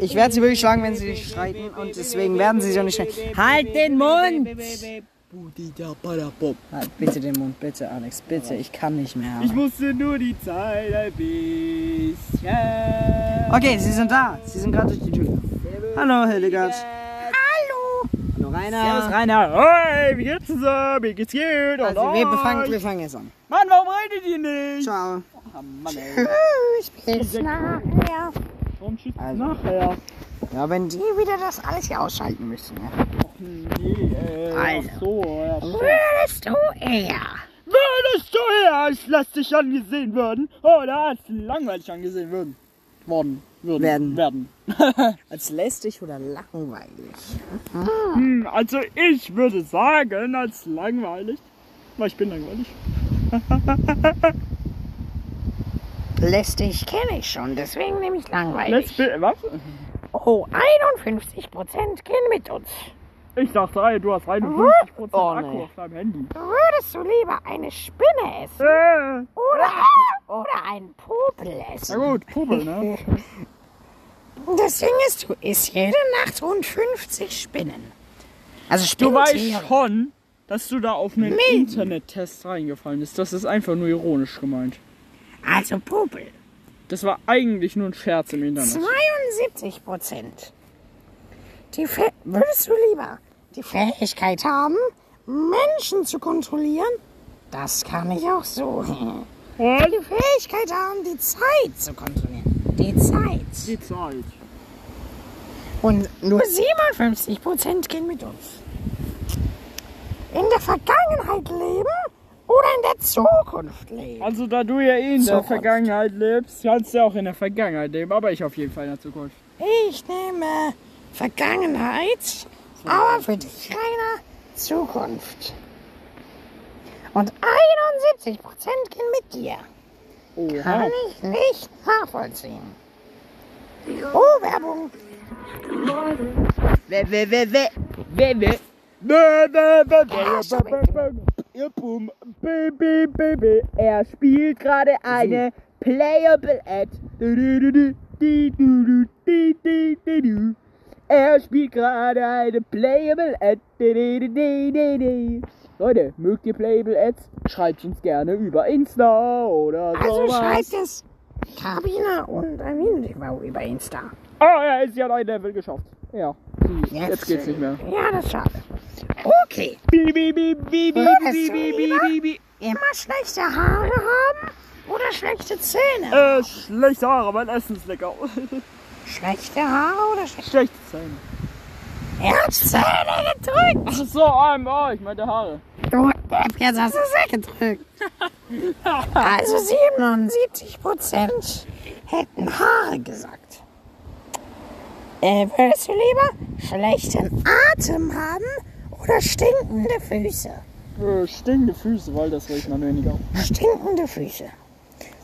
Speaker 2: Ich werde sie wirklich schlagen, wenn sie sich streiten und deswegen werden sie so nicht schnell. Halt den Mund! Halt bitte den Mund, bitte Alex, bitte, ich kann nicht mehr.
Speaker 3: ich musste nur die Zeit ein bisschen.
Speaker 2: Okay, sie sind da. Sie sind gerade durch die Tür. Hallo Hildegard. Hallo. Hallo
Speaker 3: Servus
Speaker 2: Rainer.
Speaker 3: Rainer.
Speaker 11: Hey, wie geht's zusammen? Wie geht's gut?
Speaker 2: Also wir, befangen, wir fangen jetzt an.
Speaker 3: Mann, warum redet ihr nicht?
Speaker 2: Ciao.
Speaker 3: Ah, Mann, ey.
Speaker 1: Bis nachher.
Speaker 3: Warum schießt
Speaker 2: Also.
Speaker 3: nachher?
Speaker 2: Ja, wenn die wieder das alles hier ausschalten müssen. Ja.
Speaker 3: Nee, äh,
Speaker 2: Alter.
Speaker 3: ach so, ja.
Speaker 1: Würdest du eher?
Speaker 11: Würdest du her als lästig angesehen werden? Oder als
Speaker 3: Oh, Langweilig angesehen würden. Worden. Würden.
Speaker 2: Werden.
Speaker 3: Werden.
Speaker 2: Als lästig oder langweilig.
Speaker 11: Hm, Also ich würde sagen, als langweilig. Weil ich bin langweilig.
Speaker 1: Lästig kenne ich schon, deswegen nehme ich
Speaker 11: Let's
Speaker 1: langweilig.
Speaker 11: be, was?
Speaker 1: Oh, 51% gehen mit uns.
Speaker 11: Ich dachte, ey, du hast 51%
Speaker 1: Oh,
Speaker 11: Akku
Speaker 1: nee.
Speaker 11: auf deinem Handy.
Speaker 1: Würdest du lieber eine Spinne essen
Speaker 11: Äh,
Speaker 1: oder, oder einen Popel
Speaker 11: na
Speaker 1: essen?
Speaker 11: gut, Popel, ne?
Speaker 1: *laughs* Das Ding ist, du isst jede Nacht rund 50 Spinnen. Also
Speaker 3: Du
Speaker 1: Spinnen.
Speaker 3: weißt schon, dass du da auf einen Internet-Test reingefallen bist. Das ist einfach nur ironisch gemeint.
Speaker 1: Also Popel.
Speaker 3: Das war eigentlich nur ein Scherz im Internet.
Speaker 1: 72 Prozent. Die Fäh- würdest du lieber die Fähigkeit haben, Menschen zu kontrollieren? Das kann ich auch so. *laughs* Die Fähigkeit haben, die Zeit zu kontrollieren. Die Zeit.
Speaker 3: Die Zeit.
Speaker 1: Und nur 57 Prozent gehen mit uns. In der Vergangenheit leben oder in der Zukunft leben?
Speaker 3: Also da du ja eh in der
Speaker 1: Zukunft.
Speaker 3: Vergangenheit lebst, kannst du ja auch in der Vergangenheit leben, aber ich auf jeden Fall in der Zukunft.
Speaker 1: Ich nehme Vergangenheit, aber für dich reiner Zukunft. Und 71% gehen mit dir. Kann ich nicht nachvollziehen. Oh, Werbung.
Speaker 3: Baby, baby, er spielt gerade eine Playable Ad. Du, du, du, du, di, du, du, di, di, di, du. Er spielt gerade eine Playable Ad. Di, di, di, di, di, di. Leute, mögt ihr Playable Ads? Schreibt uns gerne über Insta oder
Speaker 1: Also
Speaker 3: sowas.
Speaker 1: schreibt es Karabiner und Aminidibau über Insta.
Speaker 3: Ah, er ist ja ein Level geschafft. Ja.
Speaker 1: Yes.
Speaker 3: Jetzt geht's nicht mehr.
Speaker 1: Ja, das ist schade. Okay. Würdest du lieber immer schlechte Haare haben oder schlechte Zähne?
Speaker 11: Äh, schlechte Haare, mein Essen ist
Speaker 3: *laughs*
Speaker 11: lecker.
Speaker 1: Schlechte Haare oder schlechte
Speaker 11: Schlechte Zähne.
Speaker 1: Er hat Zähne gedrückt.
Speaker 3: Ach so, I'm, oh, ich meine Haare.
Speaker 1: Du Depp, jetzt hast du es weggedrückt. Also 77 Prozent hätten Haare gesagt.
Speaker 9: Äh, würdest du lieber
Speaker 1: Schlechten Atem haben oder stinkende Füße?
Speaker 3: Äh, stinkende Füße, weil das riecht man weniger.
Speaker 1: Stinkende Füße.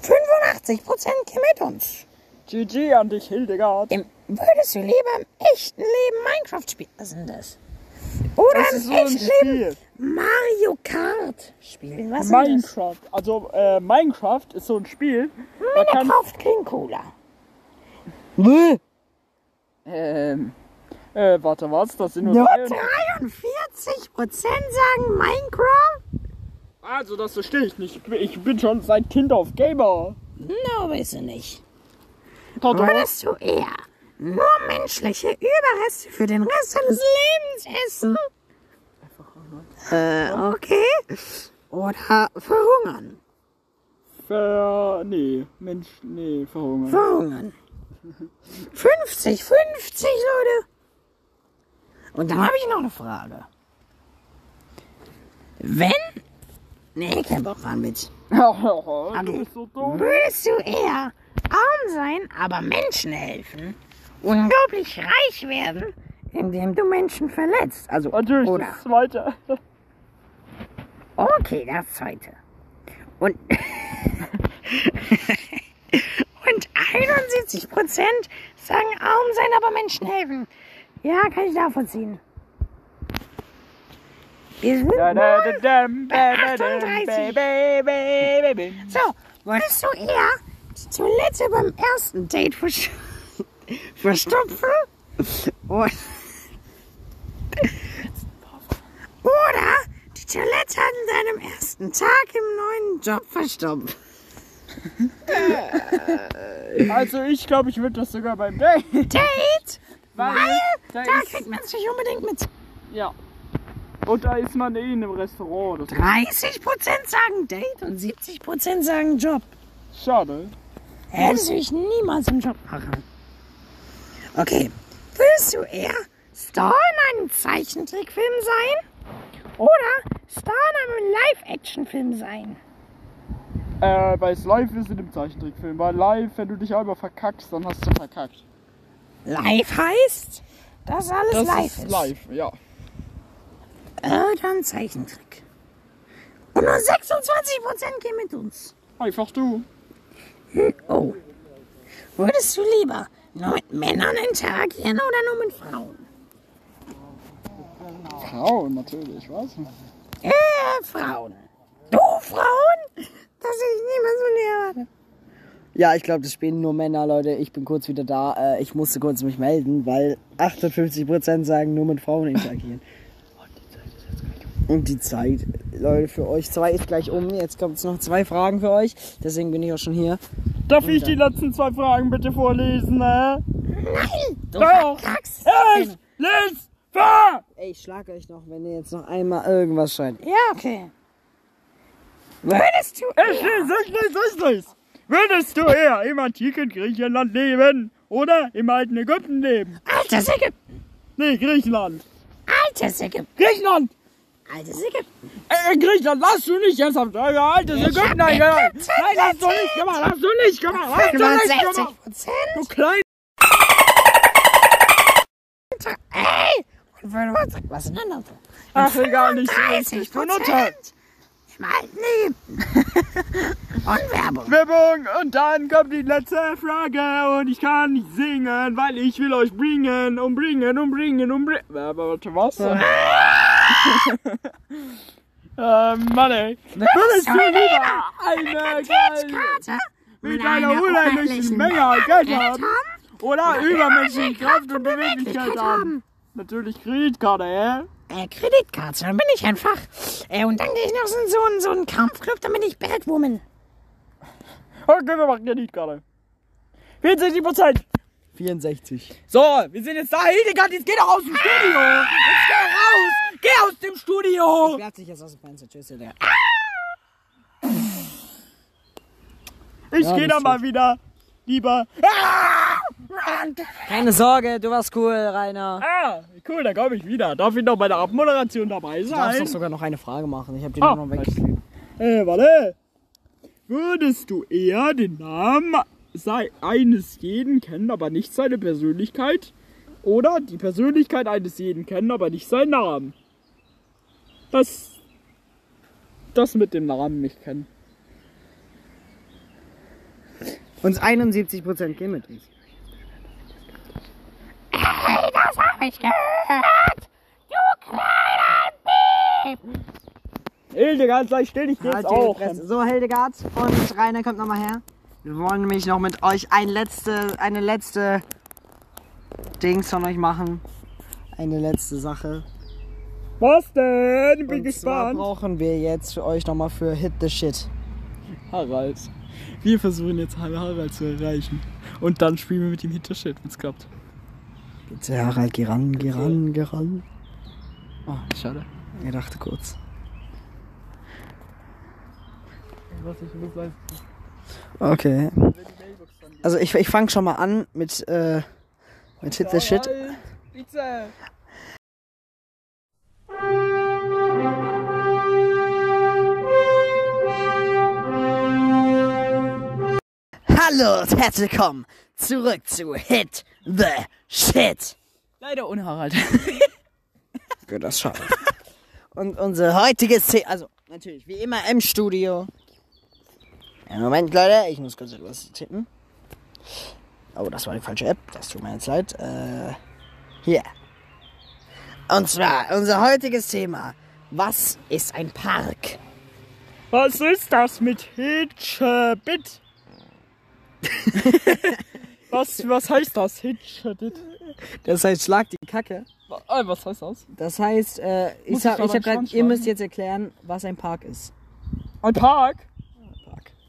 Speaker 1: 85% gehen mit uns.
Speaker 3: GG an dich, Hildegard.
Speaker 1: Im, würdest du lieber im echten Leben Minecraft spielen? Was ist denn das? Oder
Speaker 3: Das
Speaker 1: im
Speaker 3: ist so ein
Speaker 1: echten Leben
Speaker 3: Spiel.
Speaker 1: Mario Kart spielen? Was ist denn das?
Speaker 3: Minecraft. Also, äh, Minecraft ist so ein Spiel. Da kann,
Speaker 1: Minecraft klingt cooler.
Speaker 3: ähm, äh, warte, was? Das sind nur drei.
Speaker 1: 43% sagen Minecraft?
Speaker 3: Also, das verstehe ich nicht. Ich bin- Ich bin schon seit Kind auf Gamer.
Speaker 1: No, bist du nicht.
Speaker 3: Toto.
Speaker 1: Würdest du eher nur menschliche Überreste für den Rest deines Lebens essen? Äh, okay. Oder verhungern.
Speaker 3: Ver. Nee, Mensch, nee, *laughs* verhungern.
Speaker 1: Verhungern. 50, 50, Leute. Und dann habe ich noch eine Frage. Wenn. Nee, kein Bock ran mit. Ah,
Speaker 3: du bist so dumm.
Speaker 1: Würdest du eher arm sein, aber Menschen helfen? Unglaublich reich werden, indem du Menschen verletzt? Also,
Speaker 3: Natürlich,
Speaker 1: oder?
Speaker 3: das zweite.
Speaker 1: Okay, das zweite. Und, *laughs* und 71 Prozent sagen arm sein, aber Menschen helfen. Ja, kann ich nachvollziehen. Wir sind nun bei 38. So, würdest du eher die Toilette beim ersten Date versch *laughs* verstopfen? Und oder die Toilette an deinem ersten Tag im neuen Job verstopfen?
Speaker 3: Also, ich glaube, ich würde das sogar beim Date.
Speaker 1: Date?
Speaker 3: Weil, da
Speaker 1: Da
Speaker 3: ist,
Speaker 1: kriegt man um es nicht unbedingt mit.
Speaker 3: ja. Und da ist man eh in einem Restaurant. Das
Speaker 1: 30% sagen Date und 70% sagen Job.
Speaker 3: ist schade.
Speaker 1: Hä, das will ich niemals im Job machen. Okay, willst du eher Star in einem Zeichentrickfilm sein? Oder Star in einem Live-Action-Film sein?
Speaker 3: Äh, weil es live ist in dem Zeichentrickfilm. Weil live, wenn du dich einmal verkackst, dann hast du verkackt.
Speaker 1: Live heißt, dass alles
Speaker 3: Das
Speaker 1: live
Speaker 3: ist live, ja.
Speaker 1: Äh, dann Zeichentrick. Und nur 26% gehen mit uns.
Speaker 3: Einfach du.
Speaker 1: Oh. Würdest du lieber nur mit Männern interagieren oder nur mit Frauen?
Speaker 3: Frauen natürlich, was?
Speaker 1: Äh, Frauen. Du Frauen? Das hätte ich niemals von dir erwartet.
Speaker 2: Ja, ich glaube, das spielen nur Männer, Leute. Ich bin kurz wieder da. Äh, ich musste kurz mich melden, weil 58% sagen, nur mit Frauen interagieren. Und die Zeit, Leute, für euch zwei ist gleich um. Jetzt kommt noch zwei Fragen für euch. Deswegen bin ich auch schon hier.
Speaker 3: Darf ich die letzten zwei Fragen bitte vorlesen, ne? Nein! Doch! Ich lese vor!
Speaker 2: Ey, ich schlag euch noch, wenn ihr jetzt noch einmal irgendwas schreibt.
Speaker 1: Ja, okay. Würdest du
Speaker 3: Ich lese, ich lese, ich lese! Würdest du eher im antiken Griechenland leben oder im alten Ägypten leben?
Speaker 1: altes Ägypten,
Speaker 3: Nee, Griechenland!
Speaker 1: altes Ägypten,
Speaker 3: Griechenland!
Speaker 1: altes Ägypten,
Speaker 3: Äh, Griechenland, lass du nicht jetzt auf deine altes Ägypten eingeladen! Nein, hast du nicht gemacht, hast du nicht gemacht, hast du nicht
Speaker 1: 65
Speaker 3: gemacht!
Speaker 1: Prozent?
Speaker 3: Du klein...
Speaker 1: Ey! Und würde was sagen, was ist denn das?
Speaker 3: Ach, egal, nicht so
Speaker 1: 30
Speaker 3: richtig benutzt!
Speaker 1: Prozent? Im alten Ägypten. Und Werbung.
Speaker 3: Werbung und dann kommt die letzte Frage und ich kann nicht singen, weil ich will euch bringen und bringen und bringen um und bringen. Aber warte, was? *laughs* ähm, Mann ey. Würdest du lieber eine geile mit einer unheimlichen Menge an Geld haben oder übermenschliche Kraft und Beweglichkeit haben? Natürlich Kreditkarte, hä?
Speaker 1: äh, Kreditkarte. Dann bin ich einfach. Äh, und dann gehe ich noch so in so einen, so einen Kampfclub, dann bin ich Batwoman.
Speaker 3: Okay, wir machen Kreditkarte. 64 Prozent.
Speaker 2: 64.
Speaker 3: So, wir sind jetzt da. Hildegard, jetzt geh doch aus dem Studio. Jetzt geh raus. Geh aus dem Studio.
Speaker 2: Wert sich jetzt aus dem Fenster. Tschüss, Digga.
Speaker 3: Ich geh
Speaker 2: das
Speaker 3: da
Speaker 2: ist Ah.
Speaker 3: mal wieder. Lieber.
Speaker 2: Keine Sorge, du warst cool, Rainer.
Speaker 3: Ah, cool, da komme ich wieder. Darf ich noch bei der Abmoderation dabei
Speaker 2: Du darfst
Speaker 3: sein?
Speaker 2: doch sogar noch eine Frage machen. Ich habe die
Speaker 3: Ah,
Speaker 2: nur noch weggeklebt.
Speaker 3: Äh, warte. Würdest du eher den Namen sei eines jeden kennen, aber nicht seine Persönlichkeit. Oder die Persönlichkeit eines jeden kennen, aber nicht seinen Namen. Das. Das mit dem Namen nicht kennen.
Speaker 2: Uns 71% gehen mit uns.
Speaker 9: Das habe ich gehört. Du kleiner Dieb.
Speaker 3: Hildegard, sei still, ich geh jetzt
Speaker 2: Halt
Speaker 3: auch.
Speaker 2: die Fresse. So, Hildegard und Rainer, kommt nochmal her. Wir wollen nämlich noch mit euch ein letzte, eine letzte Dings von euch machen. Eine letzte Sache.
Speaker 3: Was denn? Bin
Speaker 2: und zwar
Speaker 3: gespannt.
Speaker 2: brauchen wir jetzt für euch nochmal für Hit the Shit.
Speaker 3: Harald. Wir versuchen jetzt Harald zu erreichen. Und dann spielen wir mit ihm Hinterschild, wenn's klappt.
Speaker 2: Bitte, Harald, geh ran, geh ran, geh ran.
Speaker 3: Oh, schade.
Speaker 2: Er dachte kurz. Okay. Also ich, ich fange schon mal an mit, äh, mit Hit the Shit.
Speaker 3: Bitte.
Speaker 2: Hallo und herzlich willkommen zurück zu Hit the Shit.
Speaker 3: Leider
Speaker 2: *laughs*
Speaker 3: ohne Harald.
Speaker 2: Gut, das schade. und unser heutiges Thema, also natürlich wie immer im Studio. Einen Moment, Leute, ich muss kurz etwas tippen. Oh, das war die falsche App, das tut mir jetzt leid. Äh, hier. Und zwar unser heutiges Thema. Was ist ein Park?
Speaker 10: Was ist das mit
Speaker 2: *laughs*
Speaker 10: Hitchebit? was, was heißt das? Hitchebit?
Speaker 2: Das heißt, schlag die Kacke.
Speaker 3: Äh, Was heißt das?
Speaker 2: Das heißt, äh, ich,
Speaker 3: ich da
Speaker 2: hab, ich
Speaker 3: meinen
Speaker 2: hab grad,
Speaker 3: Schwanz
Speaker 2: ihr
Speaker 3: schlagen?
Speaker 2: müsst jetzt erklären, was ein Park ist.
Speaker 3: Ein Park?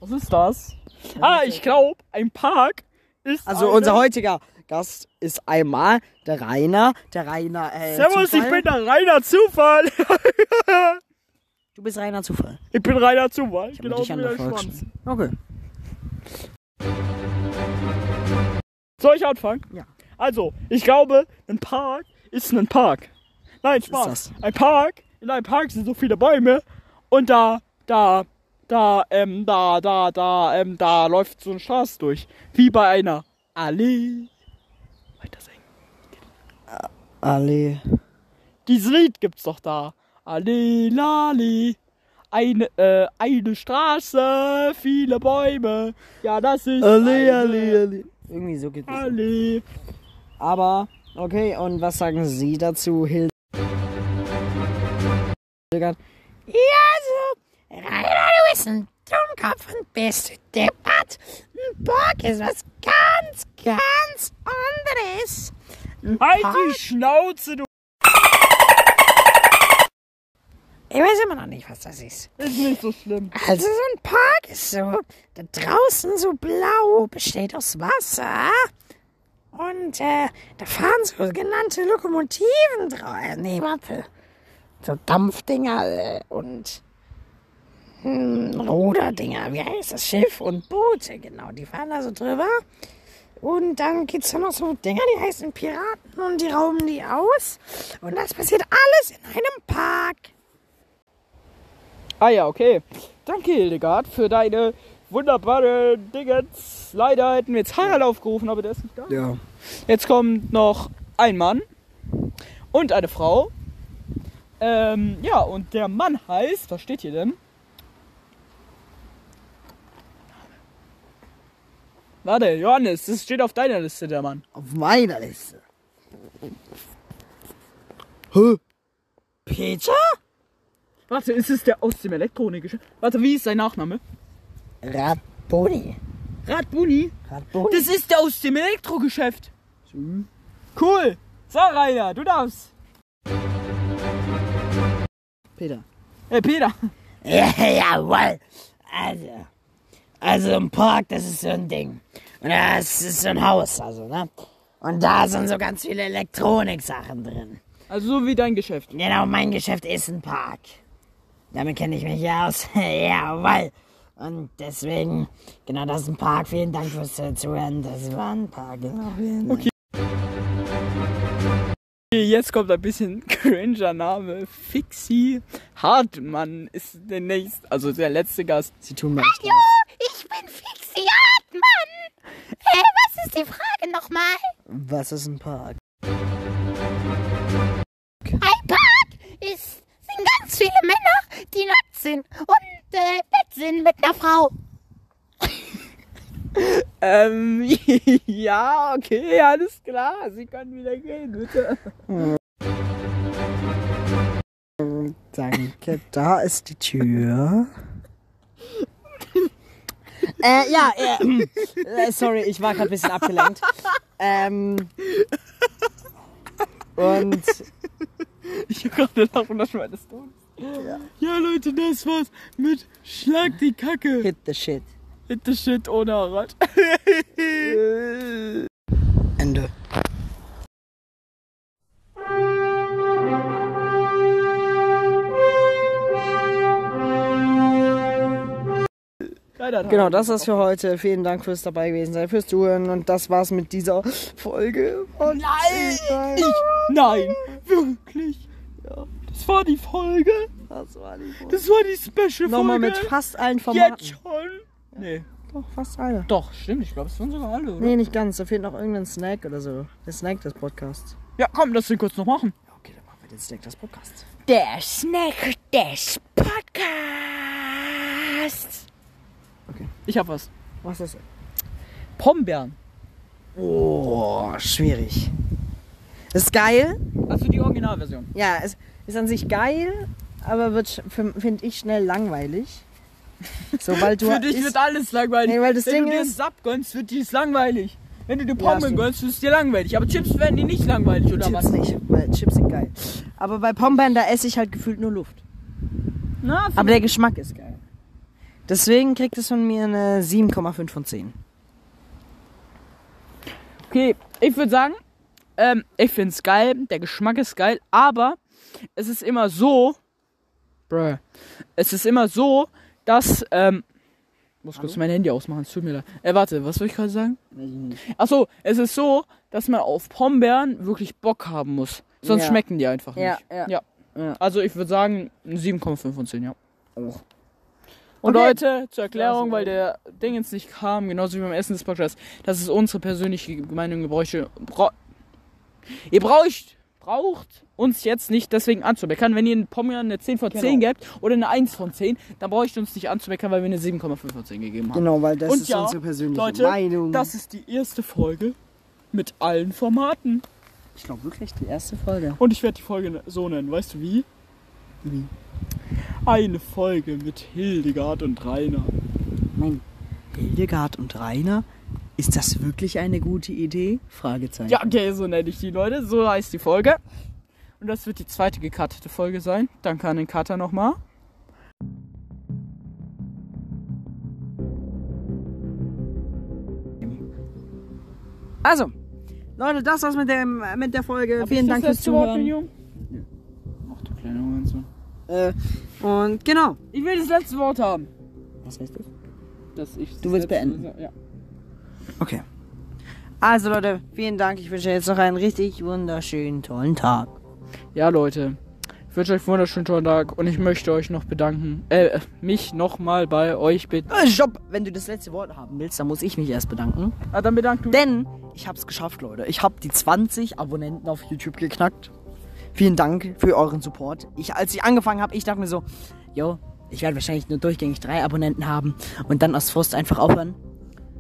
Speaker 3: Was ist das? Ah, ich glaube, ein Park ist.
Speaker 2: Also
Speaker 3: eine-
Speaker 2: unser heutiger Gast ist einmal der Rainer. Der Rainer, äh,
Speaker 10: Servus,
Speaker 2: Zufall.
Speaker 10: ich bin der reiner Zufall. *laughs*
Speaker 2: Du bist Rainer Zufall.
Speaker 10: ich bin reiner Zufall.
Speaker 2: Ich hab
Speaker 10: Genau
Speaker 2: dich
Speaker 10: wie
Speaker 2: an
Speaker 10: der
Speaker 2: der
Speaker 10: Schwanz.
Speaker 2: Volksschule. Okay.
Speaker 10: Soll ich anfangen?
Speaker 2: Ja.
Speaker 10: Also, ich glaube, ein Park ist ein Park. Nein, Spaß.
Speaker 2: das?
Speaker 10: Ein Park, in einem Park sind so viele Bäume und da, da, da, ähm, da, da, da, ähm, da läuft so eine Straße durch. Wie bei einer Allee. Weiter singen.
Speaker 2: Alle.
Speaker 10: Dieses Lied gibt's doch da. Allee, lali. Eine, äh, eine Straße, viele Bäume. Ja, das ist.
Speaker 2: Alle,
Speaker 10: eine
Speaker 2: alle, alle. Irgendwie so geht es.
Speaker 10: Allee.
Speaker 2: Aber, okay, und was sagen Sie dazu, Hilde?
Speaker 9: Ja, also, Rainer, du bist ein Dummkopf und bist deppert. Ein Burg ist was ganz, ganz anderes.
Speaker 10: Halt die Schnauze, du.
Speaker 9: Ich weiß immer noch nicht, was das ist.
Speaker 10: Ist nicht so schlimm.
Speaker 9: Also, so ein Park ist so, da draußen so blau, besteht aus Wasser. Und äh, da fahren so genannte Lokomotiven drauf. Äh, nee, warte. So Dampfdinger äh, und hm, Ruderdinger, wie heißt das? Schiff und Boote, genau. Die fahren da so drüber. Und dann gibt's da noch so Dinger, die heißen Piraten und die rauben die aus. Und das passiert alles in einem Park.
Speaker 3: Ah ja, okay. Danke, Hildegard, für deine wunderbare Dingens. Leider hätten wir jetzt Harald aufgerufen, aber der ist nicht da.
Speaker 2: Ja.
Speaker 3: Jetzt kommt noch ein Mann und eine Frau. Ähm, ja, und der Mann heißt, was steht hier denn? Warte, Johannes, das steht auf deiner Liste, der Mann.
Speaker 2: Auf meiner Liste. Hä? Peter?
Speaker 3: Warte, ist es der aus dem Elektronikgeschäft? Warte, wie ist sein Nachname?
Speaker 2: Raboni.
Speaker 3: Radbuni?
Speaker 2: Raboni.
Speaker 3: Das ist der aus dem Elektrogeschäft. Cool. So, Rainer, du darfst.
Speaker 2: Peter.
Speaker 3: Äh, Peter.
Speaker 9: Ja, *laughs* jawohl. Also, also ein Park, das ist so ein Ding. Und das ist so ein Haus, also, ne? Und da sind so ganz viele Elektroniksachen drin.
Speaker 3: Also so wie dein Geschäft.
Speaker 9: Genau, mein Geschäft ist ein Park. Damit kenne ich mich ja aus. *laughs* jawohl. Und deswegen, genau, das ist ein Park. Vielen Dank fürs äh, Zuhören. Das war ein Park. Genau, vielen Dank.
Speaker 3: Jetzt kommt ein bisschen *laughs* cringer Name. Fixi Hartmann ist der nächste, also der letzte Gast.
Speaker 2: Sie tun mir echt leid.
Speaker 9: Ich bin Fixi Hartmann. was ist die Frage nochmal?
Speaker 2: Was ist ein Park?
Speaker 9: Ein Park ist, sind ganz viele Männer, die nackt sind und äh, im Bett sind mit einer Frau.
Speaker 3: Ähm, *laughs* ja, okay, alles klar. Sie können wieder gehen, bitte.
Speaker 2: Danke, da ist die *laughs* Tür.
Speaker 7: Äh, ja, äh, äh, sorry, ich war gerade ein bisschen abgelenkt. Ähm, und
Speaker 3: Ich hab gerade davon, dass meine Stone. Ja. ja, Leute, das war's mit Schlag die Kacke.
Speaker 2: Hit the shit.
Speaker 3: Hit the shit ohne Harald. *laughs*
Speaker 2: Ende.
Speaker 3: Leider hat
Speaker 2: Genau, das war's für heute. Vielen Dank fürs dabei gewesen sein, fürs Zuhören. Und das war's mit dieser Folge. von
Speaker 3: Nein! Ich, nein, wirklich. Das war die Folge.
Speaker 2: Das war die Folge.
Speaker 3: Das war die Special-Folge.
Speaker 2: Nochmal mit fast allen Formaten.
Speaker 3: Jetzt schon. Nee.
Speaker 2: Doch, fast alle.
Speaker 3: Doch, stimmt. Ich glaube, es waren sogar alle, oder?
Speaker 2: Nee, nicht ganz. Da fehlt noch irgendein Snack oder so. Der Snack des Podcasts.
Speaker 3: Ja, komm, lass den kurz noch machen.
Speaker 2: Okay, dann machen wir den Snack des Podcasts.
Speaker 9: Der Snack des Podcasts.
Speaker 3: Ich hab was.
Speaker 2: Was ist das?
Speaker 3: Pombeeren.
Speaker 2: Oh, schwierig. Ist geil.
Speaker 3: Also die Originalversion.
Speaker 2: Ja, es ist an sich geil, aber wird, finde ich, schnell *laughs* langweilig. Sobald du
Speaker 3: Für dich
Speaker 2: isst-
Speaker 3: wird alles langweilig.
Speaker 2: Nee, weil das
Speaker 3: Wenn
Speaker 2: Ding
Speaker 3: du dir einen
Speaker 2: ist-
Speaker 3: Sub gönnst, wird dir das langweilig. Wenn du dir
Speaker 2: Ja,
Speaker 3: Pommes
Speaker 2: stimmt.
Speaker 3: gönnst, ist dir langweilig. Aber Chips werden dir nicht langweilig, oder
Speaker 2: Chips
Speaker 3: was?
Speaker 2: nicht, weil Chips sind geil. Aber bei Pombeeren, da esse ich halt gefühlt nur Luft.
Speaker 3: Na,
Speaker 2: Aber der Geschmack ist geil. Deswegen kriegt es von mir eine 7,5 von 10.
Speaker 3: okay. Ich würde sagen, ähm, ich find's geil. Der Geschmack ist geil. Aber es ist immer so. Bruh. Es ist immer so, dass. Ähm, muss kurz mein Handy ausmachen, es tut mir leid. Äh, warte, was soll ich gerade sagen? Achso, es ist so, dass man auf Pombeeren wirklich Bock haben muss. Sonst
Speaker 2: Ja.
Speaker 3: schmecken die einfach
Speaker 2: Ja,
Speaker 3: nicht.
Speaker 2: ja.
Speaker 3: ja. Also ich würde sagen, ein 7,5 von 10, ja. Und
Speaker 2: Okay.
Speaker 3: Leute, zur Erklärung, weil der Ding jetzt nicht kam, genauso wie beim Essen des Podcasts, das ist unsere persönliche Meinung, ihr bräuchte- brau- ihr braucht, braucht uns jetzt nicht deswegen anzumeckern. Wenn ihr in Pombeeren eine 10 von 10 gebt oder eine 1 von 10, dann braucht ihr uns nicht anzumeckern, weil wir eine 7,5 von 10 gegeben haben.
Speaker 2: Genau, weil das
Speaker 3: Und
Speaker 2: ist
Speaker 3: ja,
Speaker 2: unsere persönliche
Speaker 3: Leute,
Speaker 2: Meinung.
Speaker 3: Das ist die erste Folge mit allen Formaten.
Speaker 2: ich glaube wirklich die erste Folge.
Speaker 3: Und ich werde die Folge ne- so nennen. Weißt du wie? Wie? Eine Folge mit Hildegard und Rainer.
Speaker 2: Nein. Hildegard und Rainer, ist das wirklich eine gute Idee? Fragezeichen.
Speaker 3: Ja, okay, so nenne ich die Leute. So heißt die Folge. Und das wird die zweite gekartete Folge sein. Danke an den Cutter nochmal.
Speaker 2: Also, Leute, das war's mit, dem, mit der Folge. Vielen Dank fürs Zuhören.
Speaker 3: Ach du kleine Hurensohn.
Speaker 2: Äh, und genau.
Speaker 3: Ich will das letzte Wort haben.
Speaker 2: Was heißt das?
Speaker 3: Dass ich
Speaker 2: Du willst
Speaker 3: das letzte-
Speaker 2: beenden?
Speaker 3: Ja.
Speaker 2: Okay. Also Leute, vielen Dank. Ich wünsche jetzt noch einen richtig wunderschönen, tollen Tag.
Speaker 3: Ja, Leute. Ich wünsche euch einen wunderschönen tollen Tag und ich möchte euch noch bedanken. Äh, mich nochmal bei euch bitten.
Speaker 2: Äh, Stopp! Wenn du das letzte Wort haben willst, dann muss ich mich erst bedanken.
Speaker 3: Ah, dann bedank du.
Speaker 2: Denn ich hab's geschafft, Leute. Ich hab die 20 Abonnenten auf YouTube geknackt. Vielen Dank für euren Support. Ich, als ich angefangen habe, ich dachte mir so, yo, ich werde wahrscheinlich nur durchgängig drei Abonnenten haben und dann aus Frust einfach aufhören.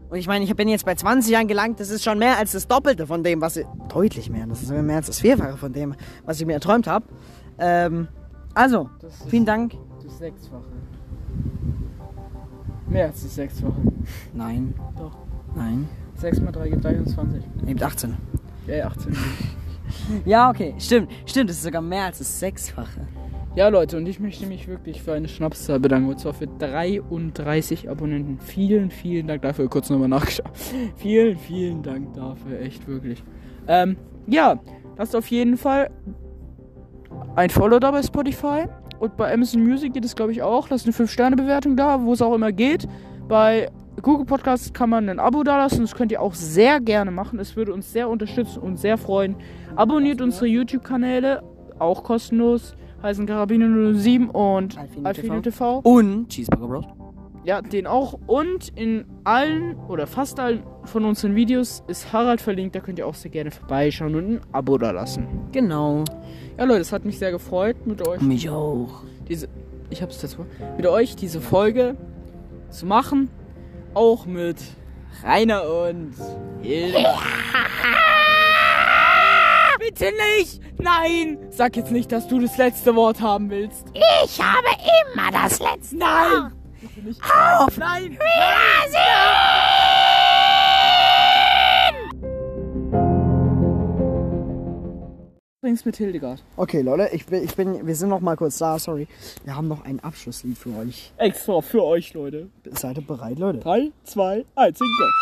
Speaker 2: Und ich meine, ich bin jetzt bei 20 angelangt. Das ist schon mehr als das Doppelte von dem, was ich. Deutlich mehr. Das ist sogar mehr als das Vierfache von dem, was ich mir erträumt habe. Ähm, also,
Speaker 3: Das ist-
Speaker 2: vielen Dank.
Speaker 3: Das Sechsfache. Mehr als das Sechsfache.
Speaker 2: Nein.
Speaker 3: Doch.
Speaker 2: Nein.
Speaker 3: 6 mal 3 gibt 21.
Speaker 2: Nehmt 18.
Speaker 3: Äh, 18.
Speaker 2: Ja, okay. Stimmt. Stimmt. Das ist sogar mehr als das Sechsfache.
Speaker 3: Ja, Leute, und ich möchte mich wirklich für eine Schnapszahl bedanken. Und zwar für 33 Abonnenten. Vielen, vielen Dank dafür. Kurz nochmal nachgeschaut. *laughs* Vielen, vielen Dank dafür. Echt wirklich. Ähm, ja, lasst auf jeden Fall ein Follow da bei Spotify. Und bei Amazon Music geht es, glaube ich, auch. Lasst eine 5-Sterne-Bewertung da, wo es auch immer geht. Bei Google Podcasts kann man ein Abo dalassen. Das könnt ihr auch sehr gerne machen. Es würde uns sehr unterstützen und sehr freuen. Abonniert unsere YouTube-Kanäle, auch kostenlos. Heißen Karabiner 007 und
Speaker 2: Alfino
Speaker 3: Alfino TV.
Speaker 2: Und Cheeseburger Bros.
Speaker 3: Ja, den auch. Und in allen oder fast allen von unseren Videos ist Harald verlinkt. Da könnt ihr auch sehr gerne vorbeischauen und ein Abo da lassen.
Speaker 2: Genau.
Speaker 3: Ja, Leute, es hat mich sehr gefreut, mit euch
Speaker 2: Mich auch.
Speaker 3: diese. Ich hab's jetzt vor. Mit euch diese Folge zu machen. Auch mit Rainer und Hilde. Bitte nicht! Nein! Sag jetzt nicht, dass du das letzte Wort haben willst.
Speaker 9: Ich habe immer das letzte
Speaker 3: Nein! Auf! Nein! Übrigens mit Hildegard.
Speaker 2: Okay, Leute, ich bin, ich bin, wir sind noch mal kurz da, sorry. Wir haben noch ein Abschlusslied für euch.
Speaker 3: Extra für euch, Leute.
Speaker 2: Seid ihr bereit, Leute?
Speaker 3: 3, 2, 1, sing los.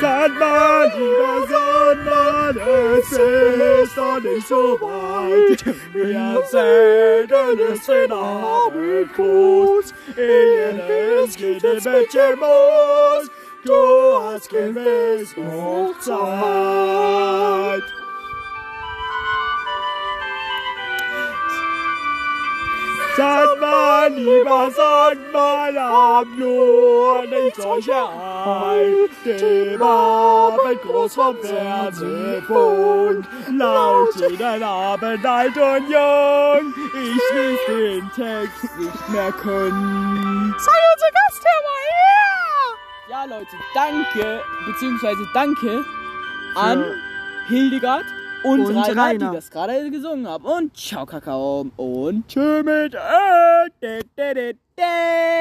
Speaker 10: Sandmann, lieber Sandmann, es ist doch nicht so weit. Wir segeln es den Abend gut, ehe es geht im Bettchen los. Du hast gewiss noch Zeit. Sandmann, lieber Sandmann, hab nur nicht solche Angst. Dem Abend groß vom Fernsehfunk, laut jeden Abend alt und jung. Ich will den Text nicht mehr können.
Speaker 3: Ja, Leute, danke, beziehungsweise danke an Hildegard und,
Speaker 2: Und
Speaker 3: Rainer,
Speaker 2: Rainer.
Speaker 3: die das gerade gesungen haben. Und ciao, Kakao. Und
Speaker 10: Tschö mit Ö, de, de, de, de.